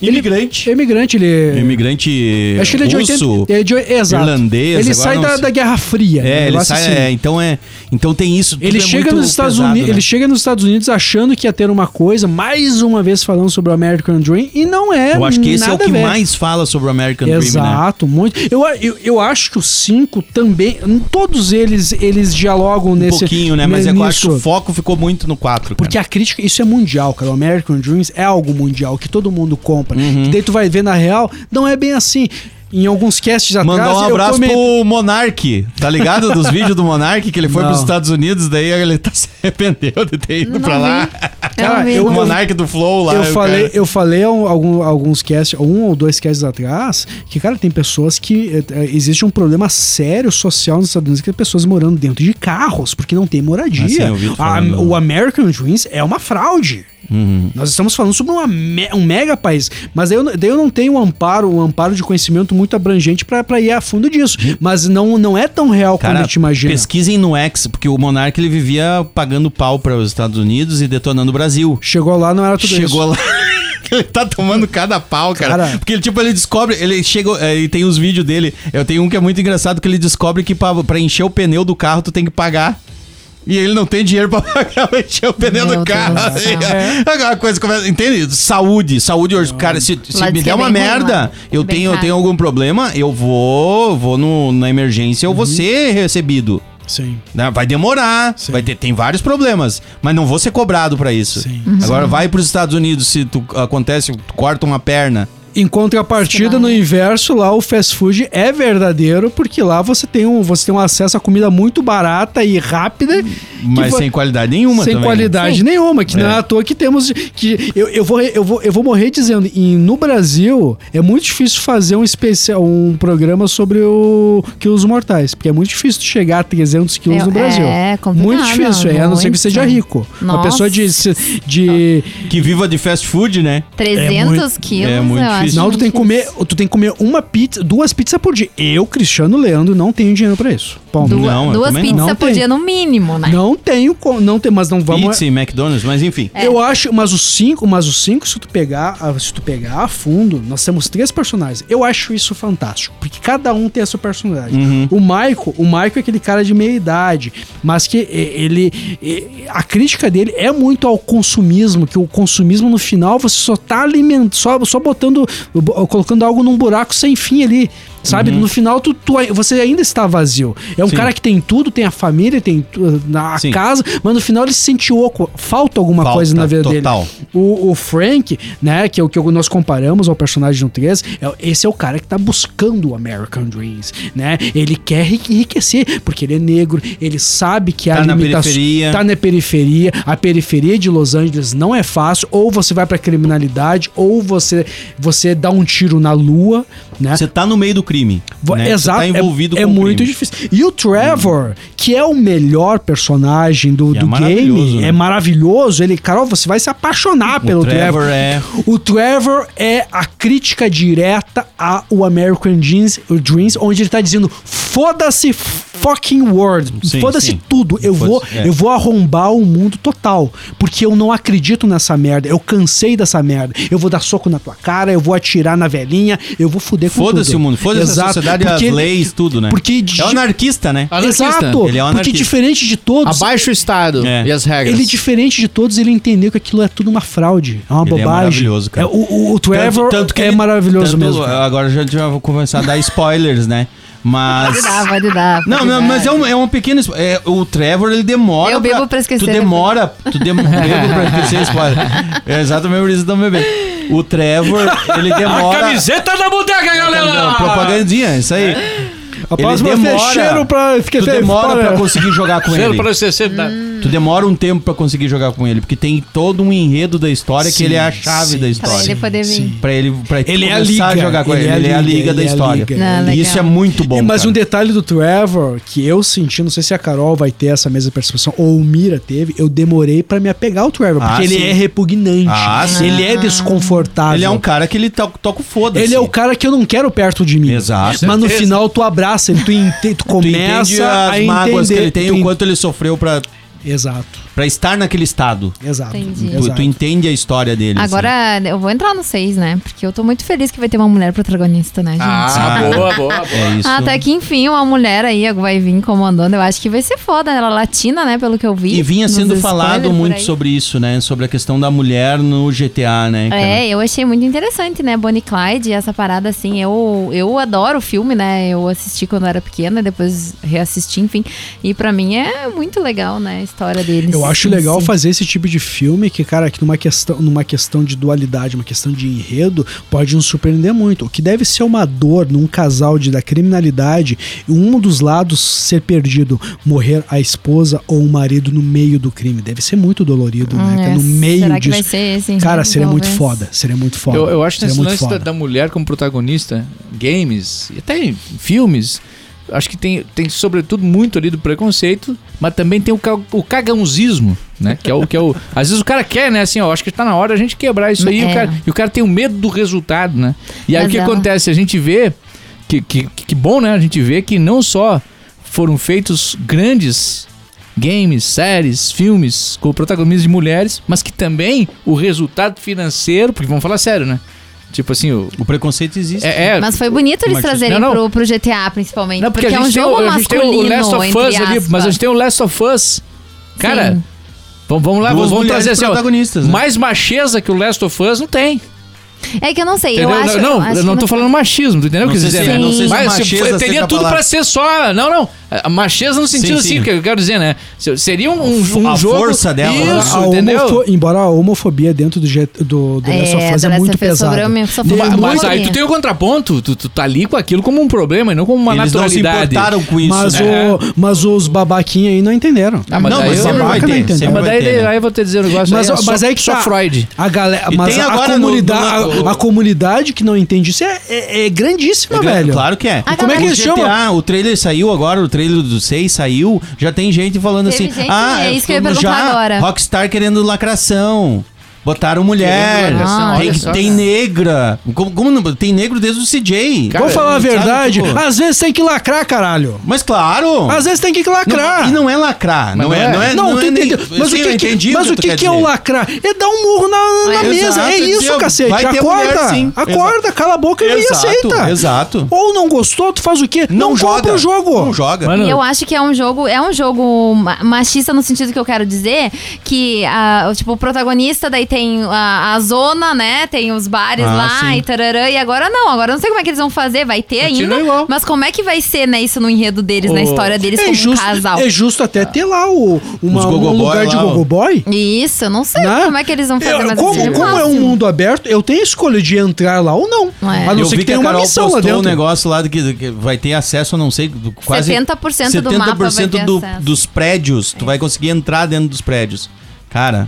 [SPEAKER 5] imigrante.
[SPEAKER 6] Imigrante, ele.
[SPEAKER 5] Imigrante
[SPEAKER 6] Acho que ele é de
[SPEAKER 5] russo.
[SPEAKER 6] 80. Ele é de, exato.
[SPEAKER 5] irlandês,
[SPEAKER 6] Ele
[SPEAKER 5] agora
[SPEAKER 6] sai
[SPEAKER 5] não
[SPEAKER 6] da,
[SPEAKER 5] sei.
[SPEAKER 6] da Guerra Fria. um
[SPEAKER 5] É, ele
[SPEAKER 6] negócio
[SPEAKER 5] sai,
[SPEAKER 6] assim.
[SPEAKER 5] é, então é, então tem isso. tudo
[SPEAKER 6] Ele
[SPEAKER 5] é
[SPEAKER 6] chega
[SPEAKER 5] muito
[SPEAKER 6] nos Estados
[SPEAKER 5] pesado,
[SPEAKER 6] Unidos,
[SPEAKER 5] né?
[SPEAKER 6] ele chega nos Estados Unidos achando que ia ter uma coisa, mais uma vez falando sobre o American Dream e não é
[SPEAKER 5] Eu acho que esse é o
[SPEAKER 6] nada
[SPEAKER 5] que
[SPEAKER 6] a ver.
[SPEAKER 5] mais fala sobre o American Dream, né?
[SPEAKER 6] Exato, muito. Eu, eu, eu acho que o 5 também, todos eles eles dialogam
[SPEAKER 5] Um
[SPEAKER 6] nesse
[SPEAKER 5] pouquinho, né? Mas eu acho que
[SPEAKER 6] nisso.
[SPEAKER 5] o foco ficou muito no 4.
[SPEAKER 6] Porque a crítica, isso é mundial, cara. O American Dreams é algo mundial, que todo mundo compra.
[SPEAKER 5] Uhum.
[SPEAKER 6] E daí tu vai ver na real, não é bem assim. Em alguns casts atrás,
[SPEAKER 5] Mandar um
[SPEAKER 6] eu
[SPEAKER 5] abraço
[SPEAKER 6] comentei-
[SPEAKER 5] pro Monark, tá ligado? Dos vídeos do Monark, que ele foi
[SPEAKER 6] Não.
[SPEAKER 5] pros Estados Unidos, daí ele tá- se arrependeu de ter ido
[SPEAKER 7] Não
[SPEAKER 5] pra
[SPEAKER 7] vi.
[SPEAKER 5] lá.
[SPEAKER 7] Eu não
[SPEAKER 6] Cara,
[SPEAKER 7] vi.
[SPEAKER 6] eu-
[SPEAKER 5] O Monark do Flow lá. o
[SPEAKER 6] eu,
[SPEAKER 5] cara- assim.
[SPEAKER 6] falei, eu falei um- algum- alguns casts, um ou dois casts atrás, que, cara, tem pessoas que. eh, Existe um problema sério social nos Estados Unidos, que é pessoas morando dentro de carros, porque não tem moradia.
[SPEAKER 5] Ah, sim, eu vi tu
[SPEAKER 6] A-
[SPEAKER 5] falando. Uhum.
[SPEAKER 6] o American Dreams é uma fraude. Nós estamos falando sobre uma me- um mega país. Mas daí eu, n- daí eu não tenho um amparo, um amparo de conhecimento muito abrangente pra pra ir a fundo disso. Mas não, não é tão real
[SPEAKER 5] Uhum. Cara,
[SPEAKER 6] quanto a gente imagina.
[SPEAKER 5] pesquisem no X, porque o Monark ele vivia pagando pau para os Estados Unidos e detonando o Brasil.
[SPEAKER 6] Chegou lá, não era tudo isso.
[SPEAKER 5] Chegou lá. Ele tá tomando cada pau, cara.
[SPEAKER 6] Cara.
[SPEAKER 5] Porque ele, tipo, ele descobre. Ele chegou. é, E tem os vídeos dele. Eu tenho um que é muito engraçado que ele descobre que pra, pra encher o pneu do carro tu tem que pagar. E ele não tem dinheiro pra pagar pra encher o pneu
[SPEAKER 7] Meu
[SPEAKER 5] do carro.
[SPEAKER 7] Deus do
[SPEAKER 5] assim,
[SPEAKER 7] céu.
[SPEAKER 6] É.
[SPEAKER 5] ó. Agora a coisa começa. Entende? Saúde. Saúde hoje. Cara, se, se
[SPEAKER 7] Lá
[SPEAKER 5] me
[SPEAKER 7] diz que
[SPEAKER 5] der
[SPEAKER 7] é
[SPEAKER 5] uma
[SPEAKER 7] bem ruim,
[SPEAKER 5] merda,
[SPEAKER 7] lá.
[SPEAKER 5] eu
[SPEAKER 7] Bem
[SPEAKER 5] tenho, eu
[SPEAKER 7] caro.
[SPEAKER 5] tenho algum problema, eu vou. Vou no, na emergência, eu vou
[SPEAKER 6] Uhum.
[SPEAKER 5] ser recebido.
[SPEAKER 6] Sim.
[SPEAKER 5] Né? Vai demorar,
[SPEAKER 6] Sim.
[SPEAKER 5] vai ter tem vários problemas, mas não vou ser cobrado pra isso.
[SPEAKER 6] Sim.
[SPEAKER 5] Agora vai pros Estados Unidos se tu acontece, tu corta uma perna.
[SPEAKER 6] Em contrapartida, no inverso, lá o fast food é verdadeiro, porque lá você tem um, você tem um acesso a comida muito barata e rápida. que
[SPEAKER 5] Mas
[SPEAKER 6] vo-
[SPEAKER 5] sem qualidade nenhuma
[SPEAKER 6] sem
[SPEAKER 5] também. né?
[SPEAKER 6] qualidade nenhuma, que não é à toa que temos. de- que eu, eu, vou, eu, vou, eu vou morrer dizendo, e no Brasil é muito difícil fazer um especial, um programa sobre o quilos mortais, porque é muito difícil tu chegar a 300 quilos
[SPEAKER 7] É,
[SPEAKER 6] no Brasil.
[SPEAKER 7] é complicado,
[SPEAKER 6] Muito difícil, é, a não ser que
[SPEAKER 7] muito.
[SPEAKER 6] seja rico. Uma
[SPEAKER 7] Nossa.
[SPEAKER 6] pessoa de, se- de
[SPEAKER 5] Que viva de fast food, né?
[SPEAKER 7] 300 quilos,
[SPEAKER 5] é muito
[SPEAKER 7] eu acho.
[SPEAKER 5] difícil.
[SPEAKER 6] Não, tu tem, que comer, tu tem que comer uma pizza, duas pizzas por dia. Eu, Cristiano Leandro, não tenho dinheiro pra isso. Bom,
[SPEAKER 7] Duas,
[SPEAKER 5] Não, eu
[SPEAKER 7] duas
[SPEAKER 5] também
[SPEAKER 6] não.
[SPEAKER 7] pizzas
[SPEAKER 6] Não
[SPEAKER 7] por
[SPEAKER 6] tem.
[SPEAKER 7] dia no mínimo, né?
[SPEAKER 6] não tenho, co- não tem, mas não vamos.
[SPEAKER 5] Pizza e McDonald's, mas enfim.
[SPEAKER 6] Eu acho, mas os cinco, mas os cinco, se tu pegar, a- se tu pegar a fundo, nós temos três personagens. Eu acho isso fantástico, porque cada um tem a sua personalidade.
[SPEAKER 5] Uhum.
[SPEAKER 6] O Michael, o Michael é aquele cara de meia idade, mas que e- ele, e- a crítica dele é muito ao consumismo, que o consumismo no final você só tá alimentando, só, só botando, bo- colocando algo num buraco sem fim ali. Sabe, no final tu, tu ai- você ainda está vazio. É um
[SPEAKER 5] Uhum. Sim.
[SPEAKER 6] cara que tem tudo, tem a família, tem tu- na a
[SPEAKER 5] Sim.
[SPEAKER 6] casa, mas no final ele se sente oco. Falta alguma
[SPEAKER 5] Falta,
[SPEAKER 6] coisa na vida
[SPEAKER 5] total.
[SPEAKER 6] dele. O, o Frank, né, que é o que nós comparamos ao personagem do 3, é- esse é o cara que tá buscando o American Dreams, né? Ele quer enri- enriquecer, porque ele é negro, ele sabe que
[SPEAKER 5] Tá
[SPEAKER 6] há
[SPEAKER 5] na
[SPEAKER 6] limitações.
[SPEAKER 5] periferia.
[SPEAKER 6] Tá na periferia. A periferia de Los Angeles não é fácil, ou você vai pra criminalidade, ou você, você dá um tiro na lua, né?
[SPEAKER 5] Você tá no meio do crime.
[SPEAKER 6] Vo-
[SPEAKER 5] né? Você
[SPEAKER 6] Exato.
[SPEAKER 5] tá envolvido
[SPEAKER 6] é,
[SPEAKER 5] com
[SPEAKER 6] é
[SPEAKER 5] o
[SPEAKER 6] muito
[SPEAKER 5] crime.
[SPEAKER 6] difícil. E o Trevor, que é o melhor personagem do,
[SPEAKER 5] E é
[SPEAKER 6] do
[SPEAKER 5] maravilhoso,
[SPEAKER 6] game,
[SPEAKER 5] né?
[SPEAKER 6] é maravilhoso. Ele, Carol, você vai se apaixonar pelo
[SPEAKER 5] Trevor
[SPEAKER 6] Trevor.
[SPEAKER 5] é-
[SPEAKER 6] O Trevor é a crítica direta ao American Dreams, o Dreams onde ele tá dizendo: foda-se fucking world.
[SPEAKER 5] Sim,
[SPEAKER 6] Foda-se
[SPEAKER 5] sim.
[SPEAKER 6] tudo. Eu vou,
[SPEAKER 5] Foda-se, é.
[SPEAKER 6] eu vou arrombar o mundo total. Porque eu não acredito nessa merda. Eu cansei dessa merda. Eu vou dar soco na tua cara, eu vou atirar na velhinha, eu vou fuder com
[SPEAKER 5] Foda-se
[SPEAKER 6] tudo.
[SPEAKER 5] o mundo, foda-se a
[SPEAKER 6] Exato,
[SPEAKER 5] sociedade, as
[SPEAKER 6] porque ele-
[SPEAKER 5] leis, tudo, né?
[SPEAKER 6] Porque de-
[SPEAKER 5] É um anarquista, né?
[SPEAKER 1] Anarquista.
[SPEAKER 6] Exato.
[SPEAKER 5] Ele é um
[SPEAKER 6] porque
[SPEAKER 5] anarquista.
[SPEAKER 6] diferente de todos,
[SPEAKER 1] Abaixa o Estado
[SPEAKER 5] É.
[SPEAKER 1] e as regras.
[SPEAKER 6] ele diferente de todos, ele entendeu que aquilo é tudo uma fraude, é uma
[SPEAKER 5] Ele é
[SPEAKER 6] bobagem.
[SPEAKER 5] maravilhoso, cara.
[SPEAKER 6] É, o, o- o Trevor é
[SPEAKER 5] ele-
[SPEAKER 6] maravilhoso
[SPEAKER 5] tanto- é,
[SPEAKER 6] mesmo. cara.
[SPEAKER 5] Agora já, já vou começar a dar spoilers, né?
[SPEAKER 7] Vai
[SPEAKER 5] Mas.
[SPEAKER 7] dar, vai dar.
[SPEAKER 5] Não,
[SPEAKER 7] vai
[SPEAKER 5] não,
[SPEAKER 7] dar.
[SPEAKER 5] mas é um, é um pequeno. spo- É, o Trevor, ele demora.
[SPEAKER 7] Eu bebo pra esquecer,
[SPEAKER 5] Tu
[SPEAKER 7] né?
[SPEAKER 5] demora. Tu dem- bebo pra esquecer spoiler. É exatamente por isso que estão bebendo. O Trevor, ele demora.
[SPEAKER 3] Camiseta da bodega,
[SPEAKER 5] Não, propagandinha, isso aí.
[SPEAKER 6] A próxima
[SPEAKER 5] demora-
[SPEAKER 6] fecheiro pra
[SPEAKER 5] Tu
[SPEAKER 6] esquecer.
[SPEAKER 5] demora
[SPEAKER 6] fora.
[SPEAKER 5] pra conseguir jogar com ele.
[SPEAKER 1] Zero para 60.
[SPEAKER 5] Tu demora um tempo pra conseguir jogar com ele, porque tem todo um enredo da história que
[SPEAKER 9] Sim,
[SPEAKER 5] ele é a
[SPEAKER 9] sim,
[SPEAKER 5] chave da
[SPEAKER 7] Pra
[SPEAKER 5] história.
[SPEAKER 7] ele poder vir.
[SPEAKER 5] Pra ele, pra tu
[SPEAKER 9] Ele é a
[SPEAKER 5] começar
[SPEAKER 9] liga,
[SPEAKER 5] a jogar com
[SPEAKER 9] ele
[SPEAKER 5] ele.
[SPEAKER 9] é a
[SPEAKER 5] Ele é a
[SPEAKER 9] liga,
[SPEAKER 5] liga
[SPEAKER 9] ele
[SPEAKER 5] da
[SPEAKER 9] é a
[SPEAKER 5] história.
[SPEAKER 9] liga.
[SPEAKER 7] Ah,
[SPEAKER 5] E
[SPEAKER 7] legal.
[SPEAKER 5] isso é muito bom.
[SPEAKER 6] Mas um
[SPEAKER 5] cara.
[SPEAKER 6] detalhe do Trevor, que eu senti, não sei se a Carol vai ter essa mesma percepção, ou o Mira teve, eu demorei pra me apegar ao Trevor,
[SPEAKER 5] Ah,
[SPEAKER 6] porque ele
[SPEAKER 5] sim.
[SPEAKER 6] é repugnante.
[SPEAKER 5] Ah, sim.
[SPEAKER 6] ele é desconfortável.
[SPEAKER 5] Ele é um cara que ele to- toca o foda-se.
[SPEAKER 6] Ele é o cara que eu não quero perto de mim.
[SPEAKER 5] Exato.
[SPEAKER 6] Mas no final tu abraça ele, tu, inte-
[SPEAKER 5] Tu
[SPEAKER 6] tu começa
[SPEAKER 5] entende
[SPEAKER 6] a
[SPEAKER 5] as
[SPEAKER 6] entender.
[SPEAKER 5] mágoas que ele tem,
[SPEAKER 6] tu
[SPEAKER 5] o
[SPEAKER 6] en-
[SPEAKER 5] quanto ele sofreu pra,
[SPEAKER 6] Exato,
[SPEAKER 5] pra estar naquele estado.
[SPEAKER 6] exato.
[SPEAKER 7] Entendi.
[SPEAKER 5] Tu,
[SPEAKER 6] exato.
[SPEAKER 5] tu entende a história dele. assim.
[SPEAKER 7] Agora eu vou entrar no 6, né? Porque eu tô muito feliz que vai ter uma mulher protagonista, né, gente? Ah,
[SPEAKER 3] Ah, boa, boa, boa.
[SPEAKER 5] É isso.
[SPEAKER 7] Até que enfim, uma mulher aí vai vir comandando. Eu acho que vai ser foda, né? Ela é latina, né? Pelo que eu vi.
[SPEAKER 5] E vinha
[SPEAKER 7] nos
[SPEAKER 5] sendo
[SPEAKER 7] spoilers
[SPEAKER 5] falado
[SPEAKER 7] por
[SPEAKER 5] muito
[SPEAKER 7] aí.
[SPEAKER 5] sobre isso, né? Sobre a questão da mulher no GTA, né? cara?
[SPEAKER 7] É, eu achei muito interessante, né? Bonnie e Clyde, essa parada assim. Eu, eu adoro o filme, né? Eu assisti quando era pequena, depois reassisti, enfim. E pra mim é muito legal, né? A história deles. assim.
[SPEAKER 6] Eu acho
[SPEAKER 7] em
[SPEAKER 6] legal
[SPEAKER 7] si.
[SPEAKER 6] fazer esse tipo de filme que, cara, que numa questão, numa questão de dualidade, uma questão de enredo, pode nos surpreender muito. O que deve ser uma dor num casal de, da criminalidade, um dos lados ser perdido, morrer a esposa ou o marido no meio do crime. Deve ser muito dolorido, né? cara?
[SPEAKER 7] É,
[SPEAKER 6] No meio
[SPEAKER 7] será que
[SPEAKER 6] disso.
[SPEAKER 7] vai ser esse,
[SPEAKER 6] cara,
[SPEAKER 7] enredo,
[SPEAKER 6] seria muito
[SPEAKER 7] talvez?
[SPEAKER 6] foda. Seria muito foda.
[SPEAKER 3] Eu, eu acho que
[SPEAKER 6] seria
[SPEAKER 3] nesse
[SPEAKER 6] muito
[SPEAKER 3] lance da, da mulher como protagonista, games, e até em filmes, acho que tem, tem sobretudo muito ali do preconceito, mas também tem o, ca- o cagãozismo, né? Que é o que é o. Às vezes o cara quer, né? Assim, ó, acho que tá na hora a gente quebrar isso aí. e o
[SPEAKER 7] É.
[SPEAKER 3] cara, e o cara tem o medo do resultado, né? E aí
[SPEAKER 7] Mas
[SPEAKER 3] o que
[SPEAKER 7] ela-
[SPEAKER 3] acontece? A gente vê. Que, que, que bom, né? A gente vê que não só foram feitos grandes games, séries, filmes com protagonistas de mulheres, mas que também o resultado financeiro, porque vamos falar sério, né? Tipo assim, o.
[SPEAKER 5] O preconceito existe.
[SPEAKER 3] É, é,
[SPEAKER 7] Mas foi bonito eles
[SPEAKER 5] Machista.
[SPEAKER 7] trazerem
[SPEAKER 3] Não, não.
[SPEAKER 7] Pro, pro GTA, principalmente.
[SPEAKER 3] não, porque,
[SPEAKER 7] porque
[SPEAKER 3] a
[SPEAKER 7] é
[SPEAKER 3] gente,
[SPEAKER 7] um
[SPEAKER 3] tem,
[SPEAKER 7] jogo
[SPEAKER 3] o, a gente tem
[SPEAKER 7] masculino,
[SPEAKER 3] o Last of
[SPEAKER 7] entre
[SPEAKER 3] Us ali, mas a
[SPEAKER 7] aspas.
[SPEAKER 3] gente tem o Last of Us. Cara,
[SPEAKER 7] Sim.
[SPEAKER 3] vamos, vamos lá,
[SPEAKER 5] Duas
[SPEAKER 3] vamos, vamos
[SPEAKER 5] mulheres
[SPEAKER 3] trazer assim, ó,
[SPEAKER 5] protagonistas, né?
[SPEAKER 3] mais macheza que o Last of Us não tem.
[SPEAKER 7] É que eu não sei,
[SPEAKER 3] Entendeu?
[SPEAKER 7] eu acho...
[SPEAKER 3] não,
[SPEAKER 7] acho
[SPEAKER 3] eu não
[SPEAKER 7] que
[SPEAKER 3] tô falando machismo, tu entendeu o
[SPEAKER 5] Não
[SPEAKER 3] que eu
[SPEAKER 5] sei
[SPEAKER 3] quis
[SPEAKER 5] se- é,
[SPEAKER 3] dizer? né?
[SPEAKER 5] não sei se
[SPEAKER 3] Mas
[SPEAKER 5] macheza
[SPEAKER 3] tipo,
[SPEAKER 5] seja
[SPEAKER 3] teria
[SPEAKER 5] a
[SPEAKER 3] tudo
[SPEAKER 5] palavra.
[SPEAKER 3] pra ser só. Não, não. A macheza no
[SPEAKER 5] Sim,
[SPEAKER 3] sentido assim,
[SPEAKER 5] sim.
[SPEAKER 3] que eu quero dizer, né? Se- Seria um, um,
[SPEAKER 5] A
[SPEAKER 3] jogo.
[SPEAKER 5] força dela, né?
[SPEAKER 3] Isso,
[SPEAKER 6] A
[SPEAKER 3] entendeu?
[SPEAKER 6] homofo- Embora a homofobia dentro do, G- do, do Last of Us é,
[SPEAKER 7] The Last
[SPEAKER 6] muito
[SPEAKER 7] of Us sobre
[SPEAKER 6] pesada.
[SPEAKER 7] homem- só
[SPEAKER 3] Ma-
[SPEAKER 7] falando
[SPEAKER 3] Mas
[SPEAKER 7] homem.
[SPEAKER 3] aí tu tem o contraponto, tu, tu tá ali com aquilo como um problema e não como uma
[SPEAKER 5] Eles não se
[SPEAKER 3] naturalidade.
[SPEAKER 5] importaram com isso.
[SPEAKER 6] Mas,
[SPEAKER 5] né?
[SPEAKER 3] né?
[SPEAKER 6] o- é mas os babaquinhos aí não entenderam.
[SPEAKER 3] Ah, mas
[SPEAKER 5] Não,
[SPEAKER 3] aí
[SPEAKER 5] mas
[SPEAKER 3] eu- Ah,
[SPEAKER 5] sempre vai
[SPEAKER 6] babaca não
[SPEAKER 5] ter,
[SPEAKER 6] entendeu.
[SPEAKER 5] sempre
[SPEAKER 3] Mas
[SPEAKER 5] vai
[SPEAKER 3] daí,
[SPEAKER 5] ter,
[SPEAKER 3] daí,
[SPEAKER 5] né?
[SPEAKER 3] eu vou te dizer um negócio.
[SPEAKER 6] Mas,
[SPEAKER 3] aí,
[SPEAKER 6] ó, mas
[SPEAKER 3] só,
[SPEAKER 6] aí que
[SPEAKER 3] só
[SPEAKER 6] tá.
[SPEAKER 3] Freud.
[SPEAKER 6] A galera,
[SPEAKER 5] E
[SPEAKER 6] mas
[SPEAKER 5] tem
[SPEAKER 6] a,
[SPEAKER 5] agora no-
[SPEAKER 6] comunidade,
[SPEAKER 5] no-
[SPEAKER 6] a, a comunidade que não entende isso é, é, é grandíssima,
[SPEAKER 5] É,
[SPEAKER 6] velho.
[SPEAKER 5] Claro que é.
[SPEAKER 7] Ah,
[SPEAKER 6] Como é que
[SPEAKER 5] O
[SPEAKER 6] eles chamam?
[SPEAKER 5] GTA, o trailer saiu agora, o trailer do 6 saiu, já tem gente falando
[SPEAKER 7] Teve
[SPEAKER 5] assim,
[SPEAKER 7] gente,
[SPEAKER 5] ah,
[SPEAKER 7] é isso que eu ia
[SPEAKER 5] estamos
[SPEAKER 7] perguntar
[SPEAKER 5] já
[SPEAKER 7] agora."
[SPEAKER 5] Rockstar querendo lacração. Botaram mulher,
[SPEAKER 3] Querendo
[SPEAKER 7] lacração,
[SPEAKER 5] tem,
[SPEAKER 7] olha só,
[SPEAKER 5] tem
[SPEAKER 7] cara.
[SPEAKER 5] negra. Como, como não- tem negro desde o CJ.
[SPEAKER 3] Cara,
[SPEAKER 6] Vamos falar a
[SPEAKER 5] sabe,
[SPEAKER 6] verdade,
[SPEAKER 5] tipo-
[SPEAKER 6] às vezes tem que lacrar, caralho.
[SPEAKER 5] Mas claro!
[SPEAKER 6] Às vezes tem que
[SPEAKER 5] Não-
[SPEAKER 6] lacrar.
[SPEAKER 5] e não é lacrar, não,
[SPEAKER 3] não
[SPEAKER 5] é,
[SPEAKER 3] é.
[SPEAKER 5] não é,
[SPEAKER 6] Não,
[SPEAKER 5] não
[SPEAKER 6] tu
[SPEAKER 5] é nem-
[SPEAKER 6] entendeu. Mas
[SPEAKER 5] Sim,
[SPEAKER 6] o
[SPEAKER 5] eu
[SPEAKER 6] que, que-
[SPEAKER 5] entendi
[SPEAKER 6] mas o
[SPEAKER 5] tu
[SPEAKER 6] que,
[SPEAKER 5] quer
[SPEAKER 6] que é o
[SPEAKER 5] dizer.
[SPEAKER 6] lacrar? É dar um murro na, na
[SPEAKER 7] Exato,
[SPEAKER 6] mesa. É
[SPEAKER 5] dizer,
[SPEAKER 6] isso,
[SPEAKER 5] vai
[SPEAKER 6] cacete.
[SPEAKER 5] ter
[SPEAKER 6] Acorda.
[SPEAKER 5] mulher, sim.
[SPEAKER 6] acorda, cala a boca e
[SPEAKER 5] Exato,
[SPEAKER 6] aceita.
[SPEAKER 5] exato.
[SPEAKER 6] Ou não gostou, tu faz o quê?
[SPEAKER 5] Não, joga.
[SPEAKER 6] compra o jogo.
[SPEAKER 5] Não joga.
[SPEAKER 3] Mano,
[SPEAKER 7] E eu acho que é um jogo, é um jogo ma- machista no sentido que eu quero dizer que ah, o- tipo, o protagonista daí tem a, a zona, né? Tem os bares
[SPEAKER 5] Ah,
[SPEAKER 7] lá
[SPEAKER 5] sim.
[SPEAKER 7] e tarará. E agora não, agora eu não sei como é que eles vão fazer, vai ter
[SPEAKER 3] Continua
[SPEAKER 7] ainda.
[SPEAKER 3] igual.
[SPEAKER 7] Mas como é que vai ser, né, isso no enredo deles, na
[SPEAKER 3] O-
[SPEAKER 7] história deles
[SPEAKER 6] É
[SPEAKER 7] como um
[SPEAKER 6] justo,
[SPEAKER 7] casal?
[SPEAKER 6] é justo até ter lá o, uma-
[SPEAKER 5] Os
[SPEAKER 6] um
[SPEAKER 5] gogoboy
[SPEAKER 6] lugar de
[SPEAKER 5] lá, ó.
[SPEAKER 6] gogoboy.
[SPEAKER 7] Isso, eu não sei
[SPEAKER 6] Né?
[SPEAKER 7] como é que eles vão fazer,
[SPEAKER 6] Eu-
[SPEAKER 7] mas
[SPEAKER 6] como
[SPEAKER 7] isso é
[SPEAKER 6] como é um
[SPEAKER 7] máximo.
[SPEAKER 6] mundo aberto, eu tenho a escolha de entrar lá ou não.
[SPEAKER 7] É.
[SPEAKER 6] A não
[SPEAKER 5] eu vi
[SPEAKER 6] ser que
[SPEAKER 5] que,
[SPEAKER 6] tenha
[SPEAKER 5] a
[SPEAKER 6] uma
[SPEAKER 5] Carol
[SPEAKER 6] missão lá
[SPEAKER 5] postou
[SPEAKER 6] dentro.
[SPEAKER 5] um negócio lá de que, que vai ter acesso, não sei, do- quase
[SPEAKER 7] 70% do mapa vai ter
[SPEAKER 5] 70% do-
[SPEAKER 7] acesso. É
[SPEAKER 5] dos prédios, tu vai conseguir entrar dentro dos prédios. Cara,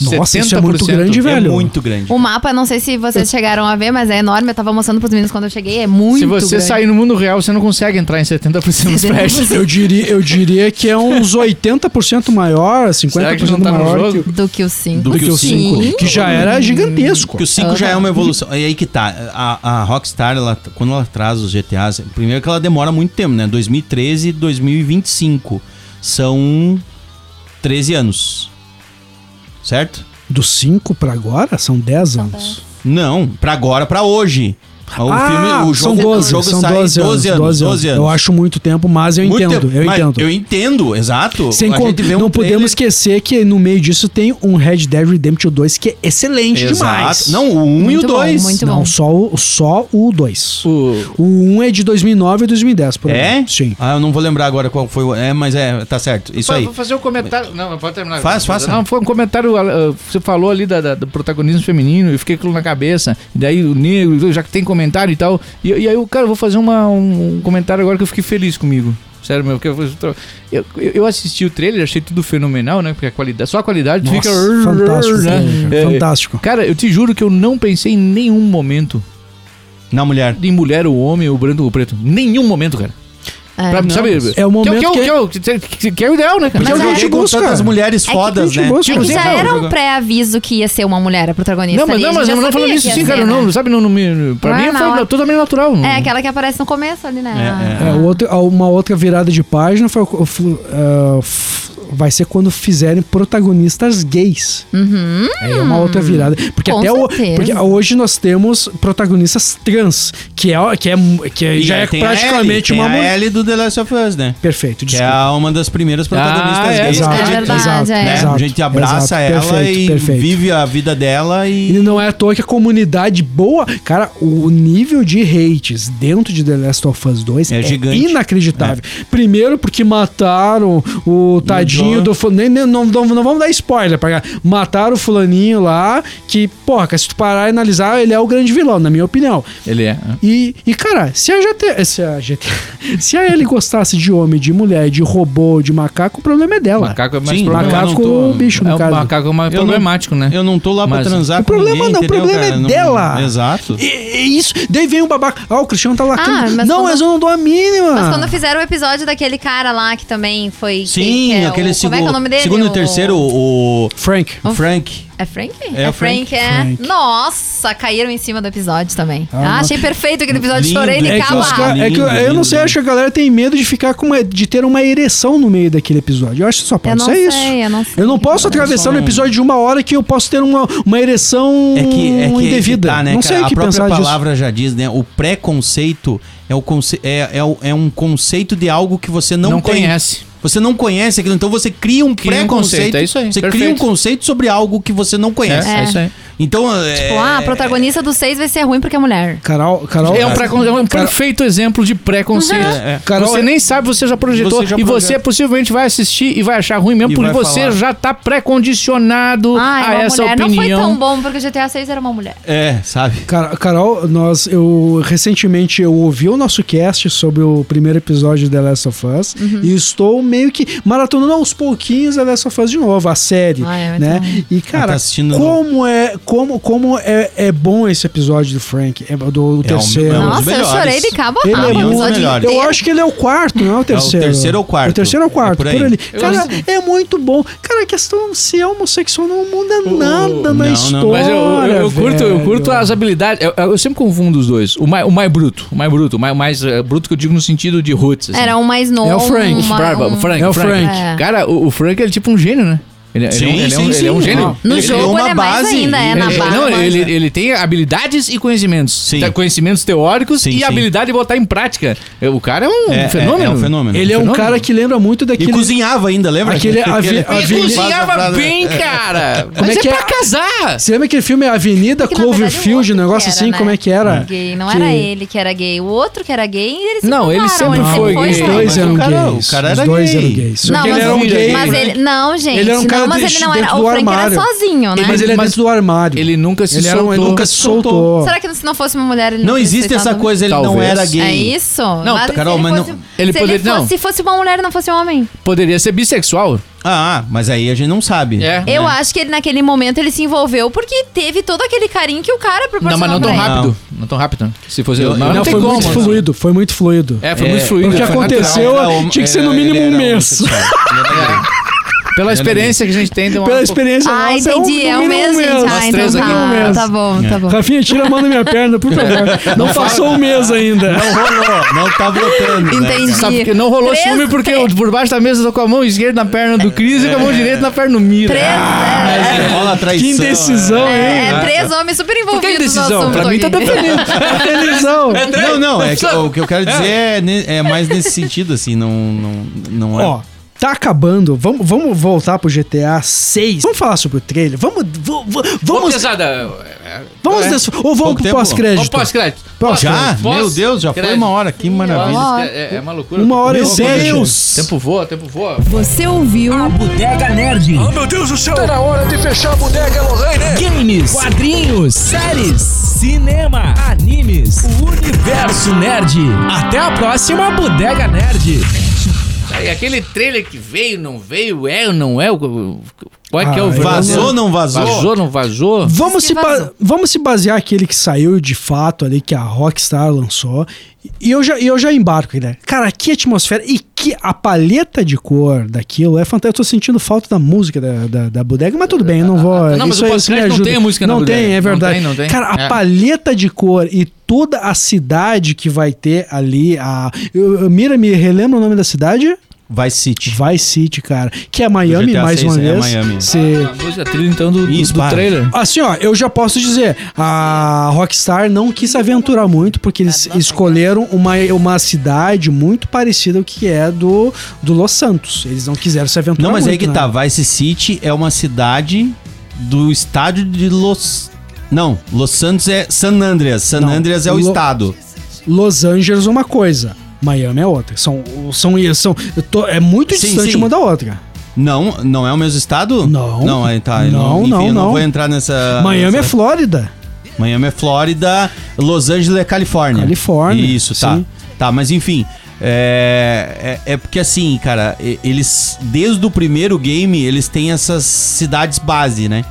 [SPEAKER 6] Nossa, isso é muito
[SPEAKER 3] 70%.
[SPEAKER 6] grande,
[SPEAKER 5] é
[SPEAKER 6] velho. um
[SPEAKER 5] muito grande.
[SPEAKER 7] O mapa, não sei se vocês chegaram a ver, mas é enorme. Eu tava mostrando pros meninos quando eu cheguei, é muito
[SPEAKER 3] se você
[SPEAKER 7] grande.
[SPEAKER 3] sair no mundo real, você não consegue entrar em 70% dos prédios.
[SPEAKER 6] Eu diria, eu diria que é uns 80% maior, 50%
[SPEAKER 3] Será que não tá no
[SPEAKER 6] maior
[SPEAKER 3] jogo?
[SPEAKER 6] que,
[SPEAKER 7] do que o 5.
[SPEAKER 6] do que o 5, que já era gigantesco.
[SPEAKER 5] Porque o 5 já é uma evolução. E aí que tá. A, a Rockstar, ela, quando ela traz os GTAs, primeiro que ela demora muito tempo, né? 2013 e 2025. São 13 anos. Certo?
[SPEAKER 6] Do 5 pra agora são 10 anos.
[SPEAKER 5] Não, pra agora, pra hoje. O filme, o jogo,
[SPEAKER 6] Ah, são 12,
[SPEAKER 5] o jogo
[SPEAKER 6] são
[SPEAKER 5] sai
[SPEAKER 6] 12 anos,
[SPEAKER 5] 12 anos. 12 anos.
[SPEAKER 6] Eu acho muito tempo, mas eu
[SPEAKER 5] Muito
[SPEAKER 6] entendo,
[SPEAKER 5] tempo,
[SPEAKER 6] eu
[SPEAKER 5] mas
[SPEAKER 6] entendo.
[SPEAKER 5] Eu entendo, exato.
[SPEAKER 6] Sem
[SPEAKER 5] A
[SPEAKER 6] con-
[SPEAKER 5] gente vê um
[SPEAKER 6] não
[SPEAKER 5] trailer-
[SPEAKER 6] podemos esquecer que no meio disso tem um Red Dead Redemption 2 que é excelente
[SPEAKER 5] Exato.
[SPEAKER 6] demais.
[SPEAKER 5] Não, o 1 um e o
[SPEAKER 7] Muito bom,
[SPEAKER 5] 2.
[SPEAKER 7] muito
[SPEAKER 6] não
[SPEAKER 7] bom.
[SPEAKER 6] só o só o 2.
[SPEAKER 3] O-
[SPEAKER 6] O 1 um é de 2009 e 2010, por
[SPEAKER 5] É?
[SPEAKER 6] exemplo. Sim.
[SPEAKER 5] Ah, eu não vou lembrar agora qual foi o. É, mas é, tá certo. Isso
[SPEAKER 3] Fa-
[SPEAKER 5] aí.
[SPEAKER 3] Vou fazer um comentário. Não, pode terminar.
[SPEAKER 5] Faz, faça.
[SPEAKER 3] Não, foi um comentário. ah, ah, Você falou ali da, da- do protagonismo feminino, eu fiquei com aquilo na cabeça. E daí o um negro, já que tem comentário e tal. E, e aí, eu, cara, eu vou fazer uma- um comentário agora que eu fiquei feliz comigo. Sério mesmo, porque eu, eu, eu assisti o trailer, achei tudo fenomenal, né? Porque a qualidade, só a qualidade
[SPEAKER 6] Nossa,
[SPEAKER 3] fica.
[SPEAKER 6] fantástico,
[SPEAKER 3] né?
[SPEAKER 6] sim,
[SPEAKER 3] É,
[SPEAKER 6] fantástico.
[SPEAKER 3] Cara, eu te juro que eu não pensei em nenhum momento
[SPEAKER 5] Na mulher.
[SPEAKER 3] em mulher ou homem, ou branco ou preto. Nenhum momento, cara.
[SPEAKER 7] É.
[SPEAKER 3] pra, sabe,
[SPEAKER 6] É o momento
[SPEAKER 3] que, é o-
[SPEAKER 6] que-
[SPEAKER 3] que é o- que é o- que- que é o ideal, né, cara?
[SPEAKER 5] Porque eu
[SPEAKER 7] Mas é-
[SPEAKER 5] joguei com
[SPEAKER 6] busca.
[SPEAKER 5] tantas mulheres
[SPEAKER 7] que
[SPEAKER 5] fodas,
[SPEAKER 6] gente
[SPEAKER 5] né?
[SPEAKER 6] busca.
[SPEAKER 7] É que já
[SPEAKER 5] Não,
[SPEAKER 7] era um
[SPEAKER 5] joga-
[SPEAKER 7] pré-aviso que ia ser uma mulher a protagonista.
[SPEAKER 3] Não, mas
[SPEAKER 7] ali, a
[SPEAKER 3] não,
[SPEAKER 7] gente
[SPEAKER 3] mas
[SPEAKER 7] já
[SPEAKER 3] eu não
[SPEAKER 7] sabia
[SPEAKER 3] falando
[SPEAKER 7] que
[SPEAKER 3] isso
[SPEAKER 7] ia
[SPEAKER 3] assim,
[SPEAKER 7] ser,
[SPEAKER 3] cara.
[SPEAKER 7] né?
[SPEAKER 3] Não, sabe, não, não me- pra
[SPEAKER 7] Não é
[SPEAKER 3] mim
[SPEAKER 7] na
[SPEAKER 3] foi
[SPEAKER 7] hora.
[SPEAKER 3] totalmente natural. não-
[SPEAKER 7] É aquela que aparece no começo ali, né?
[SPEAKER 5] É,
[SPEAKER 6] É, outra- uma outra virada de página foi o- o fu- ah, f- vai ser quando fizerem protagonistas gays. Aí é uma outra virada. Porque
[SPEAKER 7] Uhum. Com
[SPEAKER 6] até o-
[SPEAKER 7] certeza.
[SPEAKER 6] porque hoje nós temos protagonistas trans, que, é, que, é, que é-
[SPEAKER 5] E
[SPEAKER 6] já
[SPEAKER 5] aí
[SPEAKER 6] é
[SPEAKER 5] tem a
[SPEAKER 6] praticamente
[SPEAKER 5] Ellie,
[SPEAKER 6] uma
[SPEAKER 5] tem
[SPEAKER 6] mulher.
[SPEAKER 5] a Ellie do The Last of Us, né?
[SPEAKER 6] Perfeito,
[SPEAKER 5] Que
[SPEAKER 6] desculpa.
[SPEAKER 5] é uma das primeiras protagonistas
[SPEAKER 3] Ah, é,
[SPEAKER 5] gays. que a
[SPEAKER 3] exato.
[SPEAKER 7] É
[SPEAKER 5] gente-
[SPEAKER 7] verdade, é.
[SPEAKER 5] né? a gente abraça
[SPEAKER 6] exato.
[SPEAKER 5] ela
[SPEAKER 6] Perfeito,
[SPEAKER 5] e
[SPEAKER 6] perfeito.
[SPEAKER 5] vive a vida dela e.
[SPEAKER 6] E não é à toa que a comunidade boa, cara, o nível de hates dentro de The Last of Us 2
[SPEAKER 5] É
[SPEAKER 6] é,
[SPEAKER 5] gigante. né?
[SPEAKER 6] inacreditável. Primeiro porque mataram o tadinho
[SPEAKER 5] Joel.
[SPEAKER 6] do fu- nem, nem- não, não- não vamos dar spoiler, pra galera. mataram o fulaninho lá, que, porra, cara, se tu parar e analisar, ele é o grande vilão, na minha opinião.
[SPEAKER 3] Ele é.
[SPEAKER 6] E, e, cara, se a GT, se a GT, se a ele gostasse de homem, de mulher, de robô, de macaco, o problema é dela.
[SPEAKER 3] Macaco é mais
[SPEAKER 5] Sim,
[SPEAKER 3] problema-
[SPEAKER 5] eu
[SPEAKER 6] macaco,
[SPEAKER 5] não tô- um
[SPEAKER 6] bicho,
[SPEAKER 3] É
[SPEAKER 6] no
[SPEAKER 3] o
[SPEAKER 6] caso.
[SPEAKER 3] macaco é mais
[SPEAKER 5] Eu não-
[SPEAKER 3] problemático, né?
[SPEAKER 5] Eu não tô lá
[SPEAKER 3] Mas
[SPEAKER 5] pra transar
[SPEAKER 6] o
[SPEAKER 5] com
[SPEAKER 6] problema
[SPEAKER 5] ninguém,
[SPEAKER 6] não, o
[SPEAKER 5] entendeu,
[SPEAKER 6] problema
[SPEAKER 5] cara?
[SPEAKER 6] é
[SPEAKER 5] Não-
[SPEAKER 6] dela.
[SPEAKER 5] Exato.
[SPEAKER 6] E- e isso, daí vem um babaca. Ah, o Cristiano tá
[SPEAKER 7] Ah,
[SPEAKER 6] lacrando.
[SPEAKER 7] mas
[SPEAKER 6] não,
[SPEAKER 7] quando-
[SPEAKER 6] mas eu não dou a mínima.
[SPEAKER 7] Mas quando fizeram o episódio daquele cara lá que também foi.
[SPEAKER 5] Sim,
[SPEAKER 7] que- que é
[SPEAKER 5] aquele
[SPEAKER 7] o,
[SPEAKER 5] segundo.
[SPEAKER 7] Como é que é o nome dele?
[SPEAKER 5] Segundo e
[SPEAKER 7] O-
[SPEAKER 5] terceiro, o. o
[SPEAKER 6] Frank.
[SPEAKER 7] O-
[SPEAKER 5] Frank.
[SPEAKER 7] É Frank?
[SPEAKER 5] É o Frank.
[SPEAKER 7] é.
[SPEAKER 6] Frank.
[SPEAKER 7] Nossa, caíram em cima do episódio também.
[SPEAKER 6] Ah,
[SPEAKER 7] Ah,
[SPEAKER 6] mas-
[SPEAKER 7] achei perfeito aquele episódio,
[SPEAKER 5] Lindo,
[SPEAKER 7] chorei de
[SPEAKER 5] é que
[SPEAKER 7] cabo
[SPEAKER 5] os
[SPEAKER 7] a
[SPEAKER 5] caras-
[SPEAKER 7] rabo.
[SPEAKER 6] É que eu,
[SPEAKER 5] Lindo,
[SPEAKER 6] eu não
[SPEAKER 5] lindo,
[SPEAKER 6] sei, eu acho que a galera tem medo de ficar com uma, de ter uma ereção no meio daquele episódio. Eu acho que só pode
[SPEAKER 7] não
[SPEAKER 6] ser
[SPEAKER 7] sei,
[SPEAKER 6] isso.
[SPEAKER 7] eu não sei.
[SPEAKER 6] Eu não posso atravessar um episódio de uma hora que eu posso ter uma, uma ereção
[SPEAKER 3] um
[SPEAKER 5] É que é que
[SPEAKER 6] indevida.
[SPEAKER 5] é que tá, né,
[SPEAKER 6] não
[SPEAKER 5] cara?
[SPEAKER 6] sei o
[SPEAKER 5] a
[SPEAKER 6] que
[SPEAKER 5] própria
[SPEAKER 6] pensar disso.
[SPEAKER 5] palavra já diz, né? O preconceito é, o conce é, é, o- é um conceito de algo que você não,
[SPEAKER 3] Não,
[SPEAKER 5] tem.
[SPEAKER 3] conhece.
[SPEAKER 5] Você não conhece aquilo, então você cria um
[SPEAKER 3] Cria um
[SPEAKER 5] preconceito.
[SPEAKER 3] conceito, é isso aí,
[SPEAKER 5] Você cria um
[SPEAKER 3] perfeito.
[SPEAKER 5] conceito sobre algo que você não
[SPEAKER 3] É,
[SPEAKER 5] conhece.
[SPEAKER 3] é isso aí.
[SPEAKER 5] Então, é,
[SPEAKER 7] Tipo, ah, a protagonista do seis vai ser ruim porque é mulher.
[SPEAKER 6] Carol, Carol,
[SPEAKER 3] É um, precon- é um perfeito exemplo de preconceito.
[SPEAKER 6] Carol,
[SPEAKER 3] você
[SPEAKER 6] é-
[SPEAKER 3] nem sabe, você já projetou.
[SPEAKER 5] Você já
[SPEAKER 3] e
[SPEAKER 5] projeta.
[SPEAKER 3] você possivelmente vai assistir e vai achar ruim mesmo,
[SPEAKER 5] E
[SPEAKER 3] porque
[SPEAKER 5] vai
[SPEAKER 3] você
[SPEAKER 5] falar.
[SPEAKER 3] já tá pré-condicionado
[SPEAKER 7] Ah, é
[SPEAKER 3] a
[SPEAKER 7] uma
[SPEAKER 3] essa
[SPEAKER 7] mulher. Não foi
[SPEAKER 3] opinião.
[SPEAKER 7] tão bom porque o GTA 6 era uma mulher.
[SPEAKER 5] é, sabe?
[SPEAKER 6] Cara- Carol, nós eu recentemente eu ouvi o nosso cast sobre o primeiro episódio de The Last of Us
[SPEAKER 7] Uhum.
[SPEAKER 6] e estou meio que maratonando aos pouquinhos The Last of Us de novo, a série,
[SPEAKER 7] Ah, é muito
[SPEAKER 6] né? E
[SPEAKER 5] Ela tá
[SPEAKER 6] cara,
[SPEAKER 5] assistindo no-
[SPEAKER 6] como é como como é, é bom esse episódio do Frank, é, do, do
[SPEAKER 5] É um-
[SPEAKER 6] terceiro.
[SPEAKER 5] é um-
[SPEAKER 7] Nossa, eu
[SPEAKER 5] melhores.
[SPEAKER 7] chorei de cabo
[SPEAKER 6] Ele
[SPEAKER 7] a rabo.
[SPEAKER 5] é
[SPEAKER 7] o
[SPEAKER 5] um dos
[SPEAKER 7] episódio
[SPEAKER 5] melhores.
[SPEAKER 7] inteiro.
[SPEAKER 6] Eu acho que ele é o quarto, não é o terceiro.
[SPEAKER 5] terceiro ou o quarto.
[SPEAKER 6] O terceiro ou o quarto,
[SPEAKER 5] É por
[SPEAKER 6] por,
[SPEAKER 5] aí.
[SPEAKER 6] ali. Cara, é muito bom. Cara, a questão se é homossexual não muda nada na
[SPEAKER 5] não,
[SPEAKER 6] história.
[SPEAKER 5] não,
[SPEAKER 3] Mas eu, eu- eu curto, eu
[SPEAKER 6] velho.
[SPEAKER 3] curto as habilidades. Eu, eu sempre confundo os dois. O mais, o mais bruto, o mais bruto, o mais, o mais, eh, bruto que eu digo no sentido de roots. assim.
[SPEAKER 7] Era um mais novo.
[SPEAKER 6] É o Frank.
[SPEAKER 7] uma-
[SPEAKER 3] Barba,
[SPEAKER 7] um-
[SPEAKER 3] Frank,
[SPEAKER 6] É o
[SPEAKER 3] Frank.
[SPEAKER 6] Frank.
[SPEAKER 7] É.
[SPEAKER 3] Cara, o, o Frank ele é tipo um gênio, né? Ele, ele é um-
[SPEAKER 5] Sim,
[SPEAKER 3] ele é um,
[SPEAKER 5] sim,
[SPEAKER 3] ele é um
[SPEAKER 5] sim.
[SPEAKER 3] gênio.
[SPEAKER 5] Não,
[SPEAKER 7] No
[SPEAKER 5] Ele
[SPEAKER 7] jogo
[SPEAKER 5] ganhou uma
[SPEAKER 7] ele é mais
[SPEAKER 5] base.
[SPEAKER 7] ainda, é na
[SPEAKER 3] Ele-
[SPEAKER 7] barra.
[SPEAKER 3] não,
[SPEAKER 7] mas-
[SPEAKER 3] ele, ele tem habilidades e conhecimentos.
[SPEAKER 5] Sim.
[SPEAKER 3] Tá, Conhecimentos teóricos
[SPEAKER 5] Sim,
[SPEAKER 3] e
[SPEAKER 5] sim.
[SPEAKER 3] habilidade de botar em prática. É, O cara é um
[SPEAKER 5] É, é-
[SPEAKER 3] fenômeno.
[SPEAKER 5] é um fenômeno.
[SPEAKER 6] Ele é um
[SPEAKER 3] Fenômeno.
[SPEAKER 6] cara que lembra muito
[SPEAKER 5] E
[SPEAKER 6] daquele
[SPEAKER 5] cozinhava ainda, lembra?
[SPEAKER 6] Aquele avi-
[SPEAKER 3] Ele
[SPEAKER 5] um
[SPEAKER 6] avi-
[SPEAKER 3] cozinhava bem, cara. Mas
[SPEAKER 6] é
[SPEAKER 3] é,
[SPEAKER 6] que é?
[SPEAKER 3] pra casar.
[SPEAKER 6] Você lembra aquele filme Avenida
[SPEAKER 7] É Que, na verdade, o outro
[SPEAKER 6] Cloverfield, um negócio
[SPEAKER 7] que era,
[SPEAKER 6] assim?
[SPEAKER 7] né?
[SPEAKER 6] Como é que era?
[SPEAKER 7] Gay. Não
[SPEAKER 6] Que-
[SPEAKER 7] era ele que era gay. O outro que era gay, eles se
[SPEAKER 3] Não, ele
[SPEAKER 7] casaram,
[SPEAKER 3] sempre foi
[SPEAKER 7] sempre
[SPEAKER 3] gay.
[SPEAKER 6] Os
[SPEAKER 7] foi
[SPEAKER 6] dois
[SPEAKER 5] Mas
[SPEAKER 6] eram
[SPEAKER 5] o cara-
[SPEAKER 6] gays.
[SPEAKER 5] o cara era
[SPEAKER 6] Os dois
[SPEAKER 5] gay.
[SPEAKER 6] eram gays. Só
[SPEAKER 7] Não,
[SPEAKER 6] que
[SPEAKER 7] mas,
[SPEAKER 6] ele era um
[SPEAKER 3] ele-
[SPEAKER 6] gay.
[SPEAKER 7] mas
[SPEAKER 3] né?
[SPEAKER 7] ele. Não, gente.
[SPEAKER 6] Ele era um cara
[SPEAKER 7] não, mas
[SPEAKER 6] desse-
[SPEAKER 7] ele não
[SPEAKER 6] dentro
[SPEAKER 7] era.
[SPEAKER 6] do
[SPEAKER 7] O Frank
[SPEAKER 6] armário.
[SPEAKER 7] era sozinho, né?
[SPEAKER 6] Mas ele é
[SPEAKER 3] Mas-
[SPEAKER 6] dentro do armário.
[SPEAKER 3] Ele nunca se
[SPEAKER 6] Ele era um-
[SPEAKER 3] soltou.
[SPEAKER 6] ele nunca se soltou.
[SPEAKER 7] Será que se não fosse uma mulher, ele
[SPEAKER 5] Não
[SPEAKER 7] teria
[SPEAKER 5] existe essa
[SPEAKER 7] aceitado?
[SPEAKER 5] coisa, ele não
[SPEAKER 3] Talvez.
[SPEAKER 5] era gay.
[SPEAKER 7] É isso?
[SPEAKER 3] Não,
[SPEAKER 7] mas
[SPEAKER 5] Carol,
[SPEAKER 7] se ele
[SPEAKER 5] mas
[SPEAKER 7] fosse,
[SPEAKER 5] não-
[SPEAKER 3] ele
[SPEAKER 7] se
[SPEAKER 3] poderia-
[SPEAKER 7] fosse,
[SPEAKER 3] não.
[SPEAKER 7] Se fosse uma mulher, não fosse um homem.
[SPEAKER 3] Poderia ser bissexual.
[SPEAKER 5] Ah, mas aí a gente não sabe.
[SPEAKER 3] É.
[SPEAKER 7] Eu acho que ele, naquele momento, ele se envolveu porque teve todo aquele carinho que o cara proporcionou
[SPEAKER 3] Não, mas não
[SPEAKER 7] pra
[SPEAKER 3] tão
[SPEAKER 7] ele.
[SPEAKER 3] rápido. Não tão rápido. Se fosse.
[SPEAKER 5] Eu-
[SPEAKER 3] mas
[SPEAKER 5] eu-
[SPEAKER 3] não,
[SPEAKER 6] Não,
[SPEAKER 3] tem
[SPEAKER 6] foi
[SPEAKER 3] como.
[SPEAKER 6] muito
[SPEAKER 3] né?
[SPEAKER 6] fluido, foi muito fluido.
[SPEAKER 3] É, foi muito
[SPEAKER 6] O
[SPEAKER 3] fluido.
[SPEAKER 6] que
[SPEAKER 3] foi natural. É.
[SPEAKER 6] aconteceu tinha que ser no mínimo é um mês.
[SPEAKER 3] Pela experiência que a gente tem, tem uma-
[SPEAKER 6] Pela experiência
[SPEAKER 7] Ah,
[SPEAKER 6] nossa,
[SPEAKER 7] entendi. É o
[SPEAKER 6] um, no
[SPEAKER 7] mesmo,
[SPEAKER 6] mínimo um
[SPEAKER 7] gente.
[SPEAKER 6] mês.
[SPEAKER 7] Ah,
[SPEAKER 3] Nós três
[SPEAKER 7] então
[SPEAKER 3] aqui, um
[SPEAKER 7] tá.
[SPEAKER 3] mês.
[SPEAKER 7] Tá bom, tá bom.
[SPEAKER 6] Rafinha, tira a mão da minha perna, por favor. Não passou um mês ainda.
[SPEAKER 5] Não rolou, não tá voltando.
[SPEAKER 7] Entendi.
[SPEAKER 5] Né,
[SPEAKER 3] Sabe porque não rolou
[SPEAKER 7] Três-
[SPEAKER 3] ciúme porque eu, por baixo da mesa tô com a mão esquerda na perna do Cris e com a mão direita na perna do Mira.
[SPEAKER 7] Três,
[SPEAKER 5] cara?
[SPEAKER 7] é,
[SPEAKER 5] Mas rola a traição. né?
[SPEAKER 6] Que indecisão, né? hein?
[SPEAKER 7] é, três homens super envolvidos. no
[SPEAKER 3] né? decisão?
[SPEAKER 7] assunto
[SPEAKER 3] Pra mim tá
[SPEAKER 7] aqui.
[SPEAKER 6] Indecisão.
[SPEAKER 5] Não, não, é que- o que eu quero dizer é, ne- é mais nesse sentido, assim, não, não, não é.
[SPEAKER 6] Ó, tá acabando. Vamos, vamos voltar pro GTA 6. Vamos falar sobre o trailer. Vamos. vo- vo-
[SPEAKER 3] Ô,
[SPEAKER 6] vamos.
[SPEAKER 3] pesada.
[SPEAKER 6] Vamos.
[SPEAKER 3] é.
[SPEAKER 6] des- Ou vamos
[SPEAKER 5] Pouco
[SPEAKER 6] pro
[SPEAKER 5] tempo.
[SPEAKER 3] Ô,
[SPEAKER 6] pós-crédito.
[SPEAKER 3] pós-crédito.
[SPEAKER 6] Pós-
[SPEAKER 5] já?
[SPEAKER 3] Pós-
[SPEAKER 5] Meu Deus, já foi
[SPEAKER 3] crédito.
[SPEAKER 5] uma hora, que maravilha.
[SPEAKER 7] Ó.
[SPEAKER 3] É, é uma loucura.
[SPEAKER 6] Uma hora e
[SPEAKER 3] Tempo
[SPEAKER 6] seis.
[SPEAKER 3] voa,
[SPEAKER 5] Deus.
[SPEAKER 3] Tempo voa, tempo voa.
[SPEAKER 8] Você ouviu
[SPEAKER 10] Bodega Nerd. Oh, meu Deus do céu. Tá na hora de fechar a bodega, é né? Lorraine.
[SPEAKER 8] games, quadrinhos, séries, cinema, animes, o universo nerd. Até a próxima Bodega Nerd.
[SPEAKER 3] E aquele trailer que veio, não veio, é ou não é? o- Qual é que é o
[SPEAKER 6] Ah,
[SPEAKER 5] Vazou, não vazou?
[SPEAKER 3] Vazou, não vazou?
[SPEAKER 6] Vamos
[SPEAKER 7] Se
[SPEAKER 6] se, ba-
[SPEAKER 7] vazou.
[SPEAKER 6] vamos se basear aquele que saiu de fato ali, que a Rockstar lançou. E eu já, e eu já embarco, né? Cara, que atmosfera e que a paleta de cor daquilo é fantástica. Eu tô sentindo falta da música da, da, da bodega, mas tudo bem, eu não vou.
[SPEAKER 3] Não, mas
[SPEAKER 6] isso
[SPEAKER 3] o
[SPEAKER 6] aí,
[SPEAKER 3] podcast
[SPEAKER 6] isso me
[SPEAKER 3] não
[SPEAKER 6] ajuda.
[SPEAKER 3] tem a música na
[SPEAKER 6] Não
[SPEAKER 3] bodega.
[SPEAKER 6] tem, é
[SPEAKER 3] Não
[SPEAKER 6] verdade.
[SPEAKER 3] tem, não tem.
[SPEAKER 6] Cara, a
[SPEAKER 3] É.
[SPEAKER 6] paleta de cor e toda a cidade que vai ter ali. A... Eu, eu- mira, me relembra o nome da cidade?
[SPEAKER 5] Vai City.
[SPEAKER 6] Vice City, cara. Que é Miami,
[SPEAKER 5] GTA
[SPEAKER 6] mais
[SPEAKER 5] VI,
[SPEAKER 6] uma
[SPEAKER 5] é
[SPEAKER 6] vez.
[SPEAKER 5] Miami.
[SPEAKER 6] Se-
[SPEAKER 3] A música trilha então do, do-
[SPEAKER 5] Isso,
[SPEAKER 3] do
[SPEAKER 5] para.
[SPEAKER 3] trailer.
[SPEAKER 6] Assim, ó, eu já posso dizer, a Rockstar não quis se aventurar muito, porque eles escolheram uma, uma cidade muito parecida ao que é do, do Los Santos. Eles não quiseram se aventurar
[SPEAKER 5] Não, mas
[SPEAKER 6] muito,
[SPEAKER 5] aí que
[SPEAKER 6] né?
[SPEAKER 5] tá. Vice City é uma cidade do estádio de Los. Não, Los Santos é San Andreas. San
[SPEAKER 6] Não,
[SPEAKER 5] Andreas é o
[SPEAKER 6] Lo-
[SPEAKER 5] estado.
[SPEAKER 6] Los Angeles é uma coisa, Miami é outra. São, são, são, eu tô- é muito
[SPEAKER 5] Sim,
[SPEAKER 6] distante
[SPEAKER 5] sim.
[SPEAKER 6] uma da outra.
[SPEAKER 5] Não, não é o mesmo estado?
[SPEAKER 6] Não.
[SPEAKER 5] Não, aí tá. eu
[SPEAKER 6] Não,
[SPEAKER 5] enfim,
[SPEAKER 6] não,
[SPEAKER 5] eu
[SPEAKER 6] não.
[SPEAKER 5] vou entrar nessa.
[SPEAKER 6] Miami é
[SPEAKER 5] nessa-
[SPEAKER 6] Flórida.
[SPEAKER 5] Miami é Flórida, Los Angeles é Califórnia.
[SPEAKER 6] Califórnia,
[SPEAKER 5] Isso, tá.
[SPEAKER 6] sim.
[SPEAKER 5] Tá, mas enfim. É, é, é porque assim, cara, e- eles. Desde o primeiro game, eles têm essas cidades base, né?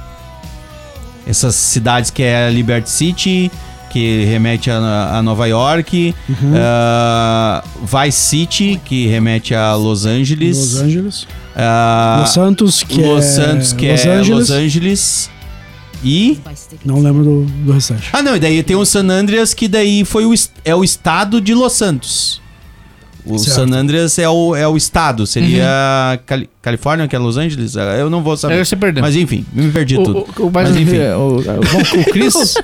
[SPEAKER 5] Essas cidades que é a Liberty City, que remete a, a Nova York,
[SPEAKER 6] Uhum.
[SPEAKER 5] ah, Vice City, que remete a Los Angeles.
[SPEAKER 6] Los Angeles.
[SPEAKER 5] ah,
[SPEAKER 6] Los Santos, que
[SPEAKER 5] Los
[SPEAKER 6] é...
[SPEAKER 5] Santos, que
[SPEAKER 6] Los
[SPEAKER 5] é
[SPEAKER 6] Angeles.
[SPEAKER 5] Los Angeles. E.
[SPEAKER 6] Não lembro do, do restante.
[SPEAKER 5] Ah, não, e daí tem o San Andreas, que daí foi o, es- é o estado de Los Santos. O
[SPEAKER 6] Certo. Uhum.
[SPEAKER 5] San Andreas é o, é o estado, seria Cali- Califórnia, que é Los Angeles? Eu não vou saber.
[SPEAKER 3] Aí você perdeu.
[SPEAKER 5] Mas enfim, me perdi
[SPEAKER 3] O,
[SPEAKER 5] tudo.
[SPEAKER 3] o, o, mas,
[SPEAKER 5] Mas, enfim.
[SPEAKER 3] o, o, o Chris,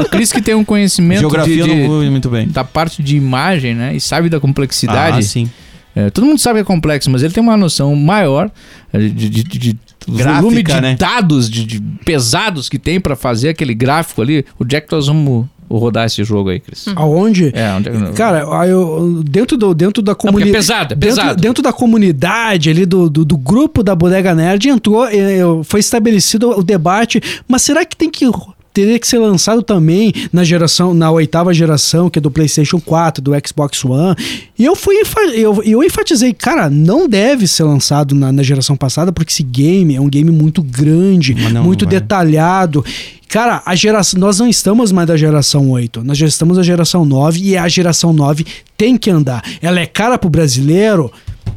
[SPEAKER 3] o Chris que tem um conhecimento
[SPEAKER 5] Geografia
[SPEAKER 3] de-
[SPEAKER 5] eu
[SPEAKER 3] de-
[SPEAKER 5] não vou muito bem.
[SPEAKER 3] da tá parte de imagem, né? E sabe da complexidade.
[SPEAKER 5] Ah, sim.
[SPEAKER 3] É, todo mundo sabe que é complexo, mas ele tem uma noção maior é, de, de, de- de
[SPEAKER 5] Gráfica,
[SPEAKER 3] volume de
[SPEAKER 5] né?
[SPEAKER 3] dados de, de pesados que tem pra fazer aquele gráfico ali. O Jack, nós vamos rodar esse jogo aí, Cris.
[SPEAKER 5] Hum.
[SPEAKER 6] Aonde?
[SPEAKER 3] É, onde é que-
[SPEAKER 6] Cara, aí eu- dentro, do, dentro da
[SPEAKER 3] porque é
[SPEAKER 6] comunidade.
[SPEAKER 3] pesado, é pesado.
[SPEAKER 6] Dentro, dentro da comunidade ali, do, do, do grupo da Bodega Nerd, entrou, eh, eu- foi estabelecido o debate, mas será que tem que. Teria que ser lançado também na geração, na oitava geração, que é do PlayStation 4, do Xbox One. E eu fui enfa- eu, eu enfatizei, cara, não deve ser lançado na, na geração passada, porque esse game é um game muito grande,
[SPEAKER 5] Mas não
[SPEAKER 6] muito
[SPEAKER 5] vai.
[SPEAKER 6] detalhado detalhado. Cara, a geração, nós não estamos mais da geração 8, nós já estamos da geração 9 e a geração 9 tem que andar. Ela é cara pro brasileiro,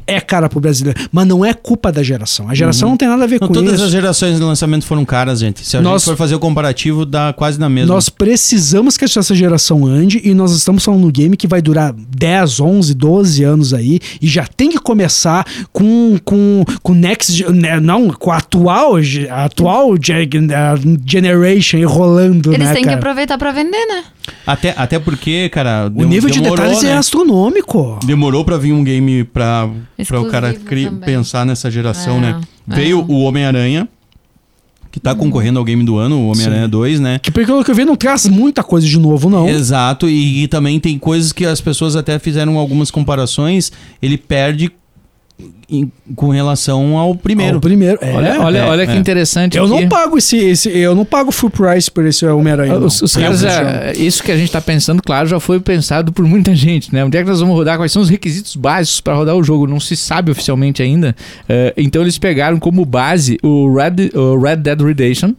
[SPEAKER 6] é cara pro brasileiro, mas não é culpa da geração. A geração não tem nada a ver
[SPEAKER 5] Uhum. Não,
[SPEAKER 6] com
[SPEAKER 5] todas as
[SPEAKER 6] isso.
[SPEAKER 5] gerações de lançamento foram caras, gente. Se a
[SPEAKER 6] Nós-
[SPEAKER 5] gente for fazer o comparativo, dá quase na mesma.
[SPEAKER 6] Nós precisamos que essa geração ande e nós estamos falando de um game que vai durar 10, 11, 12 anos aí e já tem que começar com com, com next gen- né, não, com a atual ge- a atual ge- a generation rolando,
[SPEAKER 7] Eles
[SPEAKER 6] né,
[SPEAKER 7] têm que
[SPEAKER 6] cara?
[SPEAKER 7] aproveitar pra vender, né?
[SPEAKER 5] Até, até porque, cara. né?
[SPEAKER 6] O nível de detalhes é astronômico.
[SPEAKER 5] Demorou pra vir um game pra, pra o
[SPEAKER 7] Exclusivo
[SPEAKER 5] cara cri-
[SPEAKER 7] também.
[SPEAKER 5] pensar nessa geração,
[SPEAKER 7] É,
[SPEAKER 5] né?
[SPEAKER 7] é. Hum.
[SPEAKER 5] Veio o Homem-Aranha, que tá concorrendo ao game do ano, o Homem-Aranha 2, né?
[SPEAKER 6] Que pelo que eu vi não traz muita coisa de novo, não.
[SPEAKER 3] Então-
[SPEAKER 5] Exato, e, e também tem coisas que as pessoas até fizeram algumas comparações, ele perde em- com relação ao primeiro.
[SPEAKER 6] Ao primeiro. É.
[SPEAKER 3] Olha, olha,
[SPEAKER 5] é,
[SPEAKER 3] olha que
[SPEAKER 5] é.
[SPEAKER 3] interessante.
[SPEAKER 6] eu
[SPEAKER 3] aqui. Ah,
[SPEAKER 6] não pago esse, esse. Eu não pago full price por esse Homem-Aranha.
[SPEAKER 3] Os, os
[SPEAKER 6] não.
[SPEAKER 3] caras,
[SPEAKER 6] Eu
[SPEAKER 3] é, isso que a gente tá pensando, claro, já foi pensado por muita gente, né? Onde é que nós vamos rodar? Quais são os requisitos básicos para rodar o jogo? Não se sabe oficialmente ainda. Eh, então eles pegaram como base o Red, o Red Dead Redemption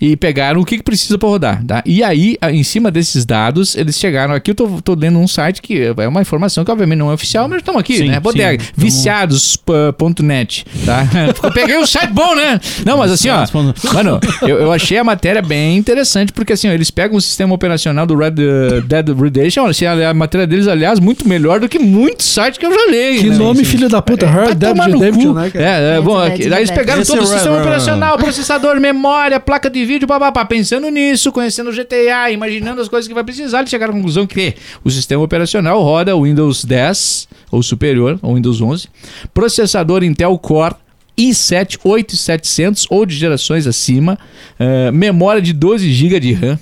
[SPEAKER 3] e pegaram o que, que precisa para rodar, tá? E aí, a- em cima desses dados, eles chegaram aqui. Eu tô, tô lendo um site que é uma informação que obviamente não é oficial, mas estamos aqui,
[SPEAKER 5] Sim,
[SPEAKER 3] né? Bodega,
[SPEAKER 5] sim.
[SPEAKER 3] viciados.net, tá? Eu peguei um site bom, né? Não, mas assim, ó. Mano, eu, eu achei a matéria bem interessante, porque assim, ó, eles pegam o sistema operacional do Red eh, Dead Redemption, assim, a, a matéria deles, aliás, muito melhor do que muitos sites que eu já leio.
[SPEAKER 6] Que
[SPEAKER 3] né?
[SPEAKER 6] nome,
[SPEAKER 3] Assim,
[SPEAKER 6] filho da puta. Her
[SPEAKER 3] Vai
[SPEAKER 6] Dead
[SPEAKER 3] tomar no
[SPEAKER 6] Redemption,
[SPEAKER 3] cu.
[SPEAKER 6] né, cara?
[SPEAKER 3] É, é, bom,
[SPEAKER 7] Red
[SPEAKER 3] aqui-
[SPEAKER 7] Dead
[SPEAKER 3] daí eles pegaram
[SPEAKER 5] Esse
[SPEAKER 3] todo
[SPEAKER 5] é
[SPEAKER 3] o
[SPEAKER 5] o
[SPEAKER 3] sistema
[SPEAKER 5] Red-
[SPEAKER 3] operacional, processador, memória, placa de vídeo, papapá. Pensando nisso, conhecendo o GTA, imaginando as coisas que vai precisar, eles chegaram à conclusão que o sistema operacional roda Windows 10 ou superior, ou Windows 11, processador Intel Core i7 8700 ou de gerações acima, eh, memória de 12 GB de RAM.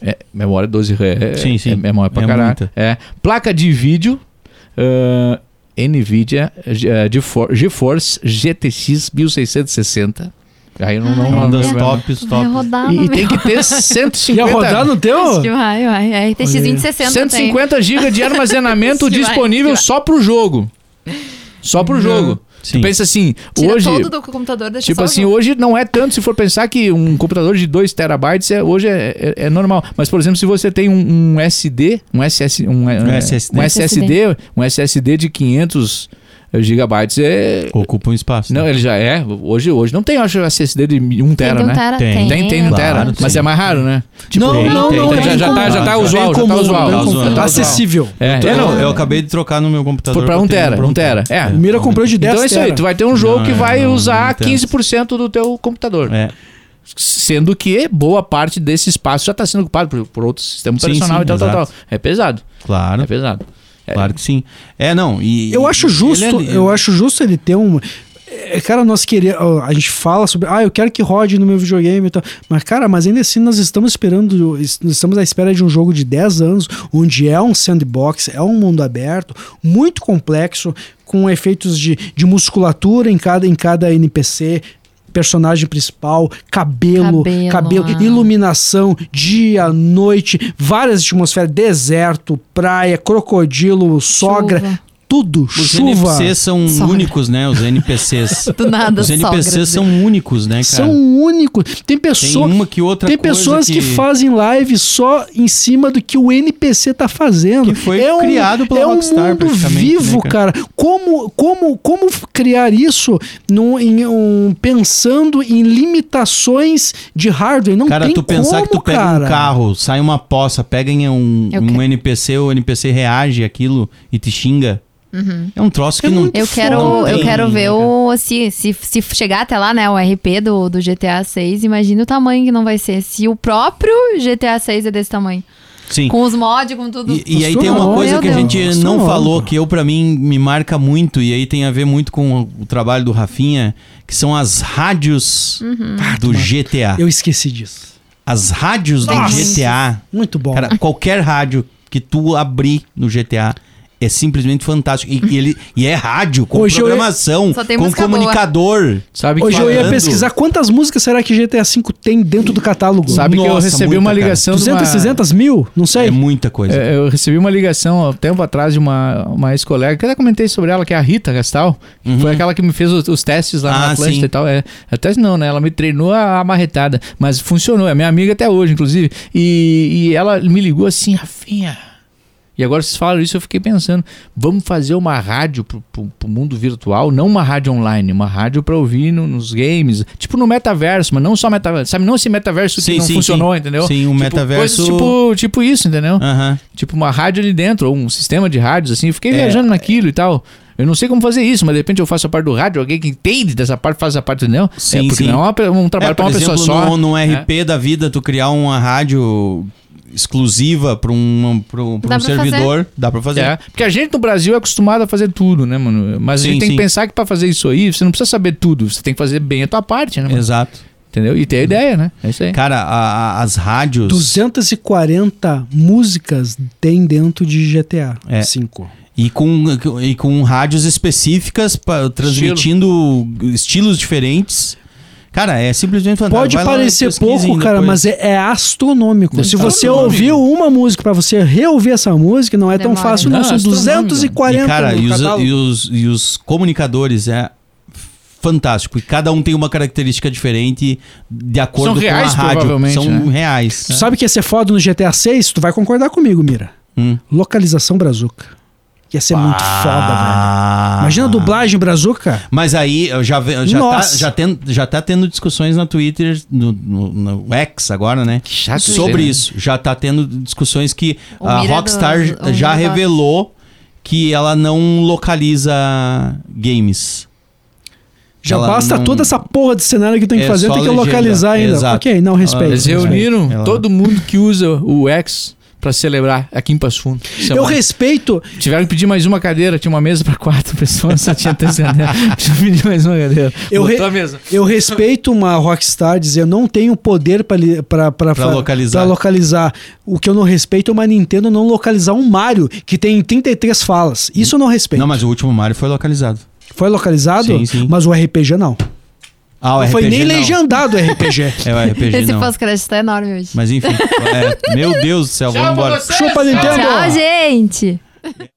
[SPEAKER 3] É, memória 12 RAM. É,
[SPEAKER 5] Sim, sim.
[SPEAKER 3] É, memória pra
[SPEAKER 5] É
[SPEAKER 3] caralho.
[SPEAKER 5] muita.
[SPEAKER 3] É. Placa de vídeo. ah, NVIDIA eh, Gefor- GeForce GTX 1660. Aí eu não, não,
[SPEAKER 5] Um
[SPEAKER 3] não,
[SPEAKER 5] das
[SPEAKER 3] não-
[SPEAKER 5] tops,
[SPEAKER 7] Vai
[SPEAKER 5] tops.
[SPEAKER 7] rodar
[SPEAKER 3] E,
[SPEAKER 7] no
[SPEAKER 3] e tem
[SPEAKER 7] meu.
[SPEAKER 3] que ter
[SPEAKER 6] Ia
[SPEAKER 3] 150
[SPEAKER 6] rodar no teu?
[SPEAKER 7] Vai, vai. É, RTX
[SPEAKER 6] Olha aí.
[SPEAKER 7] 2060 tem.
[SPEAKER 3] 150 GB de armazenamento
[SPEAKER 7] Se vai,
[SPEAKER 3] disponível
[SPEAKER 7] se vai.
[SPEAKER 3] só pro jogo. Só pro jogo.
[SPEAKER 5] Sim.
[SPEAKER 3] Tu pensa assim,
[SPEAKER 7] Tira
[SPEAKER 3] hoje.
[SPEAKER 7] todo do computador, deixa
[SPEAKER 3] Tipo
[SPEAKER 7] só o
[SPEAKER 3] assim,
[SPEAKER 7] jogo.
[SPEAKER 3] hoje não é tanto se for pensar que um computador de 2 terabytes é, hoje é, é- é normal. Mas, por exemplo, se você tem um, um SD, um, SS, um, eh,
[SPEAKER 5] Um SSD.
[SPEAKER 3] um SSD, um SSD de 500 gigabytes, é,
[SPEAKER 5] Ocupa um espaço.
[SPEAKER 3] não, ele já é. Hoje, hoje não tem, eu acho, SSD de 1
[SPEAKER 7] Tem
[SPEAKER 3] tera,
[SPEAKER 7] de um
[SPEAKER 3] né?
[SPEAKER 7] tera,
[SPEAKER 5] Tem.
[SPEAKER 7] tem.
[SPEAKER 3] Tem, tem 1
[SPEAKER 5] Claro,
[SPEAKER 3] tera. Mas
[SPEAKER 5] sim.
[SPEAKER 3] é mais raro, né?
[SPEAKER 6] Tipo,
[SPEAKER 5] não,
[SPEAKER 3] tem,
[SPEAKER 5] não,
[SPEAKER 3] tem,
[SPEAKER 5] não,
[SPEAKER 3] tem.
[SPEAKER 5] tem
[SPEAKER 3] já, já,
[SPEAKER 5] como.
[SPEAKER 3] tá, já tá
[SPEAKER 5] Tá
[SPEAKER 3] usual,
[SPEAKER 5] bem
[SPEAKER 3] já tá
[SPEAKER 5] comum,
[SPEAKER 3] usual.
[SPEAKER 5] bem
[SPEAKER 3] Já tá
[SPEAKER 5] comum.
[SPEAKER 3] usual.
[SPEAKER 6] Acessível.
[SPEAKER 3] É,
[SPEAKER 5] Eu,
[SPEAKER 3] é, não,
[SPEAKER 5] Então, não, eu acabei de trocar no meu computador.
[SPEAKER 3] Foi pra
[SPEAKER 5] que
[SPEAKER 3] 1
[SPEAKER 5] eu tenho um
[SPEAKER 3] tera, 1 tera. É.
[SPEAKER 6] O Mira comprou de 10
[SPEAKER 3] Então é isso aí,
[SPEAKER 6] tera.
[SPEAKER 3] tu vai ter um jogo
[SPEAKER 5] Não,
[SPEAKER 3] que
[SPEAKER 5] é,
[SPEAKER 3] vai
[SPEAKER 5] não,
[SPEAKER 3] usar
[SPEAKER 5] não tem
[SPEAKER 3] 15% do teu computador.
[SPEAKER 5] É.
[SPEAKER 3] Sendo que boa parte desse espaço já está sendo ocupado por, por outro sistema
[SPEAKER 5] Sim,
[SPEAKER 3] operacional
[SPEAKER 5] sim,
[SPEAKER 3] e tal, tal, tal.
[SPEAKER 5] exato. Né?
[SPEAKER 3] É pesado,
[SPEAKER 5] Claro,
[SPEAKER 3] é pesado. É,
[SPEAKER 5] claro que sim. É, não, e...
[SPEAKER 6] Eu acho
[SPEAKER 5] ele
[SPEAKER 6] justo,
[SPEAKER 5] é-
[SPEAKER 6] eu acho justo ele ter um. é, Cara, nós queremos. A gente fala sobre. Ah, eu quero que rode no meu videogame e tal. Mas, cara, mas ainda assim nós estamos esperando. es- nós Estamos à espera de um jogo de 10 anos, onde é um sandbox, é um mundo aberto, muito complexo, com efeitos de, de musculatura em cada, em cada NPC. Personagem principal, cabelo,
[SPEAKER 7] Cabelo,
[SPEAKER 6] cabelo,
[SPEAKER 7] ah.
[SPEAKER 6] iluminação, dia, noite, várias atmosferas, deserto, praia, crocodilo, sogra,
[SPEAKER 7] Chuva.
[SPEAKER 6] tudo,
[SPEAKER 5] Os
[SPEAKER 6] chuva.
[SPEAKER 5] NPCs são
[SPEAKER 7] Sogra.
[SPEAKER 5] únicos, né? Os NPCs.
[SPEAKER 7] Do nada,
[SPEAKER 5] Os NPCs
[SPEAKER 7] sogras.
[SPEAKER 5] são únicos, né, cara?
[SPEAKER 6] São únicos. Tem
[SPEAKER 5] Tem
[SPEAKER 6] pessoa,
[SPEAKER 5] uma que outra
[SPEAKER 6] tem
[SPEAKER 5] coisa
[SPEAKER 6] pessoas que... fazem live só em cima do que o NPC tá fazendo.
[SPEAKER 5] Que foi
[SPEAKER 6] é um,
[SPEAKER 5] criado pela
[SPEAKER 6] é um
[SPEAKER 5] Rockstar,
[SPEAKER 6] mundo
[SPEAKER 5] praticamente,
[SPEAKER 6] vivo,
[SPEAKER 5] né,
[SPEAKER 6] cara. Como como como criar isso num, em um- pensando em limitações de hardware? Não
[SPEAKER 5] Cara,
[SPEAKER 6] tem
[SPEAKER 5] tu pensar
[SPEAKER 6] como,
[SPEAKER 5] que tu pega
[SPEAKER 6] cara.
[SPEAKER 5] um carro, sai uma poça, pega em um,
[SPEAKER 7] Eu
[SPEAKER 5] um
[SPEAKER 7] quero.
[SPEAKER 5] NPC, o NPC reage aquilo e te xinga. É um troço que não.
[SPEAKER 7] Eu quero,
[SPEAKER 5] não
[SPEAKER 7] eu
[SPEAKER 5] tem,
[SPEAKER 7] quero ver
[SPEAKER 5] né, cara.
[SPEAKER 7] o. Se, se, se chegar até lá, né? O RP do, do GTA 6, imagina o tamanho que não vai ser. Se o próprio GTA 6 é desse tamanho.
[SPEAKER 5] Sim.
[SPEAKER 7] Com os mods, com tudo.
[SPEAKER 5] E, e aí tem uma
[SPEAKER 6] Meu
[SPEAKER 5] coisa que a
[SPEAKER 7] Deus.
[SPEAKER 5] gente não
[SPEAKER 6] Nossa,
[SPEAKER 5] falou,
[SPEAKER 6] mano.
[SPEAKER 5] que eu pra mim me marca muito, e aí tem a ver muito com o trabalho do Rafinha, que são as rádios do GTA.
[SPEAKER 6] Eu esqueci disso.
[SPEAKER 5] As rádios do
[SPEAKER 7] Nossa.
[SPEAKER 5] GTA.
[SPEAKER 6] Muito bom.
[SPEAKER 5] Cara, qualquer rádio que tu abrir no GTA é simplesmente fantástico. E, e ele, e é rádio, com
[SPEAKER 6] Hoje eu-
[SPEAKER 5] programação,
[SPEAKER 7] Só tem
[SPEAKER 5] com
[SPEAKER 7] música boa.
[SPEAKER 5] comunicador.
[SPEAKER 3] Sabe que,
[SPEAKER 6] Hoje eu ia
[SPEAKER 5] falando-
[SPEAKER 6] pesquisar quantas músicas será que GTA V tem dentro do catálogo.
[SPEAKER 3] sabe que eu
[SPEAKER 5] Nossa,
[SPEAKER 3] recebi
[SPEAKER 5] muita,
[SPEAKER 3] uma
[SPEAKER 5] cara.
[SPEAKER 3] ligação. de
[SPEAKER 6] 200,
[SPEAKER 3] uma-
[SPEAKER 6] 300 mil? Não sei.
[SPEAKER 5] É muita coisa.
[SPEAKER 3] É, Eu recebi uma ligação há um tempo atrás de uma, uma ex-colega, que eu até comentei sobre ela, que é a Rita Gastal. que Foi aquela que me fez os, os testes lá
[SPEAKER 5] Uhum. Ah,
[SPEAKER 3] na Atlântida
[SPEAKER 5] sim.
[SPEAKER 3] e tal. É, até não, né? Ela me treinou a a marretada. Mas funcionou, é minha amiga até hoje, inclusive. E, e ela me ligou assim, Rafinha. E agora vocês falam isso, eu fiquei pensando, vamos fazer uma rádio pro, pro- pro mundo virtual, não uma rádio online, uma rádio pra ouvir no- nos games, tipo no metaverso, mas não só metaverso, sabe? Não esse metaverso que
[SPEAKER 5] Sim,
[SPEAKER 3] não
[SPEAKER 5] sim,
[SPEAKER 3] funcionou,
[SPEAKER 5] sim.
[SPEAKER 3] entendeu?
[SPEAKER 5] Sim, um
[SPEAKER 3] Tipo,
[SPEAKER 5] metaverso-
[SPEAKER 3] coisas tipo, tipo isso, entendeu?
[SPEAKER 5] Aham.
[SPEAKER 3] Tipo uma rádio ali dentro, ou um sistema de rádios, assim. Eu
[SPEAKER 5] É,
[SPEAKER 3] fiquei viajando naquilo e tal. Eu não sei como fazer isso, mas de repente eu faço a parte do rádio, alguém que entende dessa parte faz a parte, não?
[SPEAKER 5] Sim,
[SPEAKER 3] é porque
[SPEAKER 5] sim.
[SPEAKER 3] não é uma pe- um trabalho
[SPEAKER 5] É,
[SPEAKER 3] pra
[SPEAKER 5] por
[SPEAKER 3] uma
[SPEAKER 5] exemplo,
[SPEAKER 3] pessoa só.
[SPEAKER 5] num, num
[SPEAKER 3] né?
[SPEAKER 5] RP da vida, tu criar uma rádio exclusiva pra um, pra um, pra
[SPEAKER 7] Dá
[SPEAKER 5] um
[SPEAKER 7] pra
[SPEAKER 5] servidor, dá pra fazer.
[SPEAKER 3] É, porque a gente no Brasil é acostumado a fazer tudo, né, mano? Mas a
[SPEAKER 5] Sim,
[SPEAKER 3] gente tem
[SPEAKER 5] sim.
[SPEAKER 3] que pensar que pra fazer isso aí, você não precisa saber tudo. Você tem que fazer bem a tua parte, né, mano?
[SPEAKER 5] Exato.
[SPEAKER 3] Entendeu? E ter a ideia, né? É isso aí.
[SPEAKER 5] Cara, a- a- as rádios.
[SPEAKER 6] 240 músicas tem dentro de GTA
[SPEAKER 5] É.
[SPEAKER 6] V.
[SPEAKER 5] E com, e com rádios específicas pra, transmitindo estilos diferentes. Cara, é simplesmente fantástico.
[SPEAKER 6] Pode
[SPEAKER 5] Vai lá e
[SPEAKER 6] parecer
[SPEAKER 5] pesquisem
[SPEAKER 6] pouco, cara,
[SPEAKER 5] depois. tá
[SPEAKER 6] mas é, é astronômico. Se você
[SPEAKER 5] Astronômico.
[SPEAKER 6] ouviu uma música pra você reouvir essa música, não é tão
[SPEAKER 7] Demora.
[SPEAKER 6] fácil, não.
[SPEAKER 3] Não,
[SPEAKER 6] São
[SPEAKER 3] astronômico.
[SPEAKER 6] 240
[SPEAKER 5] E, cara,
[SPEAKER 6] no
[SPEAKER 5] e os,
[SPEAKER 6] catálogo.
[SPEAKER 5] e os- e os comunicadores é fantástico. E cada um tem uma característica diferente de acordo
[SPEAKER 3] São reais,
[SPEAKER 5] com a rádio.
[SPEAKER 3] provavelmente,
[SPEAKER 5] São
[SPEAKER 3] né?
[SPEAKER 5] reais.
[SPEAKER 6] Tu sabe que ia ser foda no GTA 6? Tu vai concordar comigo, Mira.
[SPEAKER 5] Hum.
[SPEAKER 6] Localização brazuca. Ia ser é muito foda, velho.
[SPEAKER 5] Ah.
[SPEAKER 6] Imagina a dublagem brazuca.
[SPEAKER 5] Mas aí eu já ve- já tá,
[SPEAKER 6] Nossa.
[SPEAKER 5] já, ten- já tá tendo discussões na Twitter, no, no- no X agora, né?
[SPEAKER 3] chato isso aí,
[SPEAKER 5] Sobre
[SPEAKER 3] né?
[SPEAKER 5] isso. Já tá tendo discussões que
[SPEAKER 7] O
[SPEAKER 5] a
[SPEAKER 7] Mira do-
[SPEAKER 5] Rockstar
[SPEAKER 7] o
[SPEAKER 5] já
[SPEAKER 7] Mira do-
[SPEAKER 5] revelou que ela não localiza games.
[SPEAKER 6] Já
[SPEAKER 5] Ela
[SPEAKER 6] basta
[SPEAKER 5] não-
[SPEAKER 6] toda essa porra de cenário que tem que
[SPEAKER 5] É
[SPEAKER 6] fazer,
[SPEAKER 5] só
[SPEAKER 6] tem que
[SPEAKER 5] legenda.
[SPEAKER 6] localizar ainda.
[SPEAKER 5] Exato.
[SPEAKER 6] Ok, não, respeito.
[SPEAKER 3] Eles
[SPEAKER 5] Ela-
[SPEAKER 6] respeito.
[SPEAKER 3] reuniram
[SPEAKER 5] Ela-
[SPEAKER 3] todo mundo que usa o X pra celebrar aqui em Passo Fundo. Isso é
[SPEAKER 6] Eu
[SPEAKER 3] bom.
[SPEAKER 6] respeito.
[SPEAKER 3] Tiveram que pedir mais uma cadeira, tinha uma mesa pra quatro pessoas, só tinha três cadeiras. Tinha que pedir mais uma cadeira.
[SPEAKER 6] Eu
[SPEAKER 3] Botou
[SPEAKER 6] re-
[SPEAKER 3] a mesa.
[SPEAKER 6] Eu respeito uma Rockstar dizer eu não tenho poder pra li- pra- pra-
[SPEAKER 5] Pra
[SPEAKER 6] pra-
[SPEAKER 5] localizar.
[SPEAKER 6] pra localizar. O que eu não respeito é uma Nintendo não localizar um Mario que tem 33 falas. Isso eu não respeito.
[SPEAKER 5] Não, mas o último Mario foi localizado.
[SPEAKER 6] Foi localizado,
[SPEAKER 5] Sim, sim.
[SPEAKER 6] mas o RPG não.
[SPEAKER 5] Ah, o
[SPEAKER 6] não foi
[SPEAKER 5] RPG
[SPEAKER 6] nem
[SPEAKER 5] não.
[SPEAKER 6] legendado o RPG.
[SPEAKER 5] É o RPG
[SPEAKER 7] Esse
[SPEAKER 5] não.
[SPEAKER 7] pós-crédito tá enorme hoje.
[SPEAKER 5] Mas enfim, é, meu Deus do céu, vamos embora.
[SPEAKER 6] Chupa Nintendo!
[SPEAKER 7] Tchau, gente!